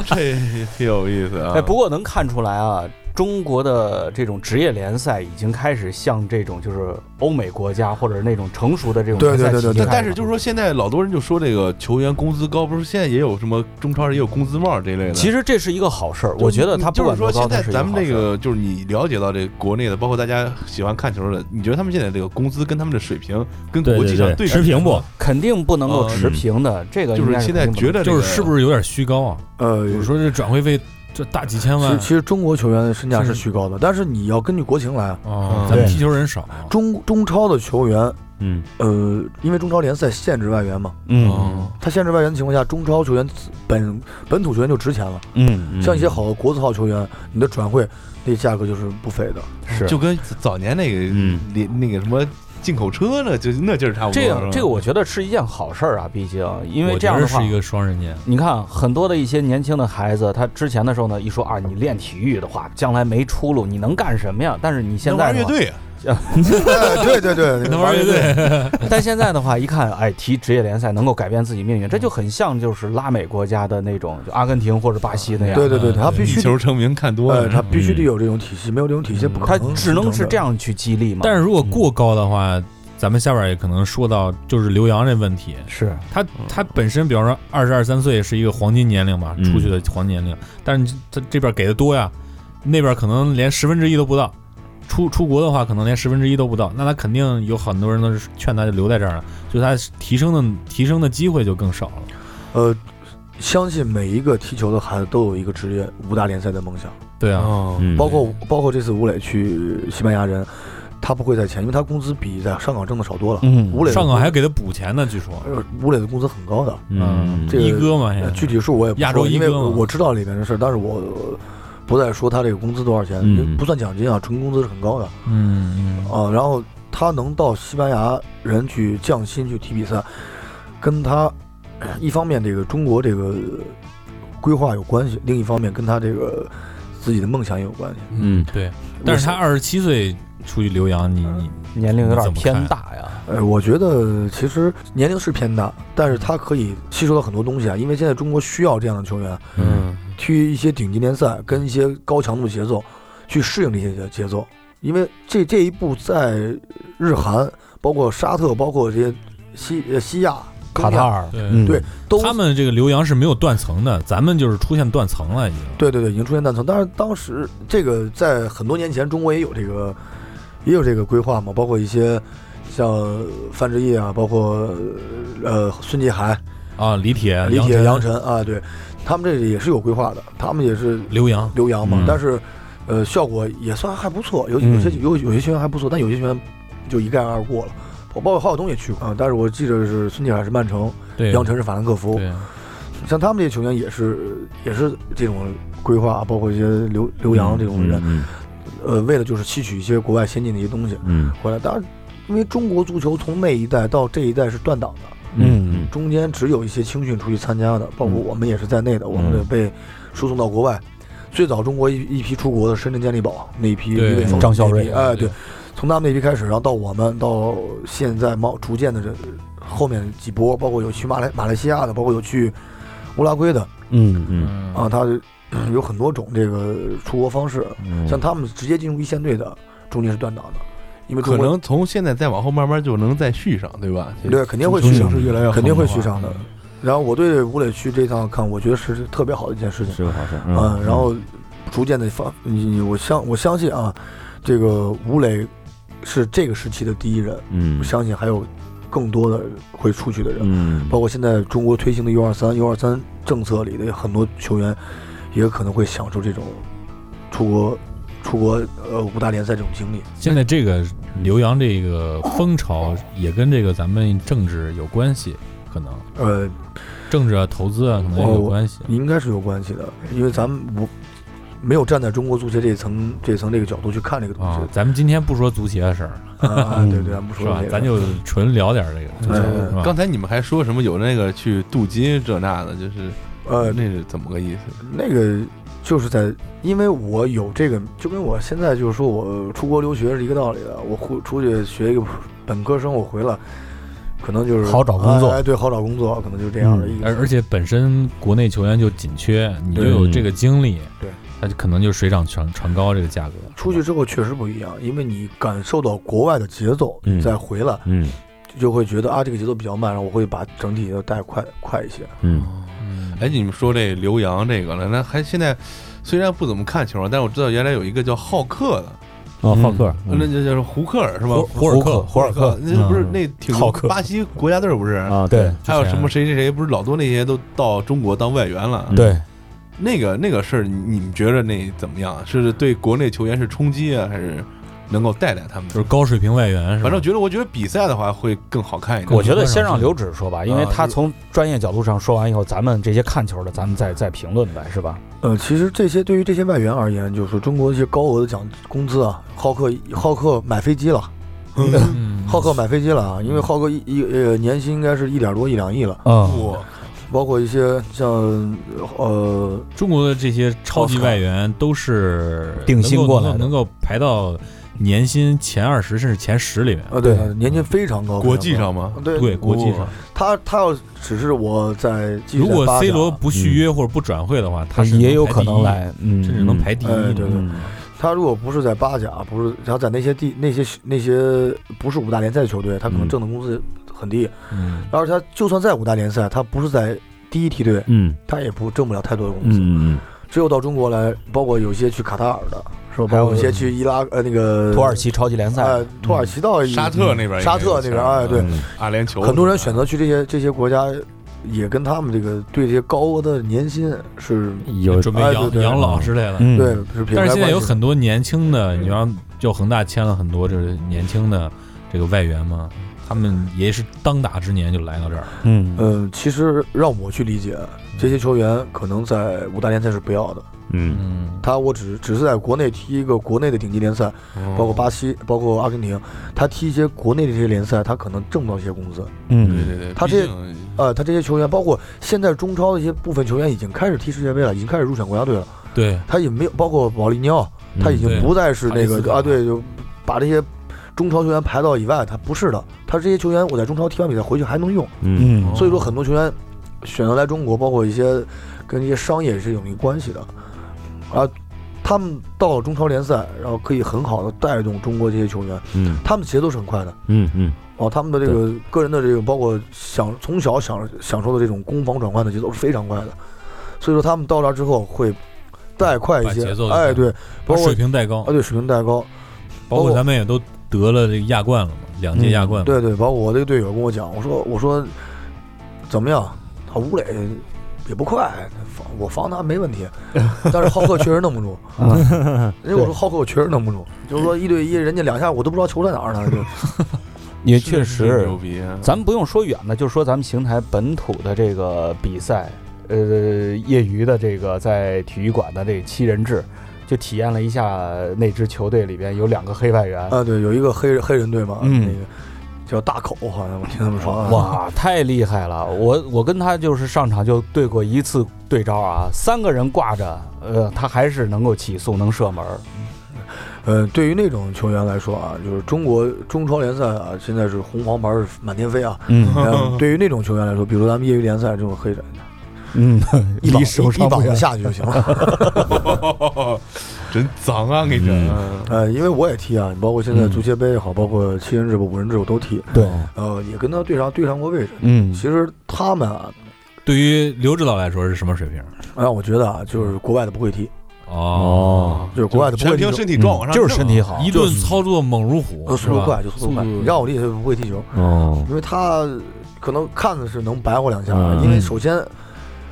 Speaker 2: 这挺有意思啊。
Speaker 4: 哎，不过能看出来啊，中国的这种职业联赛已经开始向这种就是欧美国家或者那种成熟的这种
Speaker 6: 对
Speaker 4: 联赛
Speaker 6: 对对对
Speaker 4: 体系
Speaker 2: 但
Speaker 4: 开
Speaker 2: 但
Speaker 4: 始
Speaker 2: 是就是说，现在老多人就说这个球员工资高，不是现在也有什么中超也有工资帽这类的。
Speaker 4: 其实这是一个好事儿，我觉得他不
Speaker 2: 就是
Speaker 4: 管
Speaker 2: 说，
Speaker 4: 多高，
Speaker 2: 现在
Speaker 4: 它是一
Speaker 2: 咱们
Speaker 4: 好
Speaker 2: 这
Speaker 4: 事儿
Speaker 2: 个就是你了解到这国内的，包括大家喜欢看球的，你觉得他们现在这个工资跟他们的水平跟
Speaker 7: 对
Speaker 2: 国际
Speaker 7: 对
Speaker 2: 上
Speaker 7: 对，
Speaker 2: 对比
Speaker 7: 持平不
Speaker 2: 吗？？
Speaker 4: 肯定不能够
Speaker 2: 呃
Speaker 4: 持平的，这个
Speaker 2: 就
Speaker 4: 应
Speaker 2: 是
Speaker 4: 该
Speaker 2: 现在
Speaker 4: 肯定
Speaker 2: 觉
Speaker 4: 不能
Speaker 2: 得
Speaker 3: 就是是不
Speaker 2: 是
Speaker 3: 是有点虚高啊？
Speaker 6: 呃，
Speaker 3: 比如说这转会费这大几千
Speaker 6: 其实
Speaker 3: 万
Speaker 6: 其实中国球员的身价
Speaker 3: 是
Speaker 6: 是虚高的，但是你要根据国情来啊。
Speaker 3: 啊，
Speaker 2: 嗯
Speaker 3: 咱们
Speaker 4: 对
Speaker 3: 踢球人少，
Speaker 6: 中中超的球员，
Speaker 7: 嗯
Speaker 6: 呃，因为中超联赛限制外援嘛，
Speaker 7: 哦
Speaker 3: 嗯
Speaker 2: 啊
Speaker 6: 他限制外援的情况下，中超球员自本本土球员就值钱了。
Speaker 7: 嗯
Speaker 6: 像一些好的国字号球员，你的转会那价格就是不菲的。
Speaker 4: 是
Speaker 2: 就跟早年那个
Speaker 7: 嗯
Speaker 2: 连那个什么进口车呢，就那劲儿差不多。
Speaker 4: 这
Speaker 2: 是
Speaker 4: 个
Speaker 2: 吧
Speaker 4: 这个，我觉得是一件好事儿啊，毕竟因为
Speaker 3: 我
Speaker 4: 这
Speaker 3: 觉
Speaker 4: 样
Speaker 3: 得
Speaker 4: 的话
Speaker 3: 是一。个双刃剑。
Speaker 4: 你看，很多的一些年轻的孩子，他之前的时候呢，一说啊，你练体育的话，将来没出路，你能干什么呀？但是你现
Speaker 2: 能 玩
Speaker 4: 在的
Speaker 2: 乐
Speaker 4: 话
Speaker 2: 队啊，
Speaker 6: 哎对对对，
Speaker 3: 能玩乐队，
Speaker 4: 但现在的话，一看，哎，踢职业联赛能够改变自己命运，这就很像就是拉美国家的那种，就阿根廷或者巴西那样。
Speaker 6: 对对对，他必须
Speaker 2: 一球成名看多
Speaker 6: 呃，他
Speaker 2: 了，嗯
Speaker 6: 必须得有这种体系，没有这种体系不可
Speaker 4: 他
Speaker 6: 能。
Speaker 4: 只能是这。样去激励嘛。
Speaker 3: 但是如果过高的话，咱们下边也可能说到就是刘洋这问题，
Speaker 4: 是
Speaker 3: 他他本身，比方说二十二三岁是一个黄金年龄嘛，
Speaker 7: 嗯
Speaker 3: 出去的黄金年龄，但是他这边给的多呀，那边可能连十分之一都不到。出出国的话，可能连十分之一都不到，那他肯定有很多人都是劝他就留在这儿了，就他提升的提升的机会就更少了。
Speaker 6: 呃，相信每一个踢球的孩子都有一个职业五大联赛的梦想，
Speaker 3: 对啊，
Speaker 2: 哦，
Speaker 7: 嗯
Speaker 6: 包括包括这次吴磊去西班牙人，他不会在前，因为他工资比在上港挣的少多了。
Speaker 4: 嗯
Speaker 6: 吴磊的
Speaker 3: 上
Speaker 6: 工
Speaker 3: 港
Speaker 6: 资
Speaker 3: 还给他补钱呢，据说
Speaker 6: 呃吴磊的工资很高的，
Speaker 7: 嗯，
Speaker 6: 这个
Speaker 3: 一哥嘛，现
Speaker 6: 呃
Speaker 3: 在
Speaker 6: 具体数我也不
Speaker 3: 哎亚洲
Speaker 6: 说，
Speaker 3: 一
Speaker 6: 因为
Speaker 3: 哥嘛
Speaker 6: 我知道里面的事儿，但是我呃不再说他这个工资多少钱，
Speaker 7: 嗯
Speaker 6: 因为不算奖金啊，纯工资是很高的
Speaker 3: 嗯嗯
Speaker 6: 啊。然后他能到西班牙人去降薪去踢比赛，跟他一方面这个中国这个规划有关系，另一方面跟他这个自己的梦想也有关系。
Speaker 7: 嗯，
Speaker 3: 对，但是他
Speaker 6: 我嗯
Speaker 3: 二十七岁出去留洋，你你
Speaker 4: 年龄有
Speaker 3: 你怎
Speaker 4: 点
Speaker 3: 么
Speaker 4: 偏
Speaker 3: 看
Speaker 4: 大呀。
Speaker 6: 呃，我觉得其实年龄是偏大，但是他可以吸收到很多东西啊，因为现在中国需要这样的球员，
Speaker 7: 嗯，
Speaker 6: 踢一些顶级联赛，跟一些高强度节奏，去适应这些节奏。因为这这一步在日韩，包括沙特，包括这些西呃西亚、
Speaker 4: 卡
Speaker 6: 东
Speaker 4: 塔
Speaker 6: 亚
Speaker 4: 尔，
Speaker 3: 对
Speaker 4: 嗯
Speaker 6: 对，都
Speaker 3: 他们这个留洋是没有断层的，咱们就是出现断层了已经。
Speaker 6: 对对对，已经出现断层。当然，当时这个在很多年前，中国也有这个也有这个规划嘛，包括一些像范志毅啊，包括呃孙继海、
Speaker 3: 啊，李铁、
Speaker 6: 李铁、
Speaker 3: 杨
Speaker 6: 杨晨啊，对他们这也是有规划的，他们也是
Speaker 3: 刘洋，
Speaker 6: 留洋嘛，
Speaker 7: 嗯
Speaker 6: 但是呃效果也算还不错，有有些
Speaker 3: 嗯
Speaker 6: 有有些球员还不错，但有些球员就一概而过了。我包括郝晓东也去过啊，但是我记得是孙继海是曼城，
Speaker 3: 对，
Speaker 6: 杨晨是法兰克福，
Speaker 4: 嗯
Speaker 3: 对，
Speaker 6: 像他们这些球员也是也是这种规划，啊包括一些留留洋这种人，
Speaker 7: 嗯
Speaker 6: 呃，为了就是吸取一些国外先进的一些东西
Speaker 7: 嗯
Speaker 6: 回来。当然，因为中国足球从那一代到这一代是断档的，
Speaker 7: 嗯
Speaker 6: 中间只有一些青训出去参加的，包括
Speaker 7: 嗯
Speaker 6: 我们也是在内的，我们也被输送到国外。最早中国一一批出国的深圳健力宝那一批，
Speaker 3: 对
Speaker 6: 一位
Speaker 4: 张孝
Speaker 6: 那
Speaker 4: 瑞
Speaker 6: 一批哎，对，，从他们那批开始，然后到我们，到现在冒逐渐的这后面几波，包括有去马来马来西亚的，包括有去乌拉圭的
Speaker 4: 嗯
Speaker 7: 嗯
Speaker 3: 嗯
Speaker 6: 啊，他嗯 有很多种这个出国方式，
Speaker 7: 嗯，
Speaker 6: 像他们直接进入一线队的，中间是断档的，因为中
Speaker 2: 可
Speaker 6: 国
Speaker 2: 能从现在再往后慢慢就能再续上，对吧？
Speaker 6: 对肯定会
Speaker 2: 中
Speaker 6: 续上
Speaker 2: 形势越来越好
Speaker 6: 肯定会续
Speaker 2: 的话
Speaker 6: 上的。然后我对吴磊去这趟看，我觉得是特别好的一件事情。
Speaker 7: 是个好事，
Speaker 6: 嗯，然后逐渐的发，你我相我相信啊，这个吴磊是这个时期的第一人，
Speaker 7: 嗯
Speaker 6: 我相信还有更多的会出去的人，
Speaker 7: 嗯，
Speaker 6: 包括现在中国推行的 U 二三 U 二三政策里的很多球员，也可能会享受这种出国出国呃五大联赛这种经历。
Speaker 3: 现在这个留洋这个风潮也跟这个咱们政治有关系，可能
Speaker 6: 呃，
Speaker 3: 政治啊、投资啊，可能也有关系。
Speaker 6: 应该是有关系的，因为咱们我没有站在中国足协这层这层这个角度去看这个东
Speaker 3: 啊
Speaker 6: 西，
Speaker 3: 咱们今天不说足协的事儿，
Speaker 6: 啊，对对，咱不
Speaker 3: 是
Speaker 6: 说
Speaker 3: 吧
Speaker 6: 这？个
Speaker 3: 咱就纯聊点这个足球，
Speaker 6: 嗯
Speaker 3: 是吧？
Speaker 2: 刚才你们还说什么有那个去镀金这那的，就是
Speaker 6: 呃
Speaker 2: 那是怎么个意思？
Speaker 6: 那个就是在，因为我有这个，就跟我现在就是说我出国留学是一个道理的。我出出去学一个本科生，我回来可能就是
Speaker 4: 好找工作
Speaker 6: 哎，哎对，好找工作，可能就这样的
Speaker 7: 嗯
Speaker 6: 意思。
Speaker 3: 而而且本身国内球员就紧缺，你就
Speaker 6: 对
Speaker 3: 有这个经历，
Speaker 6: 对，
Speaker 3: 他就可能就水涨船船高这个价格。
Speaker 6: 出去之后确实不一样，因为你感受到国外的节奏，
Speaker 7: 嗯
Speaker 6: 再回来
Speaker 7: 嗯
Speaker 6: 就会觉得啊，这个节奏比较慢，然后我会把整体的带快快一些。
Speaker 7: 嗯
Speaker 3: 嗯，
Speaker 2: 哎，你们说这刘洋这个了，那还现在虽然不怎么看球，啊但是我知道原来有一个叫浩克的，
Speaker 7: 哦，
Speaker 5: 嗯
Speaker 7: 浩克，
Speaker 2: 那就叫胡克尔是吧？
Speaker 3: 胡尔克，
Speaker 2: 胡尔克，那不是那挺
Speaker 4: 浩克
Speaker 2: 巴西国家队不是？
Speaker 7: 啊，对，
Speaker 2: 还有什么谁谁谁不是老多那些都到中国当外援
Speaker 5: 嗯
Speaker 2: 了？
Speaker 4: 对，
Speaker 2: 那个那个事儿，你你们觉得那怎么样？是对国内球员是冲击啊，还是能够带来他们
Speaker 3: 就？是高水平外援，是吧
Speaker 2: 反正觉得我觉得比赛的话会更好看一点。
Speaker 4: 我觉得先让刘指说吧，因为
Speaker 2: 啊
Speaker 4: 他
Speaker 2: 就
Speaker 4: 从专业角度上说完以后，咱们这些看球的，咱们再再评论呗，是吧？
Speaker 6: 呃，其实这些对于这些外援而言，就是中国一些高额的奖工资啊，浩克浩克买飞机了。
Speaker 3: 嗯
Speaker 6: 浩克买飞机了啊，因为浩克一一呃年薪应该是一点多一两亿了，
Speaker 4: 嗯
Speaker 2: 我
Speaker 6: 包括一些像呃
Speaker 3: 中国的这些超级外援都是
Speaker 4: 定薪
Speaker 3: 能够
Speaker 4: 过来的
Speaker 3: 能够能够排到年薪前二十甚至前十里面。
Speaker 6: 呃对
Speaker 4: 对
Speaker 6: 年薪非常高，
Speaker 2: 国际
Speaker 6: 非常
Speaker 2: 上吗？
Speaker 6: 高对
Speaker 3: 对，国际上，
Speaker 6: 他他要只是我在继续
Speaker 3: 如果
Speaker 6: 在发
Speaker 3: C
Speaker 6: 展
Speaker 3: 罗不续约或者不转会的话，他是
Speaker 4: 也
Speaker 3: 能
Speaker 4: 有
Speaker 3: 排
Speaker 4: 可
Speaker 3: 第
Speaker 4: 能
Speaker 3: 一，
Speaker 4: 来，嗯，
Speaker 3: 甚至能排第一
Speaker 6: 哎
Speaker 3: 呢。
Speaker 6: 对对
Speaker 4: 嗯
Speaker 6: 他如果不是在巴甲，不是他在那些地那些那些不是五大联赛的球队，他可能
Speaker 5: 嗯
Speaker 6: 挣的工资很低。
Speaker 3: 嗯，
Speaker 6: 然后他就算在五大联赛，他不是在第一梯队，
Speaker 5: 嗯
Speaker 6: 他也不挣不了太多的工资。
Speaker 5: 嗯嗯
Speaker 6: 只有到中国来，包括有些去卡塔尔的，是吧？
Speaker 4: 还
Speaker 6: 包
Speaker 4: 有
Speaker 6: 括有些去伊拉呃那个
Speaker 4: 土耳其超级联赛，啊
Speaker 6: 呃土耳其到
Speaker 2: 沙特那边，
Speaker 6: 沙特那边哎对，
Speaker 5: 嗯，
Speaker 2: 啊阿联酋，
Speaker 6: 很多人选择去这些这些国家，也跟他们这个对这些高额的年薪是
Speaker 5: 有
Speaker 3: 准备
Speaker 6: 哎对
Speaker 3: 养
Speaker 6: 对
Speaker 3: 养老之类的。
Speaker 5: 嗯
Speaker 6: 对是撇开
Speaker 3: 但是现在有
Speaker 6: 关系嗯
Speaker 3: 很多年轻的，你要就恒大签了很多就是年轻的这个外援嘛，他们也是当打之年就来到这儿。
Speaker 5: 嗯
Speaker 6: 嗯，其实让我去理解，这些球员可能在五大联赛是不要的。
Speaker 5: 嗯
Speaker 3: 嗯，
Speaker 6: 他我只只是在国内踢一个国内的顶级联赛，
Speaker 2: 嗯，
Speaker 6: 包括巴西，包括阿根廷，他踢一些国内的这些联赛，他可能挣不到一些工资。
Speaker 2: 对
Speaker 5: 嗯
Speaker 2: 对对，
Speaker 6: 他
Speaker 2: 毕
Speaker 6: 这
Speaker 2: 竟
Speaker 6: 呃，他这些球员，包括现在中超的一些部分球员，已经开始踢世界杯了，已经开始入选国家队了。
Speaker 3: 对，
Speaker 6: 他也没有，包括保利尼奥，他已经
Speaker 3: 嗯对
Speaker 6: 不再是那
Speaker 3: 塔利
Speaker 6: 个
Speaker 3: 斯克
Speaker 6: 啊，对，就把这些中超球员排到以外，他不是的。他这些球员，我在中超踢完比赛回去还能用。
Speaker 3: 哦
Speaker 5: 嗯
Speaker 4: 嗯
Speaker 6: 所以说，很多球员选择来中国，包括一些跟一些商业是有一个关系的啊。他们到了中超联赛，然后可以很好的带动中国这些球员，
Speaker 5: 嗯
Speaker 6: 他们节奏是很快的
Speaker 5: 嗯嗯
Speaker 6: 哦，他们的这个个人的这个包括享从小享享受的这种攻防转换的节奏是非常快的，所以说他们到那之后会带快一
Speaker 3: 把
Speaker 6: 些
Speaker 3: 节奏，带
Speaker 6: 哎，对，
Speaker 3: 把
Speaker 6: 包括
Speaker 3: 水平带高
Speaker 6: 啊，，对，水平带高，
Speaker 3: 包括咱们也都得了这个亚冠了嘛，两届亚冠嘛。
Speaker 6: 嗯对对，包括我这个队友跟我讲，我说我说怎么样？啊，吴磊也不快，防我防他没问题，但是浩克确实弄不住。 因为我说浩克我确实弄不住，就是说一对一，人家两下我都不知道球在哪儿呢。就
Speaker 4: 也确实
Speaker 2: 牛逼啊，
Speaker 4: 咱们不用说远的，就说咱们邢台本土的这个比赛，呃，业余的这个在体育馆的这七人制，就体验了一下那支球队里边有两个黑外援，
Speaker 6: 啊，对，有一个黑人黑人队嘛，
Speaker 4: 嗯
Speaker 6: 那个叫大口，好像我听他们说啊。
Speaker 4: 哇，太厉害了！我我跟他就是上场就对过一次对招啊，三个人挂着，呃，他还是能够起速，能射门。
Speaker 6: 呃，对于那种球员来说啊，就是中国中超联赛啊，现在是红黄牌是满天飞啊。
Speaker 5: 嗯
Speaker 6: 嗯，对于那种球员来说，比如咱们业余联赛这种黑人，
Speaker 4: 嗯，
Speaker 6: 一膀
Speaker 4: 离手
Speaker 6: 一
Speaker 4: 上
Speaker 6: 膀
Speaker 4: 不
Speaker 6: 子
Speaker 4: 远。
Speaker 6: 下去就行了。
Speaker 2: 真脏啊，给整啊，
Speaker 6: 呃，因为我也踢啊，包括现在
Speaker 5: 嗯
Speaker 6: 足协杯也好，包括七人制、五人制我都踢，
Speaker 4: 对，
Speaker 6: 呃，也跟他对上对上过位置。
Speaker 5: 嗯
Speaker 6: 其实他们啊，
Speaker 3: 对于刘指导来说是什么水平？
Speaker 6: 让我觉得啊，就是国外的不会踢，
Speaker 3: 哦，
Speaker 6: 就是国外的不
Speaker 2: 全
Speaker 6: 会踢
Speaker 2: 凭
Speaker 6: 球，
Speaker 2: 身体壮往上，
Speaker 4: 就是身体好
Speaker 3: 一。顿操作猛如虎
Speaker 6: 呃，，
Speaker 3: 是
Speaker 6: 速度
Speaker 3: 吧？
Speaker 6: 快就速度快。
Speaker 7: 速度
Speaker 6: 你让我理解他不会踢球，
Speaker 5: 哦
Speaker 6: 因为他可能看的是能白活两下，
Speaker 5: 嗯
Speaker 6: 因为首先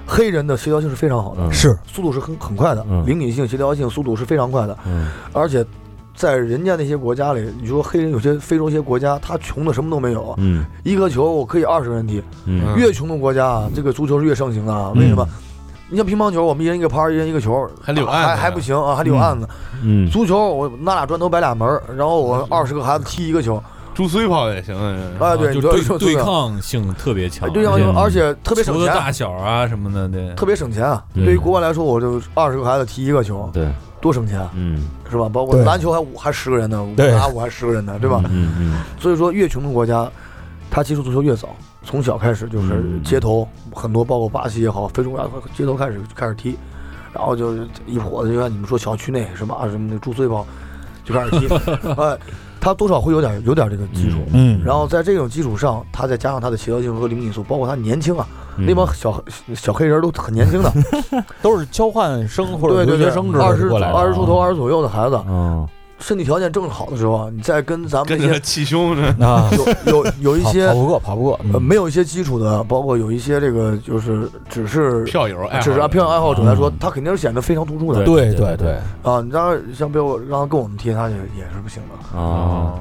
Speaker 6: 黑人的协调性是非常好的，
Speaker 5: 嗯
Speaker 4: 是
Speaker 6: 速度是很很快的，
Speaker 5: 嗯
Speaker 6: 灵敏性、协调性、速度是非常快的，
Speaker 5: 嗯
Speaker 6: 而且。在人家那些国家里，你说黑人有些非洲一些国家，他穷的什么都没有，
Speaker 5: 嗯
Speaker 6: 一个球我可以二十个人踢，
Speaker 5: 嗯
Speaker 6: 越穷的国家啊，这个足球是越盛行的啊。
Speaker 3: 嗯
Speaker 6: 为什么？你像乒乓球，我们一人一个拍儿，一人一个球，
Speaker 2: 还得有案子
Speaker 6: 还还不行啊，还得有案子。
Speaker 5: 嗯
Speaker 6: 足球我拿俩砖头摆俩门儿，然后我二十个孩子踢一个球，
Speaker 2: 猪碎跑也行啊，
Speaker 6: 哎，对，
Speaker 3: 嗯就
Speaker 6: 你说
Speaker 3: 对对，
Speaker 6: 说
Speaker 3: 抗性特别
Speaker 6: 哎
Speaker 4: 啊
Speaker 3: 强，
Speaker 6: 对抗
Speaker 5: 而且
Speaker 6: 性，而且特别省
Speaker 3: 球的
Speaker 6: 钱，
Speaker 3: 大小啊什么的，对，
Speaker 6: 特别省钱啊。
Speaker 5: 嗯
Speaker 6: 对于国外来说，我就二十个孩子踢一个球，
Speaker 5: 对
Speaker 6: 多省钱啊
Speaker 5: 嗯
Speaker 6: 是吧？包括
Speaker 4: 对
Speaker 6: 篮球还五还十个人呢，
Speaker 4: 对
Speaker 6: 打五还十个人呢，对吧？
Speaker 5: 嗯嗯
Speaker 6: 所以说，越穷的国家，他接触足球越早，从小开始就是
Speaker 5: 嗯
Speaker 6: 街头很多，包括巴西也好，非洲国家街头开始就开始踢，然后就是一伙子，就像你们说小区内什么啊什么的住碎包，就开始踢， 哎，他多少会有点有点这个基础。
Speaker 4: 嗯
Speaker 6: 然后在这种基础上，他再加上他的协调性和灵敏素，包括他年轻啊，
Speaker 4: 嗯
Speaker 5: 嗯
Speaker 6: 那帮小小黑人都很年 轻的，
Speaker 4: 都是交换生或者
Speaker 6: 对对
Speaker 4: 留
Speaker 6: 对
Speaker 4: 学生，之
Speaker 6: 二
Speaker 4: 类
Speaker 6: 十
Speaker 4: 的过来的啊。
Speaker 6: 二十出头、二十左右的孩子，
Speaker 5: 哦
Speaker 6: 身体条件正好的时候啊，你再跟咱们
Speaker 2: 跟
Speaker 6: 这
Speaker 2: 着
Speaker 6: 些
Speaker 2: 气胸呢，
Speaker 4: 啊，
Speaker 6: 有有有一
Speaker 4: 跑
Speaker 6: 些
Speaker 4: 跑不过，跑不过。
Speaker 6: 呃，
Speaker 4: 嗯
Speaker 6: 没有一些基础的，包括有一些这个就是只是
Speaker 2: 票友哎爱好者，
Speaker 6: 只是啊漂亮爱好者来说
Speaker 5: 嗯，
Speaker 6: 他肯定是显得非常突出的
Speaker 4: 对
Speaker 5: 对
Speaker 4: 对
Speaker 5: 对
Speaker 4: 对，
Speaker 6: 啊。你让像比如让他跟我们踢，他也也是不行的。啊
Speaker 5: 哦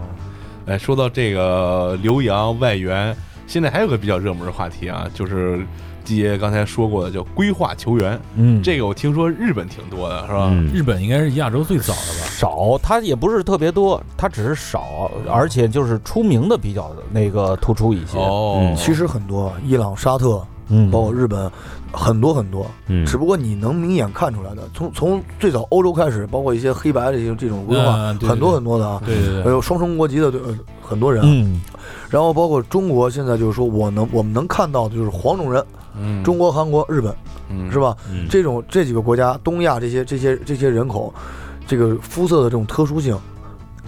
Speaker 2: 哎，说到这个留洋外援，现在还有个比较热门的话题啊，就是季爷刚才说过的，叫规划球员。
Speaker 5: 嗯
Speaker 2: 这个我听说日本挺多的，是吧？
Speaker 5: 嗯
Speaker 3: 日本应该是亚洲最早的吧？
Speaker 4: 少，它也不是特别多，它只是少，而且就是出名的比较那个突出一些。
Speaker 2: 哦，
Speaker 5: 嗯
Speaker 6: 其实很多伊朗、沙特、
Speaker 4: 嗯
Speaker 6: 包括日本，很多很多。
Speaker 7: 嗯
Speaker 6: 只不过你能明眼看出来的，从从最早欧洲开始，包括一些黑白的这种这种文化，
Speaker 3: 嗯对
Speaker 6: 很多
Speaker 3: 对
Speaker 6: 很多的啊。
Speaker 3: 对对
Speaker 6: 还
Speaker 3: 对，
Speaker 6: 有双重国籍的对、呃很多人，
Speaker 4: 嗯
Speaker 6: 然后包括中国现在就是说，我能我们能看到的就是黄种人，
Speaker 2: 嗯
Speaker 6: 中国、韩国、日本
Speaker 2: 嗯
Speaker 6: 是吧？
Speaker 7: 嗯
Speaker 6: 这种这几个国家，东亚这些这些这些人口，这个肤色的这种特殊性，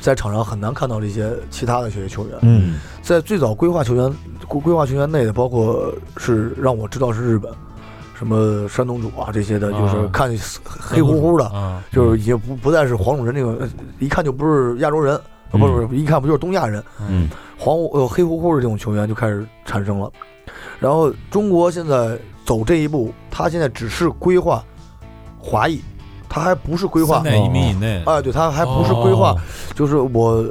Speaker 6: 在场上很难看到这些其他的这些球员。
Speaker 4: 嗯
Speaker 6: 在最早规划球员规规划球员内的，包括是让我知道是日本，什么山东主啊这些的，
Speaker 3: 啊
Speaker 6: 就是看黑乎乎的，
Speaker 3: 啊，
Speaker 7: 嗯
Speaker 6: 就是已经不不再是黄种人那种，呃一看就不是亚洲人，呃
Speaker 7: 嗯
Speaker 6: 不是不是一看不就是东亚人，
Speaker 7: 嗯，
Speaker 6: 黄乎呃黑乎乎的这种球员就开始产生了。然后中国现在走这一步，他现在只是规划华裔，他还不是规划
Speaker 3: 三代一米以内，
Speaker 6: 哎，对，他还不是规划，
Speaker 3: 哦
Speaker 6: 就是我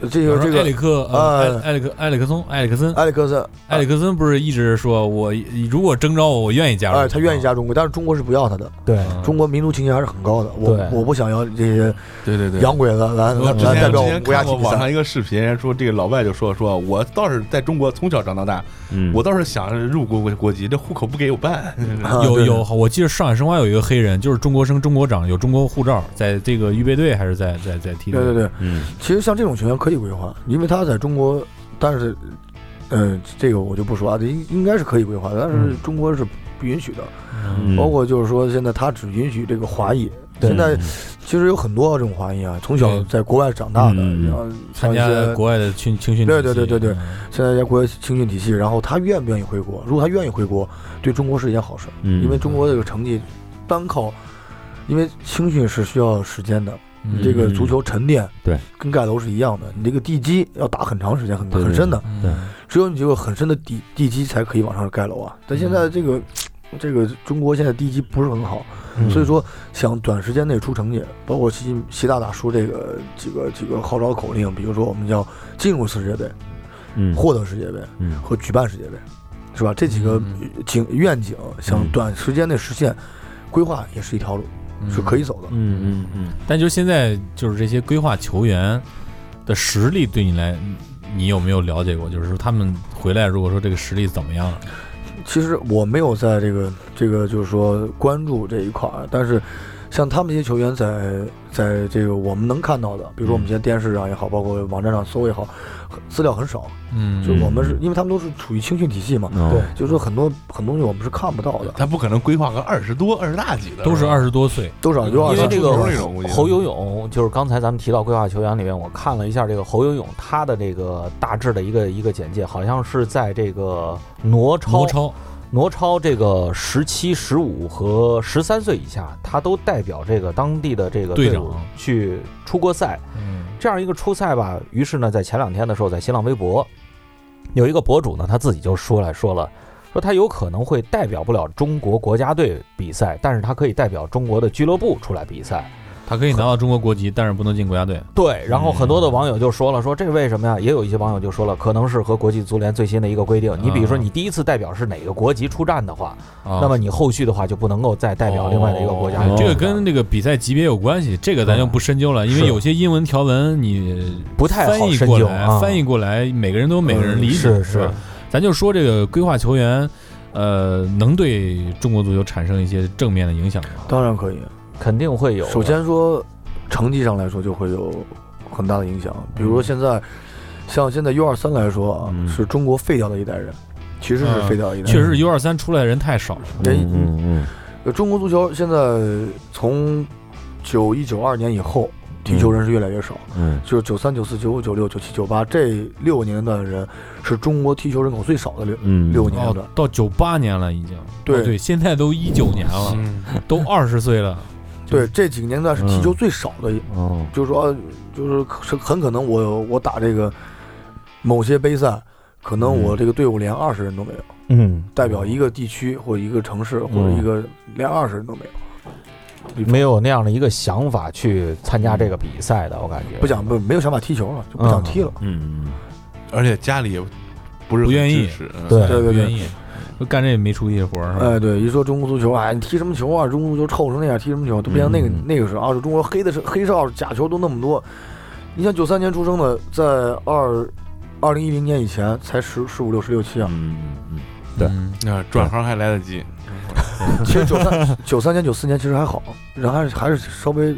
Speaker 6: 呃这
Speaker 3: 比
Speaker 6: 个
Speaker 3: 如
Speaker 6: 这
Speaker 3: 说
Speaker 6: 个
Speaker 3: 埃里克，呃
Speaker 6: 呃
Speaker 3: 埃里埃里克，埃里克松，埃里克森，
Speaker 6: 埃里克森，
Speaker 3: 埃里克森不是一直说我如果征召我，我愿意加入，
Speaker 6: 哎，他愿意，加中国，但是中国是不要他的。
Speaker 4: 对
Speaker 3: 嗯
Speaker 6: 中国民族情结还是很高的，我
Speaker 4: 对
Speaker 6: 我不想要这些
Speaker 2: 对对对。
Speaker 6: 洋鬼子来
Speaker 2: 我
Speaker 6: 来
Speaker 2: 之
Speaker 6: 来代表
Speaker 2: 前之
Speaker 6: 我们
Speaker 2: 前
Speaker 6: 国家
Speaker 2: 看过
Speaker 6: 去比
Speaker 2: 网上
Speaker 6: 赛。
Speaker 2: 一个视频，说这个老外就说说，我倒是在中国从小长到大，
Speaker 7: 嗯
Speaker 2: 我倒是想入国国籍，这户口不给我办。
Speaker 6: 啊
Speaker 3: 有
Speaker 6: 对
Speaker 3: 有，我记得上海申花有一个黑人，就是中国生中国长，有中国护照，在这个预备队还是在在在踢
Speaker 6: 对对
Speaker 3: 队，
Speaker 6: 对，
Speaker 7: 嗯
Speaker 6: 其实像这种球员可以规划，因为他在中国，但是，嗯，这个我就不说啊，这应应该是可以规划，但是中国是不允许的。
Speaker 3: 嗯
Speaker 6: 包括就是说，现在他只允许这个华裔。
Speaker 4: 对
Speaker 6: 现在其实有很多这种华裔啊，从
Speaker 3: 对
Speaker 6: 小在国外长大的，
Speaker 7: 嗯嗯嗯
Speaker 6: 然后像
Speaker 3: 参
Speaker 6: 一
Speaker 3: 加
Speaker 6: 些
Speaker 3: 国外的青青训体
Speaker 6: 对
Speaker 3: 系，
Speaker 6: 对对对对
Speaker 3: 嗯，
Speaker 6: 现在在国外青训体系，然后他愿不愿意回国？如果他愿意回国，对中国是一件好事。
Speaker 7: 嗯
Speaker 6: 因为中国这个成绩单靠，因为青训是需要时间的，
Speaker 3: 嗯
Speaker 6: 你这个足球沉淀，
Speaker 7: 嗯对，
Speaker 6: 跟盖楼是一样的，你这个地基要打很长时间，很
Speaker 7: 对对
Speaker 6: 很深的，
Speaker 3: 嗯
Speaker 7: 对
Speaker 6: 只有你这个很深的底地基才可以往上盖楼啊。
Speaker 7: 嗯
Speaker 6: 但现在这个。这个中国现在地基不是很好，
Speaker 7: 嗯
Speaker 6: 所以说想短时间内出成绩，包括习习大大说这个几个几个号召口令，比如说我们要进入世界杯，
Speaker 7: 嗯
Speaker 6: 获得世界杯
Speaker 7: 嗯
Speaker 6: 和举办世界杯，是吧？这几个
Speaker 3: 嗯
Speaker 6: 景愿景想
Speaker 7: 嗯
Speaker 6: 短时间内实现，规划也是一条路，是可以走的。
Speaker 7: 嗯嗯嗯
Speaker 3: 但就现在就是这些规划球员的实力，对你来，你有没有了解过？就是说他们回来，如果说这个实力怎么样了？
Speaker 6: 其实我没有在这个这个就是说关注这一块儿，但是像他们这些球员在在这个我们能看到的，比如说我们现在电视上也好，包括网站上搜也好，很资料很少。
Speaker 3: 嗯
Speaker 6: 就我们是因为他们都是处于青训体系
Speaker 4: 嗯
Speaker 6: 嘛，
Speaker 7: 哦
Speaker 6: 对，就是说很多很多东西我们是看不到的，
Speaker 2: 他不可能规划个二十多、二十大几的，
Speaker 3: 嗯都是
Speaker 2: 吧
Speaker 3: 二十多岁，
Speaker 6: 多少有
Speaker 4: 因
Speaker 6: 点
Speaker 4: 为
Speaker 6: 像
Speaker 4: 这
Speaker 2: 出球那种估
Speaker 4: 个
Speaker 2: 计
Speaker 4: 侯游泳，就是刚才咱们提到规划球员里面，我看了一下这个侯游泳他的这个大致的一个一个简介，好像是在这个挪
Speaker 3: 超
Speaker 4: 超
Speaker 3: 超，
Speaker 4: 挪超这个十七、十五和十三岁以下，他都代表这个当地的这个
Speaker 3: 队
Speaker 4: 队伍
Speaker 3: 长
Speaker 4: 去出国赛。
Speaker 3: 嗯
Speaker 4: 这样一个初赛吧，于是呢，在前两天的时候，在新浪微博有一个博主呢，他自己就说来说了，说他有可能会代表不了中国国家队比赛，但是他可以代表中国的俱乐部出来比赛。
Speaker 3: 他可以拿到中国国籍，但是不能进国家队。
Speaker 4: 对，然后很多的网友就
Speaker 3: 嗯
Speaker 4: 说了，说这为什么呀？也有一些网友就说了，可能是和国际足联最新的一个规定，你比如说
Speaker 3: 啊
Speaker 4: 你第一次代表是哪个国籍出战的话，
Speaker 3: 啊
Speaker 4: 那么你后续的话就不能够再代表另外的一个国家
Speaker 3: 哦
Speaker 4: 去出战。
Speaker 3: 这个跟那个比赛级别有关系，这个咱就不深究了，因为
Speaker 4: 是
Speaker 3: 有些英文条文你呃
Speaker 4: 不太
Speaker 3: 翻
Speaker 4: 好
Speaker 3: 译
Speaker 4: 深
Speaker 3: 过
Speaker 4: 究
Speaker 3: 来，
Speaker 4: 啊，
Speaker 3: 翻译过来，每个人都有每个人理解，
Speaker 4: 是
Speaker 3: 是
Speaker 4: 是
Speaker 3: 吧，咱就说这个规划球员，呃，能对中国足球产生一些正面的影响吗？
Speaker 6: 当然可以。
Speaker 4: 肯定会有的。啊
Speaker 6: 首先说成绩上来说就会有很大的影响，比
Speaker 4: 嗯
Speaker 6: 如说现在像现在 U 二三来说啊，
Speaker 7: 嗯
Speaker 6: 是中国废掉的一代人，其实是
Speaker 3: 嗯
Speaker 6: 废掉的一代人。
Speaker 3: 确实，U 二三出来的人太少了。
Speaker 6: 人、
Speaker 7: 嗯
Speaker 6: 呃中国足球现在从九一九二年以后，踢球人是越来越少。
Speaker 7: 嗯
Speaker 6: 就是九三、九四、九五、九六、九七、九八这六年的人，是中国踢球人口最少的六
Speaker 7: 嗯
Speaker 6: 六年
Speaker 3: 哦
Speaker 6: 的。，
Speaker 3: 到九八年了已经。
Speaker 6: 对
Speaker 3: 哦对，现在都一九年了，
Speaker 2: 嗯
Speaker 3: 都二十岁了。
Speaker 6: 对，这几个年代是踢球最少的，
Speaker 7: 哦
Speaker 6: 就是说，就是可很可能我我打这个某些杯赛，可能
Speaker 7: 嗯
Speaker 6: 我这个队伍连二十人都没有，
Speaker 4: 嗯，
Speaker 6: 代
Speaker 7: 哦
Speaker 6: 表一个地区或一个城市或者一
Speaker 7: 嗯
Speaker 6: 个连二十人都没有。
Speaker 7: 哦
Speaker 4: 没有那样的一个想法去参加这个比赛的，我感觉
Speaker 6: 嗯不想不没有想法踢球了，就不想踢了。
Speaker 7: 嗯
Speaker 2: 而且家里也不是
Speaker 3: 不愿意
Speaker 2: 很支持，嗯
Speaker 4: 对
Speaker 6: 对对
Speaker 3: 不愿
Speaker 6: 对，
Speaker 3: 意，就干这也没出息的活儿是吧？
Speaker 6: 哎对，一说中国足球，哎，你踢什么球啊？中国足球臭成那样，踢什么球？都变成那个
Speaker 7: 嗯
Speaker 6: 那个时候啊，就中国黑的是黑哨假球都那么多。你像九三年出生 的，在二二零一零年以前才十十五六十六七啊，
Speaker 7: 嗯
Speaker 4: 对
Speaker 7: 嗯
Speaker 2: 那转行还来得及。
Speaker 6: 其实九三九三年、九四年其实还好，然后还是还是稍微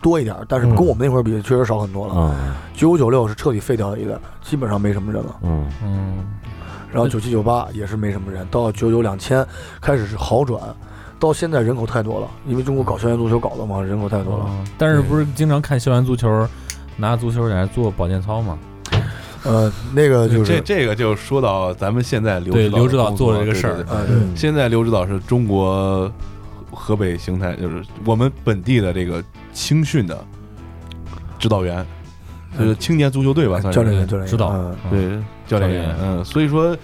Speaker 6: 多一点儿，但是跟我们那会儿比，确实少很
Speaker 5: 嗯
Speaker 6: 多了。
Speaker 7: 啊
Speaker 6: 九五九六是彻底废掉一个，基本上没什么人了。
Speaker 7: 嗯
Speaker 3: 嗯，
Speaker 6: 然后九七九八也是没什么人，到九九两千开始是好转，到现在人口太多了，因为中国搞校园足球搞的嘛，人口太多
Speaker 7: 哦
Speaker 6: 了。
Speaker 3: 但是不是经常看校园足球，拿足球在那做保健操嘛？
Speaker 6: 呃，那个就
Speaker 2: 这
Speaker 6: 是
Speaker 2: 这个就说到咱们现在刘
Speaker 3: 对
Speaker 2: 指导
Speaker 3: 刘指导
Speaker 2: 工
Speaker 3: 做
Speaker 2: 作
Speaker 3: 的这个
Speaker 2: 对
Speaker 3: 事儿嗯
Speaker 2: 对对
Speaker 6: 呃，
Speaker 2: 现在刘指导是中国河北邢台，就是我们本地的这个青训的指导员，
Speaker 3: 嗯
Speaker 2: 就是青年足球队吧，算
Speaker 6: 教
Speaker 2: 是
Speaker 6: 练员，教练员
Speaker 3: 指导
Speaker 6: 嗯
Speaker 2: 对教练员。嗯，所以说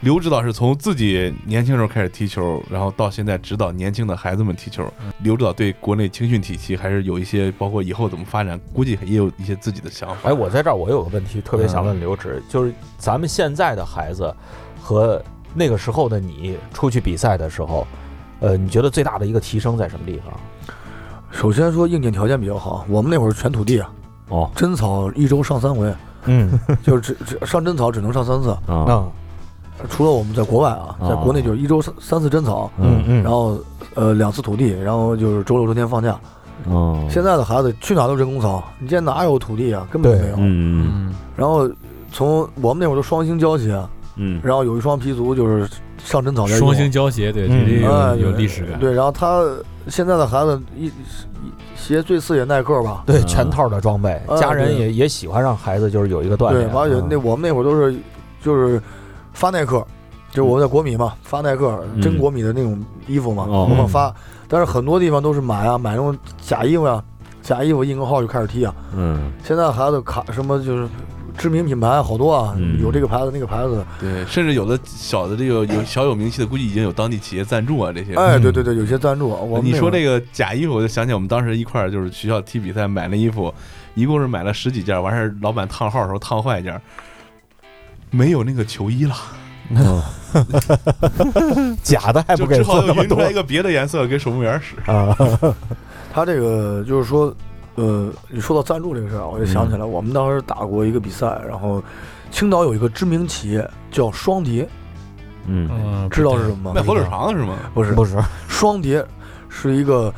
Speaker 2: 刘指导是从自己年轻时候开始踢球，然后到现在指导年轻的孩子们踢球。刘指导对国内青训体系还是有一些，包括以后怎么发展，估计也有一些自己的想法。
Speaker 4: 哎，我在这儿我有个问题，特别
Speaker 6: 嗯
Speaker 4: 想问刘指，就是咱们现在的孩子和那个时候的你出去比赛的时候，呃，你觉得最大的一个提升在什么地 方？
Speaker 6: 首先说硬件条件比较好，我们那会儿全土地啊，
Speaker 7: 哦，
Speaker 6: 真草一周上三回，
Speaker 4: 嗯
Speaker 6: 就是只只上真草只能上三次，
Speaker 7: 啊
Speaker 4: 啊
Speaker 6: 除了我们在国外啊，在国内
Speaker 3: 哦
Speaker 6: 就是一周三三次真草，
Speaker 7: 嗯
Speaker 4: 嗯
Speaker 6: 然后呃两次土地，然后就是周六周天放假。
Speaker 7: 哦，
Speaker 6: 嗯现在的孩子去哪都人工草，你现在哪有土地啊？根本就没有。
Speaker 7: 嗯
Speaker 3: 嗯，
Speaker 6: 然后从我们那会儿都双星胶鞋，
Speaker 7: 嗯
Speaker 6: 然后有一双皮足就是上真草在用
Speaker 3: 嗯双星胶鞋，
Speaker 7: 嗯
Speaker 3: 对，这这
Speaker 6: 哎
Speaker 3: 有
Speaker 6: 对
Speaker 3: 有历史感。
Speaker 6: 对，然后他现在的孩子一一鞋最次也耐克吧，
Speaker 4: 对，全套的装备，
Speaker 6: 嗯啊
Speaker 4: 家人
Speaker 6: 对
Speaker 4: 也也喜欢让孩子就是有一个
Speaker 7: 啊
Speaker 4: 锻
Speaker 6: 对，
Speaker 4: 炼。
Speaker 6: 完了有
Speaker 4: 嗯
Speaker 6: 那我们那会儿都是就是发耐克，就是我们在国米嘛，发耐克
Speaker 7: 嗯
Speaker 6: 真国米的那种衣服嘛，
Speaker 7: 哦
Speaker 6: 我们发，但是很多地方都是买啊，买那种假衣服呀、假衣服印个号就开始踢啊。
Speaker 7: 嗯
Speaker 6: 现在孩子卡什么就是知名品牌好多啊，
Speaker 7: 嗯
Speaker 6: 有这个牌子那个牌子的，
Speaker 2: 对，甚至有的小的这个有小有名气的，估计已经有当地企业赞助啊，这些。
Speaker 6: 哎，对
Speaker 7: 嗯
Speaker 6: 对对，有些赞助啊。我们
Speaker 2: 你说
Speaker 6: 那
Speaker 2: 这个假衣服，我就想起我们当时一块儿就是学校踢比赛买那衣服，一共是买了十几件，完事儿老板烫号的时候烫坏一件，没有那个球衣了，
Speaker 7: 哦
Speaker 4: 假的还
Speaker 2: 就
Speaker 4: 不
Speaker 2: 只
Speaker 4: 给
Speaker 2: 好
Speaker 4: 做
Speaker 2: 又
Speaker 4: 那么
Speaker 2: 匀出
Speaker 4: 多
Speaker 2: 来一个别的颜色给守门员使。
Speaker 4: 啊，
Speaker 6: 会儿 他这个就是说，呃，你说到赞助这个事儿啊，我就想起
Speaker 7: 嗯
Speaker 6: 来我们当时打过一个比赛，然后青岛有一个知名企业叫双蝶，
Speaker 7: 嗯
Speaker 3: 嗯，
Speaker 6: 知道是什么吗？
Speaker 2: 卖火腿肠的是吗？
Speaker 6: 不是
Speaker 4: 不是
Speaker 6: 双蝶是一个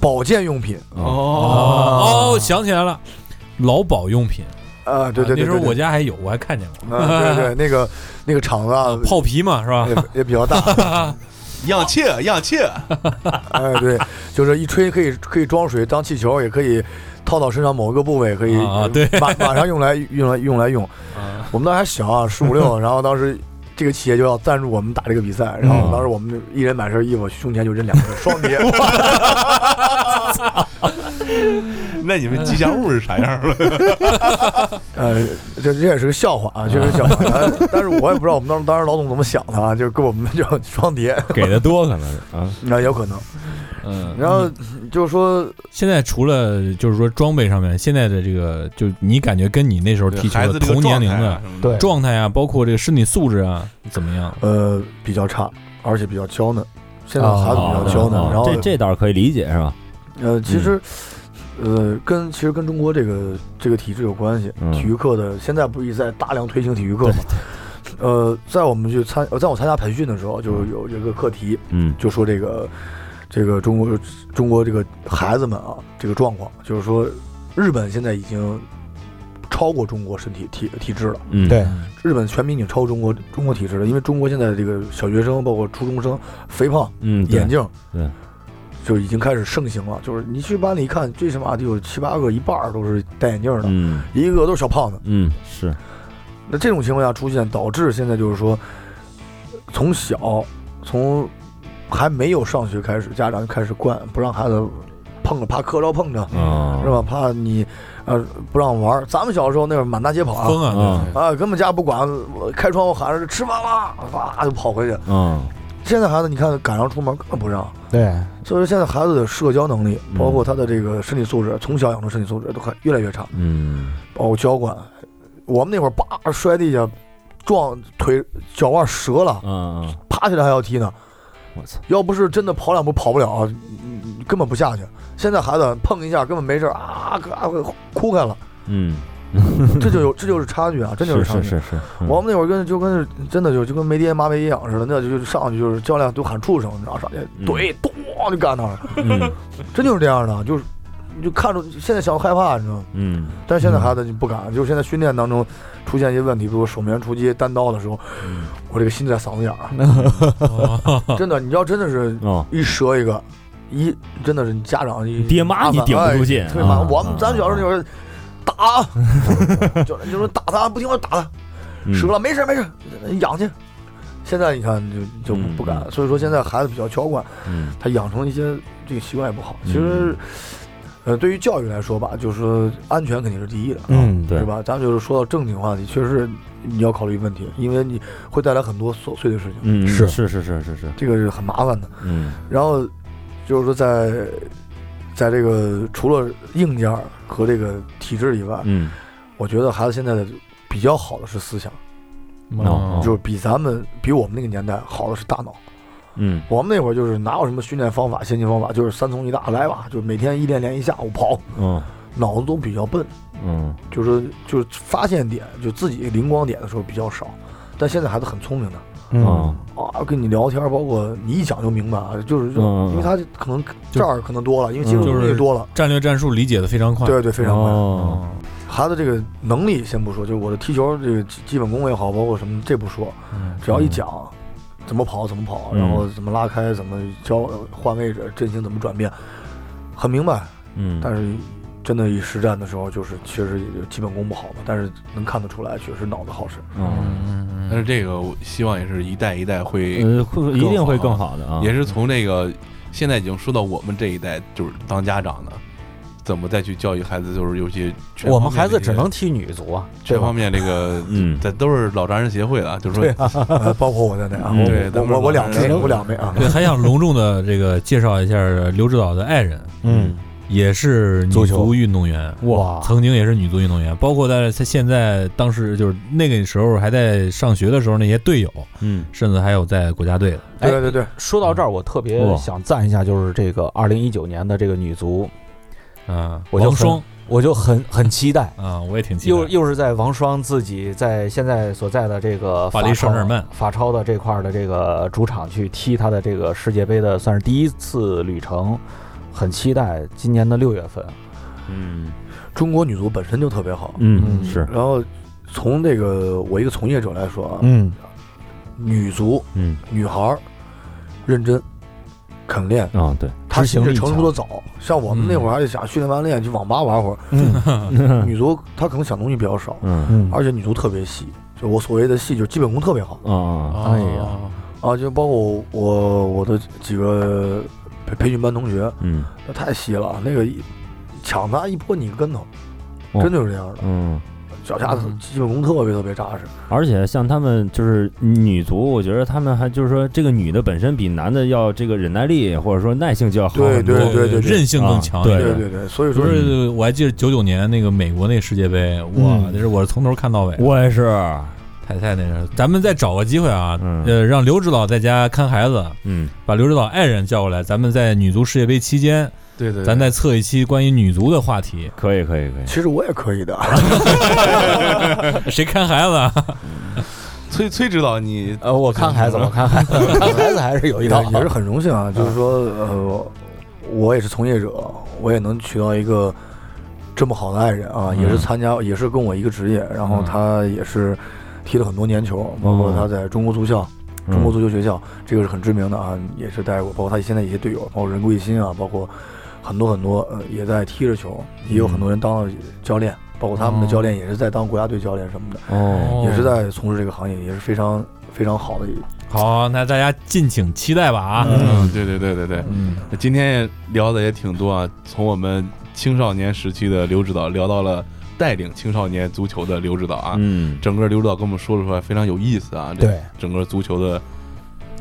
Speaker 6: 保健用品
Speaker 3: 哦
Speaker 4: 哦
Speaker 3: 哦，想起来了，劳保用品。
Speaker 6: 啊，对对对，
Speaker 3: 那时候
Speaker 6: 对
Speaker 3: 我家还有，我还看见过。
Speaker 6: 对啊，对对，那个那个厂子啊，
Speaker 3: 泡皮嘛，是吧？
Speaker 6: 也也比较大，
Speaker 2: 样切样切，
Speaker 6: 哎，对，就是一吹可以可以装水当气球，也可以套到身上某一个部位，可以
Speaker 3: 啊啊对
Speaker 6: 马马上用来用来用来用。
Speaker 3: 啊
Speaker 6: 我们当时还小啊，十五 六，然后当时。这个企业就要赞助我们打这个比赛，然后
Speaker 7: 嗯
Speaker 6: 当时我们就一人买身衣服，胸前就扔两个双 蝶，
Speaker 2: 那你们吉祥物是啥样 的？
Speaker 6: 呃，这这也是个笑话啊，确实笑话。然后但是我也不知道我们当时当时老总怎么想的啊，就是给我们叫 双碟，
Speaker 7: 给的多可能是啊，
Speaker 6: 那有可能。
Speaker 3: 嗯，
Speaker 6: 然后就是说，
Speaker 3: 现在除了就是说装备上面，现在的这个就你感觉跟你那时候踢球
Speaker 2: 孩
Speaker 3: 的
Speaker 2: 子这
Speaker 3: 同
Speaker 2: 个
Speaker 3: 年
Speaker 2: 状
Speaker 3: 龄
Speaker 2: 态啊
Speaker 3: 的
Speaker 2: 什么的，
Speaker 4: 对
Speaker 3: 状态啊，包括这个身体素质啊，怎么样？
Speaker 6: 呃，比较差，而且比较娇嫩。现在孩子比较娇嫩，
Speaker 7: 哦嗯
Speaker 6: 然后
Speaker 7: 这这倒是可以理解是吧？
Speaker 6: 呃，其实。呃，跟其实跟中国这个这个体制有关系
Speaker 7: 嗯。
Speaker 6: 体育课的现在不是一直在大量推行体育课嘛？呃，在我们去参，呃，在我参加培训的时候，就是有有一个课题，
Speaker 7: 嗯
Speaker 6: 就说这个这个中国中国这个孩子们啊，这个状况，就是说日本现在已经超过中国身体体体制了，
Speaker 7: 嗯
Speaker 4: 对
Speaker 6: 日本全民已经超中国中国体制了，因为中国现在这个小学生包括初中生肥胖、
Speaker 7: 嗯对
Speaker 6: 眼镜，
Speaker 7: 对。
Speaker 6: 就已经开始盛行了，就是你去班里一看，最起码得有七八个，一半儿都是戴眼镜的，
Speaker 7: 嗯
Speaker 6: 一个个都是小胖子。
Speaker 7: 嗯是
Speaker 6: 那这种情况下出现，导致现在就是说，从小从还没有上学开始，家长就开始惯，不让孩子碰着，怕磕着碰着，
Speaker 7: 啊
Speaker 6: 嗯是吧？怕你呃不让玩儿。咱们小时候那会儿满大街跑
Speaker 3: 疯
Speaker 6: 啊，
Speaker 3: 啊，对
Speaker 6: 啊根本家不管，我开窗户喊着吃饭啦，哇就跑回去。
Speaker 7: 啊
Speaker 6: 现在孩子你看赶上出门根本不让，
Speaker 4: 对，
Speaker 6: 所以说现在孩子的社交能力，
Speaker 7: 嗯
Speaker 6: 包括他的这个身体素质，从小养成身体素质都很越来越差，
Speaker 7: 嗯
Speaker 6: 包括交管。我们那会儿叭摔地下，撞腿脚腕折了，
Speaker 7: 啊啊
Speaker 6: 爬起来还要踢呢。
Speaker 7: 我操
Speaker 6: 要不是真的跑两步跑不了， 嗯根本不下去。现在孩子碰一下根本没事儿啊，啊哭开了。
Speaker 7: 嗯
Speaker 6: 这就有这就是差距啊，真就是差距。
Speaker 7: 是是是，嗯
Speaker 6: 我们那会儿跟就跟真的就就跟没爹妈没营养似的，那就就上去就是教练就喊畜生，你知道上去
Speaker 7: 嗯
Speaker 6: 怼咚就干他了，
Speaker 7: 嗯
Speaker 6: 真就是这样的，啊就是你就看着现在小孩害怕，你知道吗？
Speaker 7: 嗯
Speaker 6: 但是现在孩子你不敢，就是现在训练当中出现一些问题，比如手棉出击、单刀的时候，
Speaker 7: 嗯
Speaker 6: 我这个心在嗓子眼 儿，
Speaker 7: 啊
Speaker 3: 哦
Speaker 6: 真的，你要真的是
Speaker 7: 哦，
Speaker 6: 一折一个，一真的是你家长一
Speaker 7: 爹妈你顶不住劲
Speaker 6: 哎特别麻
Speaker 7: 啊
Speaker 6: 烦。我们咱小时候那会儿打， 就就说打他，不听话就打他。
Speaker 7: 嗯
Speaker 6: 折了，没事没事，养去。现在你看就就
Speaker 7: 嗯
Speaker 6: 不敢，
Speaker 7: 嗯
Speaker 6: 所以说现在孩子比较娇惯，
Speaker 7: 嗯
Speaker 6: 他养成一些这个习惯也不好。
Speaker 7: 嗯
Speaker 6: 其实，呃，对于教育来说吧，就是说安全肯定是第一的，
Speaker 4: 嗯
Speaker 7: 对
Speaker 6: 对吧？咱们就是说到正经话题，确实你要考虑问题，因为你会带来很多琐碎的事情，
Speaker 7: 嗯
Speaker 4: 是
Speaker 7: 是是是是是，
Speaker 6: 这个是很麻烦的。
Speaker 7: 嗯
Speaker 6: 然后就是说在在这个除了硬件儿和这个体制以外，
Speaker 7: 嗯
Speaker 6: 我觉得孩子现在的比较好的是思想，
Speaker 7: 哦
Speaker 3: 嗯
Speaker 6: 就是比咱们比我们那个年代好的是大脑。
Speaker 7: 嗯
Speaker 6: 我们那会儿就是哪有什么训练方法、先进方法，就是三从一大来吧，就是每天一练练一下午跑，
Speaker 7: 嗯
Speaker 6: 脑子都比较笨，
Speaker 7: 嗯
Speaker 6: 就是就是发现点就自己灵光点的时候比较少。但现在孩子很聪明的
Speaker 4: 嗯
Speaker 7: 哦
Speaker 6: 啊，跟你聊天，包括你一讲就明白，啊，就是就
Speaker 7: 嗯嗯嗯嗯
Speaker 6: 因为他可能这儿可能多了，因为接触
Speaker 3: 就
Speaker 6: 东西
Speaker 3: 是
Speaker 6: 多了，
Speaker 3: 战略战术理解的非常快，
Speaker 6: 对对，非常快。
Speaker 7: 哦
Speaker 6: 孩子这个能力先不说，就是我的踢球这个基基本功也好，包括什么这不说，
Speaker 3: 嗯
Speaker 6: 只要一讲怎么跑怎么跑，
Speaker 7: 嗯
Speaker 6: 然后怎么拉开，怎么交呃换位置，阵型怎么转变，很明白。
Speaker 7: 嗯，
Speaker 6: 但是真的一实战的时候，就是确实也就基本功不好嘛，但是能看得出来，确实脑子 好使。
Speaker 7: 嗯
Speaker 3: 嗯
Speaker 2: 但是这个我希望也是一代一代会，
Speaker 4: 嗯
Speaker 7: 呃会一定会更好的啊，
Speaker 2: 也是从那个现在已经说到我们这一代，就是当家长的，怎么再去教育孩子，就是尤其
Speaker 6: 嗯
Speaker 2: 全
Speaker 4: 我
Speaker 2: 方面
Speaker 4: 们孩子
Speaker 2: 这
Speaker 4: 只
Speaker 2: 些
Speaker 4: 能踢女足啊，
Speaker 2: 这
Speaker 4: 对
Speaker 2: 方
Speaker 4: 吧？
Speaker 2: 面这个，
Speaker 7: 嗯
Speaker 2: 这都是老丈人协会的，啊，就是说
Speaker 6: 呃包括我在内啊，
Speaker 7: 嗯
Speaker 2: 对
Speaker 6: 我
Speaker 2: 咱
Speaker 6: 我
Speaker 2: 们
Speaker 6: 我我两
Speaker 2: 只
Speaker 6: 枚，
Speaker 2: 能
Speaker 6: 我两枚 啊。
Speaker 3: 对，还想隆重的这个介绍一下刘指导的爱人，
Speaker 4: 嗯，
Speaker 3: 也是女
Speaker 4: 足球
Speaker 3: 足运动员，
Speaker 4: 哇
Speaker 3: 曾经也是女足运动员，包括在他现在当时就是那个时候还在上学的时候那些队友，
Speaker 7: 嗯
Speaker 3: 甚至还有在国家队的，
Speaker 4: 哎
Speaker 6: 对对对，
Speaker 4: 说到这儿，我特别
Speaker 7: 哇
Speaker 4: 想赞一下，就是这个二零一九年的这个女足，
Speaker 3: 啊，
Speaker 4: 我就
Speaker 3: 王
Speaker 4: 很
Speaker 3: 双
Speaker 4: 我就很很期待。
Speaker 3: 啊，我也挺期待
Speaker 4: 又又是在王霜自己在现在所在的这个
Speaker 3: 巴黎
Speaker 4: 超
Speaker 3: 圣日耳曼
Speaker 4: 法超的这块儿的这个主场去踢他的这个世界杯的，算是第一次旅程，很期待今年的六月份。
Speaker 7: 嗯
Speaker 6: 中国女足本身就特别好，
Speaker 7: 嗯是
Speaker 6: 然后从这个我一个从业者来说啊，
Speaker 4: 嗯，
Speaker 6: 女足
Speaker 7: 嗯
Speaker 6: 女孩儿认真肯练。
Speaker 7: 啊对，
Speaker 6: 他心智成熟
Speaker 4: 执行
Speaker 6: 的早，像我们那会儿还得想训练完练去网吧玩会儿。
Speaker 5: 嗯
Speaker 6: 女足她可能想东西比较少，
Speaker 7: 嗯
Speaker 4: 嗯，
Speaker 6: 而且女足特别细，就我所谓的细，就是基本功特别好
Speaker 7: 啊
Speaker 4: 哎呀，
Speaker 6: 啊。就包括我我我的几个培培训班同学，
Speaker 7: 嗯
Speaker 6: 那太细了，那个一抢他一拨你一跟头，
Speaker 7: 哦
Speaker 6: 真就是这样的。
Speaker 7: 嗯。
Speaker 6: 小家子
Speaker 3: 嗯
Speaker 6: 基本功特别特别扎实，
Speaker 7: 而且像他们就是女足，我觉得他们还就是说，这个女的本身比男的要这个忍耐力或者说耐性就要好很多。
Speaker 6: 对对对对
Speaker 3: 韧性更
Speaker 7: 啊
Speaker 3: 强，
Speaker 7: 对
Speaker 6: 对对对，所以
Speaker 3: 不
Speaker 6: 说
Speaker 3: 是，我还记得九九年那个美国那世界杯，哇，
Speaker 4: 嗯
Speaker 3: 那是我是从头看到尾，
Speaker 7: 我也是，
Speaker 3: 太太那是，咱们再找个机会啊，
Speaker 7: 嗯
Speaker 3: 呃，让刘指导在家看孩子，
Speaker 7: 嗯
Speaker 3: 把刘指导爱人叫过来，咱们在女足世界杯期间，
Speaker 2: 对对，对
Speaker 3: 咱再测一期关于女足的话题，
Speaker 7: 可以可以可以，
Speaker 6: 其实我也可以的，
Speaker 3: 谁看孩子啊？
Speaker 2: 崔崔指导你
Speaker 4: 呃，我看孩子，我看孩子，我看孩子还是有一
Speaker 6: 也
Speaker 4: 套。
Speaker 6: 也是很荣幸啊，就是说，呃，我也是从业者，我也能娶到一个这么好的爱人啊，
Speaker 7: 嗯
Speaker 6: 也是参加，也是跟我一个职业，然后
Speaker 7: 嗯
Speaker 6: 他也是踢了很多年球，包括他在中国足校、
Speaker 5: 嗯
Speaker 6: 中国足球学校，这个是很知名的啊，也是带过，包括他现在一些队友，包括任贵新啊，包括很多很多，呃，也在踢着球，也有很多人当了教练，包括他们的教练也是在当国家队教练什么的，
Speaker 7: 哦，
Speaker 6: 也是在从事这个行业，也是非常非常好的一。
Speaker 3: 好，那大家敬请期待吧啊！
Speaker 2: 嗯， 对对对对对，
Speaker 3: 嗯，
Speaker 2: 今天也聊的也挺多啊，从我们青少年时期的刘指导聊到了带领青少年足球的刘指导啊，
Speaker 7: 嗯
Speaker 2: 整个刘指导跟我们说了出来非常有意思啊，这
Speaker 4: 对，
Speaker 2: 整个足球的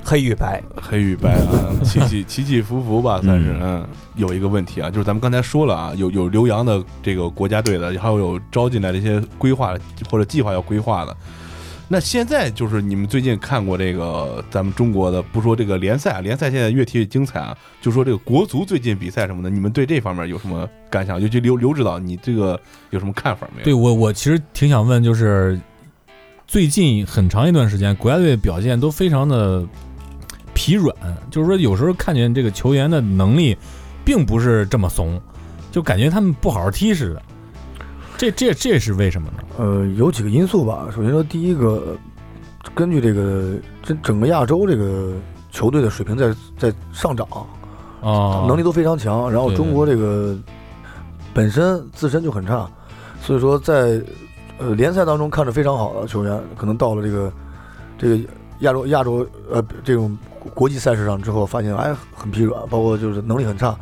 Speaker 4: 黑与白，
Speaker 2: 黑与白啊，起起起起伏伏吧，算是
Speaker 7: 嗯
Speaker 2: 嗯。有一个问题啊，就是咱们刚才说了啊，有有留洋的这个国家队的，还有有招进来的一些规划或者计划要规划的，那现在就是你们最近看过这个咱们中国的，不说这个联赛啊，联赛现在越踢越精彩啊，就说这个国足最近比赛什么的，你们对这方面有什么感想？尤其刘刘指导，你这个有什么看法没有？
Speaker 3: 对我，我其实挺想问，就是最近很长一段时间，国家队表现都非常的疲软，就是说有时候看见这个球员的能力，并不是这么怂，就感觉他们不好好踢似的。这这这是为什么呢？
Speaker 6: 呃，有几个因素吧。首先说，第一个，根据这个这整个亚洲这个球队的水平在在上涨，
Speaker 3: 啊，
Speaker 6: 能力都非常强。然后
Speaker 3: 对对
Speaker 6: 中国这个本身自身就很差，所以说在呃联赛当中看着非常好的球员，可能到了这个这个亚洲亚洲呃这种国际赛事上之后，发现哎很疲软，包括就是能力很差。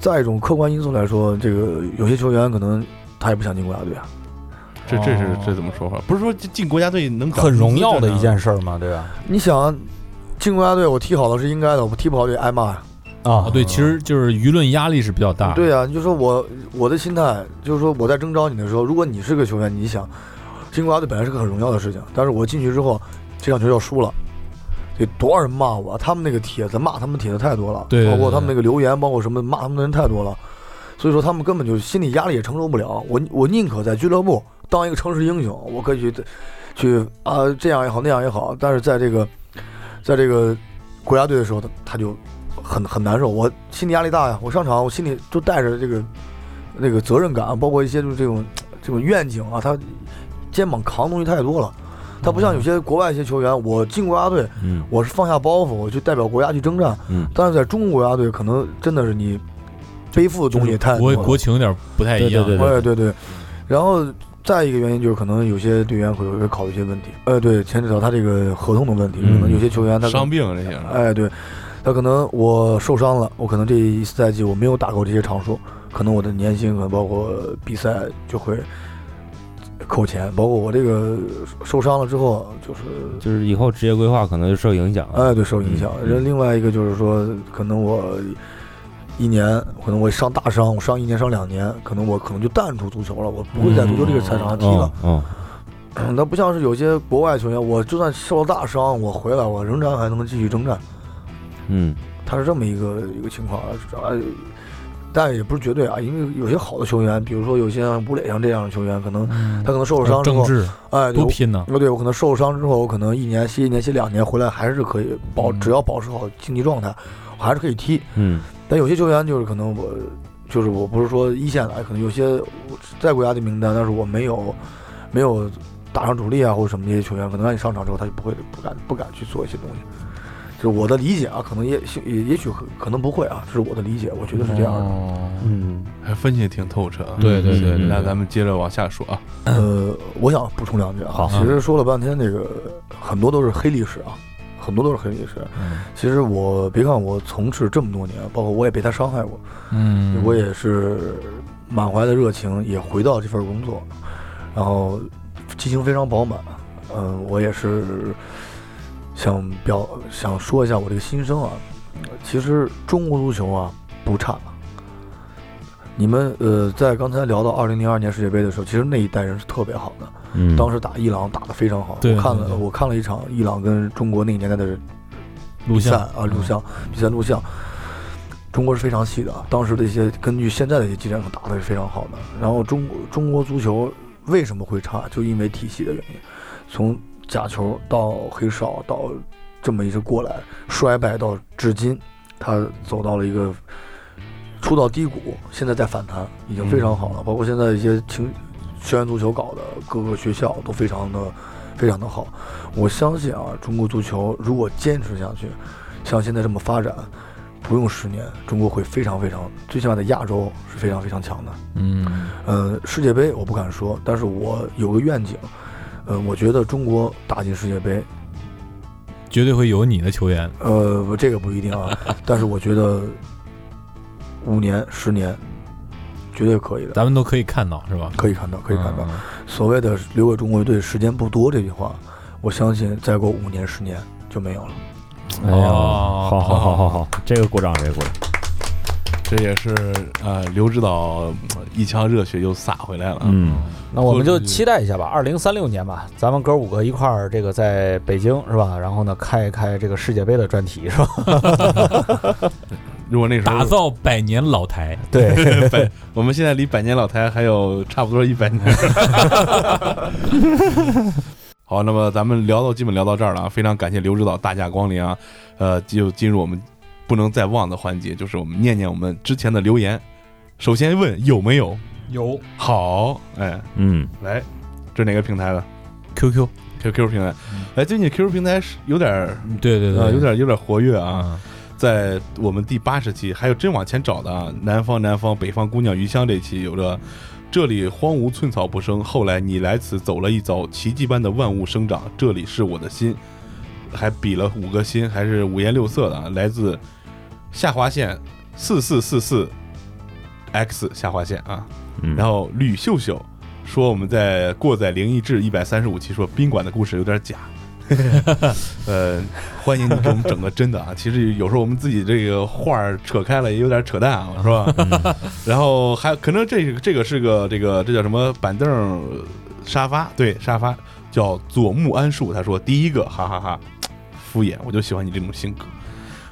Speaker 6: 再一种客观因素来说，这个有些球员可能他也不想进国家队啊。
Speaker 2: 这这是这怎么说法？不是说进国家队能
Speaker 4: 很荣耀的一
Speaker 2: 事。
Speaker 4: 件事儿嘛，对吧？
Speaker 6: 你想啊，进国家队我踢好了是应该的，我踢不好就挨骂呀。
Speaker 4: 啊
Speaker 3: 啊？对，其实就是舆论压力是比较大的。
Speaker 6: 对呀、你就说我我的心态就是说我在征召你的时候，如果你是个球员，你想进国家队本来是个很荣耀的事情，但是我进去之后，这场球要输了。得多少人骂我？啊他们那个帖子骂他们帖子太多了，
Speaker 3: 对对
Speaker 6: 包括
Speaker 3: 对
Speaker 6: 他们那个留言，包括什么骂他们的人太多了，所以说他们根本就心理压力也承受不了。我我宁可在俱乐部当一个城市英雄，我可以去去啊、这样也好那样也好，但是在这个在这个国家队的时候，他他就很很难受，我心理压力大呀，我上场我心里就带着这个那个责任感，啊包括一些就是这种这种愿景啊，他肩膀扛的东西太多了。他不像有些国外一些球员，我进国家队，
Speaker 7: 嗯
Speaker 6: 我是放下包袱，我去代表国家去征战。
Speaker 7: 嗯
Speaker 6: 但是在中国国家队，可能真的是你背负的东西太多
Speaker 3: 国
Speaker 6: 了。
Speaker 3: 国情有点不太一样。
Speaker 7: 对对
Speaker 6: 哎，对对。然后再一个原因就是，可能有些队员会会考虑一些问题。呃，对，牵扯到他这个合同的问题，可
Speaker 7: 嗯
Speaker 6: 能有些球员他可能
Speaker 2: 伤病啊这些，
Speaker 6: 哎，对，他可能我受伤了，我可能这一赛季我没有打够这些场数，可能我的年薪和包括比赛就会扣钱，包括我这个受伤了之后就是。
Speaker 7: 就是以后职业规划可能就受影响了。
Speaker 6: 哎，对，受影响。人另外一个就是说，可能我一年，可能我伤大伤，我伤一年伤两年，可能我可能就淡出足球了，我不会在足球这个赛场上踢了
Speaker 7: 哦。哦，
Speaker 6: 那不像是有些国外球员，我就算受了大伤，我回来我仍然还能继续征战。
Speaker 7: 嗯
Speaker 6: 他是这么一个一个情况啊，呃但也不是绝对啊，因为有些好的球员，比如说有些像吴磊啊像这样的球员，可能他可能受了伤之
Speaker 3: 呃政
Speaker 6: 后，
Speaker 3: 治
Speaker 6: 哎，对
Speaker 3: 多拼呢。
Speaker 6: 我对我可能受伤之后，我可能一年歇一年歇两年回来还是可以保，
Speaker 3: 嗯
Speaker 6: 只要保持好竞技状态，我还是可以踢。
Speaker 7: 嗯
Speaker 6: 但有些球员就是可能我就是我不是说一线来，可能有些我在国家队名单，但是我没有没有打上主力啊或者什么这些球员，可能让你上场之后他就不会不敢不敢去做一些东西。就是我的理解啊，可能也也也许可可能不会啊，这是我的理解，我觉得是这样的。
Speaker 4: 嗯，
Speaker 2: 还分析得挺透彻啊。
Speaker 3: 对对对
Speaker 2: 那
Speaker 3: 对，
Speaker 2: 咱们接着往下说啊。
Speaker 6: 呃，我想补充两句啊，
Speaker 3: 好
Speaker 6: 其实说了半天这个很多都是黑历史啊，很多都是黑历史。其实我别看我从事这么多年，包括我也被他伤害过，
Speaker 3: 嗯，
Speaker 6: 我也是满怀的热情，也回到这份工作，然后激情非常饱满。嗯、我也是想表想说一下我这个心声啊。其实中国足球啊不差，你们呃在刚才聊到二零零二年世界杯的时候，其实那一代人是特别好的，
Speaker 7: 嗯，
Speaker 6: 当时打伊朗打得非常好。
Speaker 3: 对
Speaker 6: 我看
Speaker 3: 对
Speaker 6: 了
Speaker 3: 对
Speaker 6: 我看了一场伊朗跟中国那个年代的
Speaker 3: 录
Speaker 6: 比赛
Speaker 3: 像
Speaker 6: 啊，录像比赛录像，中国是非常细的啊。当时的一些根据现在的一些技战术打的是非常好的。然后中国中国足球为什么会差，就因为体系的原因，从假球到黑哨到这么一直过来，衰败到至今，他走到了一个出到低谷，现在在反弹，已经非常好了。包括现在一些情校园足球搞的，各个学校都非常的非常的好。我相信啊，中国足球如果坚持下去，像现在这么发展，不用十年，中国会非常非常，最起码在亚洲是非常非常强的。
Speaker 3: 嗯
Speaker 6: 呃，世界杯我不敢说，但是我有个愿景，呃，我觉得中国打进世界杯，
Speaker 3: 绝对会有你的球员。
Speaker 6: 呃，我这个不一定 啊，但是我觉得五年、十年，绝对可以的，
Speaker 3: 咱们都可以看到，是吧？
Speaker 6: 可以看到，可以看到。
Speaker 3: 嗯。
Speaker 6: 所谓的留给中国队时间不多这句话，我相信再过五年、十年就没有了。哦
Speaker 2: 啊
Speaker 7: 哎呀，好好好好好，这个鼓掌，这个鼓掌。
Speaker 2: 这也是呃刘指导呃一腔热血又洒回来了。啊
Speaker 7: 嗯，
Speaker 4: 那我们就
Speaker 2: 或者是
Speaker 4: 期待一下吧，二零三六年吧，咱们哥五个一块儿这个在北京是吧？然后呢，开一开这个世界杯的专题是吧？
Speaker 2: 如果那时候
Speaker 3: 打造百年老台，
Speaker 4: 对，
Speaker 2: 百，我们现在离百年老台还有差不多一 百年。好，那么咱们聊到基本聊到这儿了啊，非常感谢刘指导大驾光临啊，呃，就进入我们不能再忘的环节，就是我们念念我们之前的留言。首先问有没有？
Speaker 3: 有
Speaker 2: 好，哎，
Speaker 7: 嗯，
Speaker 2: 来，这是哪个平台的
Speaker 3: QQ，
Speaker 2: ？QQ 平台。哎，最近 QQ 平台是有点儿
Speaker 3: 对对
Speaker 2: 呃
Speaker 3: 对，
Speaker 2: 有点有点活跃啊，
Speaker 3: 啊，
Speaker 2: 在我们第八十期，还有真往前找的啊，南方南方北方姑娘余香这期有着。这里荒芜寸草不生，后来你来此走了一遭，奇迹般的万物生长，这里是我的心，还比了五个心，还是五颜六色的啊，来自下划线四四四四 x 下划线啊，
Speaker 7: 嗯
Speaker 2: 然后吕秀秀说我们在过载灵异志一百三十五期说宾馆的故事有点假， 呃，欢迎你给我们整个真的啊！其实有时候我们自己这个话儿扯开了也有点扯淡啊，是吧？然后还可能这个这个是个这个这叫什么板凳呃沙发？对，沙发叫佐木安树。他说第一个，哈哈哈敷衍，我就喜欢你这种性格。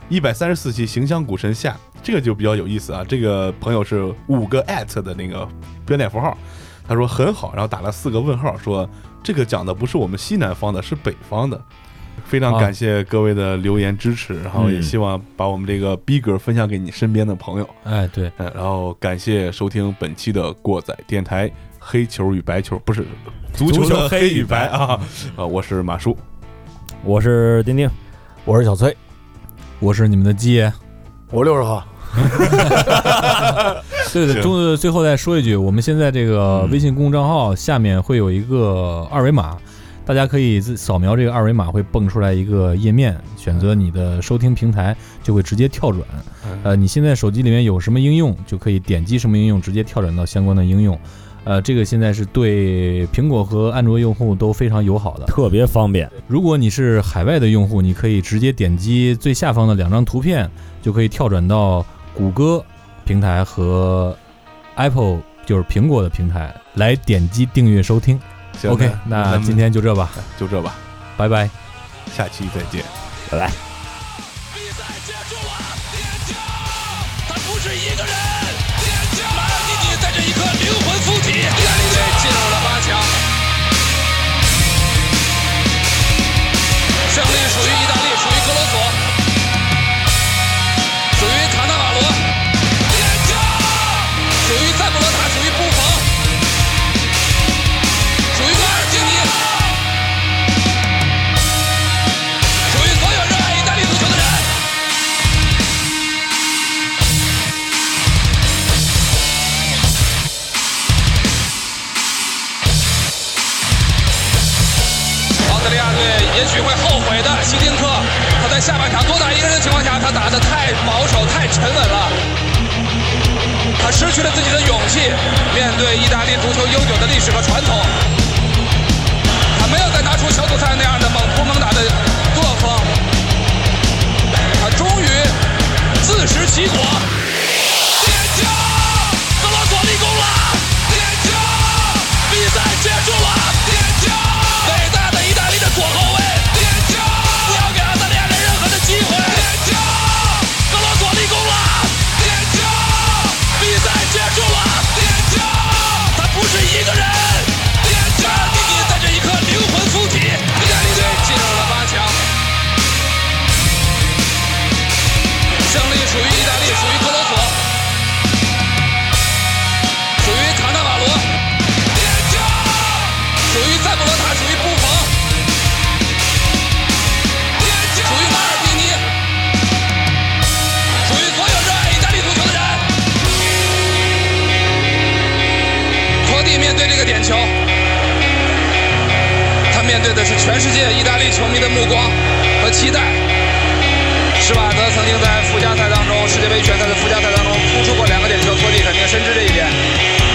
Speaker 2: 一百三十四期《形象股神下》，这个就比较有意思啊。这个朋友是五个 at 的那个标点符号，他说很好，然后打了四个问号，说这个讲的不是我们西南方的，是北方的。非常
Speaker 3: 啊
Speaker 2: 感谢各位的留言支持，然后也希望把我们这个逼格分享给你身边的朋友。
Speaker 3: 哎对，
Speaker 2: 嗯，然后感谢收听本期的过载电台，黑球与白球不是足球的黑与白啊啊！我是马叔，
Speaker 7: 我是丁丁，
Speaker 4: 我是小崔，
Speaker 3: 我是你们的鸡爷。
Speaker 6: 我六十号，
Speaker 3: 对对，
Speaker 2: 行
Speaker 3: 中最后再说一句，我们现在这个微信公众账号下面会有一个二维码，大家可以自扫描这个二维码，会蹦出来一个页面，选择你的收听平台，就会直接跳转。呃，你现在手机里面有什么应用，就可以点击什么应用，直接跳转到相关的应用。呃，这个现在是对苹果和安卓用户都非常友好的。
Speaker 7: 特别方便，
Speaker 3: 如果你是海外的用户，你可以直接点击最下方的两张图片，就可以跳转到谷歌平台和 Apple，就是苹果的平台来点击订阅收听。
Speaker 2: 行
Speaker 3: OK，
Speaker 2: 那
Speaker 3: 那
Speaker 2: 咱们
Speaker 3: 今天就这吧，
Speaker 2: 就这吧，
Speaker 3: 拜拜。
Speaker 2: 下期再见。
Speaker 7: 拜拜。
Speaker 8: 比赛结束了，点球！他不是一个人，点球！马尔蒂尼在这一刻灵魂附体，意大利队进入了八强。胜利属于意大利，属于格罗索，属于卡纳瓦罗，点球！属于塞布罗塔，属于布冯，属于马尔蒂尼。属于所有热爱意大利足球的人。澳大利亚队也许会后悔的，希丁克他在下半场多打一个人的情况下，他打得太保守、太沉稳了，他失去了自己的勇气，面对意大利足球悠久的历史和传统。他没有再拿出小组赛那样的猛扑猛打的作风，他终于自食其果。点球，格罗索立功了！点球，比赛结束了！点球，伟大的意大利的左后卫！点球，不要给澳大利亚人任何的机会！点球，格罗索立功了！点球，比赛结束了！点球，他不是一个人！点球，蒂尼在这一刻灵魂附体，意大利队进入了八强。胜利属于意大利，属于格罗索，属于卡纳瓦罗，点球，属于塞布罗塔，属于布冯，点球，属于马尔蒂尼，属于所有热爱意大利足球的人。托蒂面对这个点球，他面对的是全世界意大利球迷的目光和期待。施瓦德曾经在附加赛当中，世界杯决赛的附加赛当中扑出过两个点球，托蒂肯定深知这一点。哎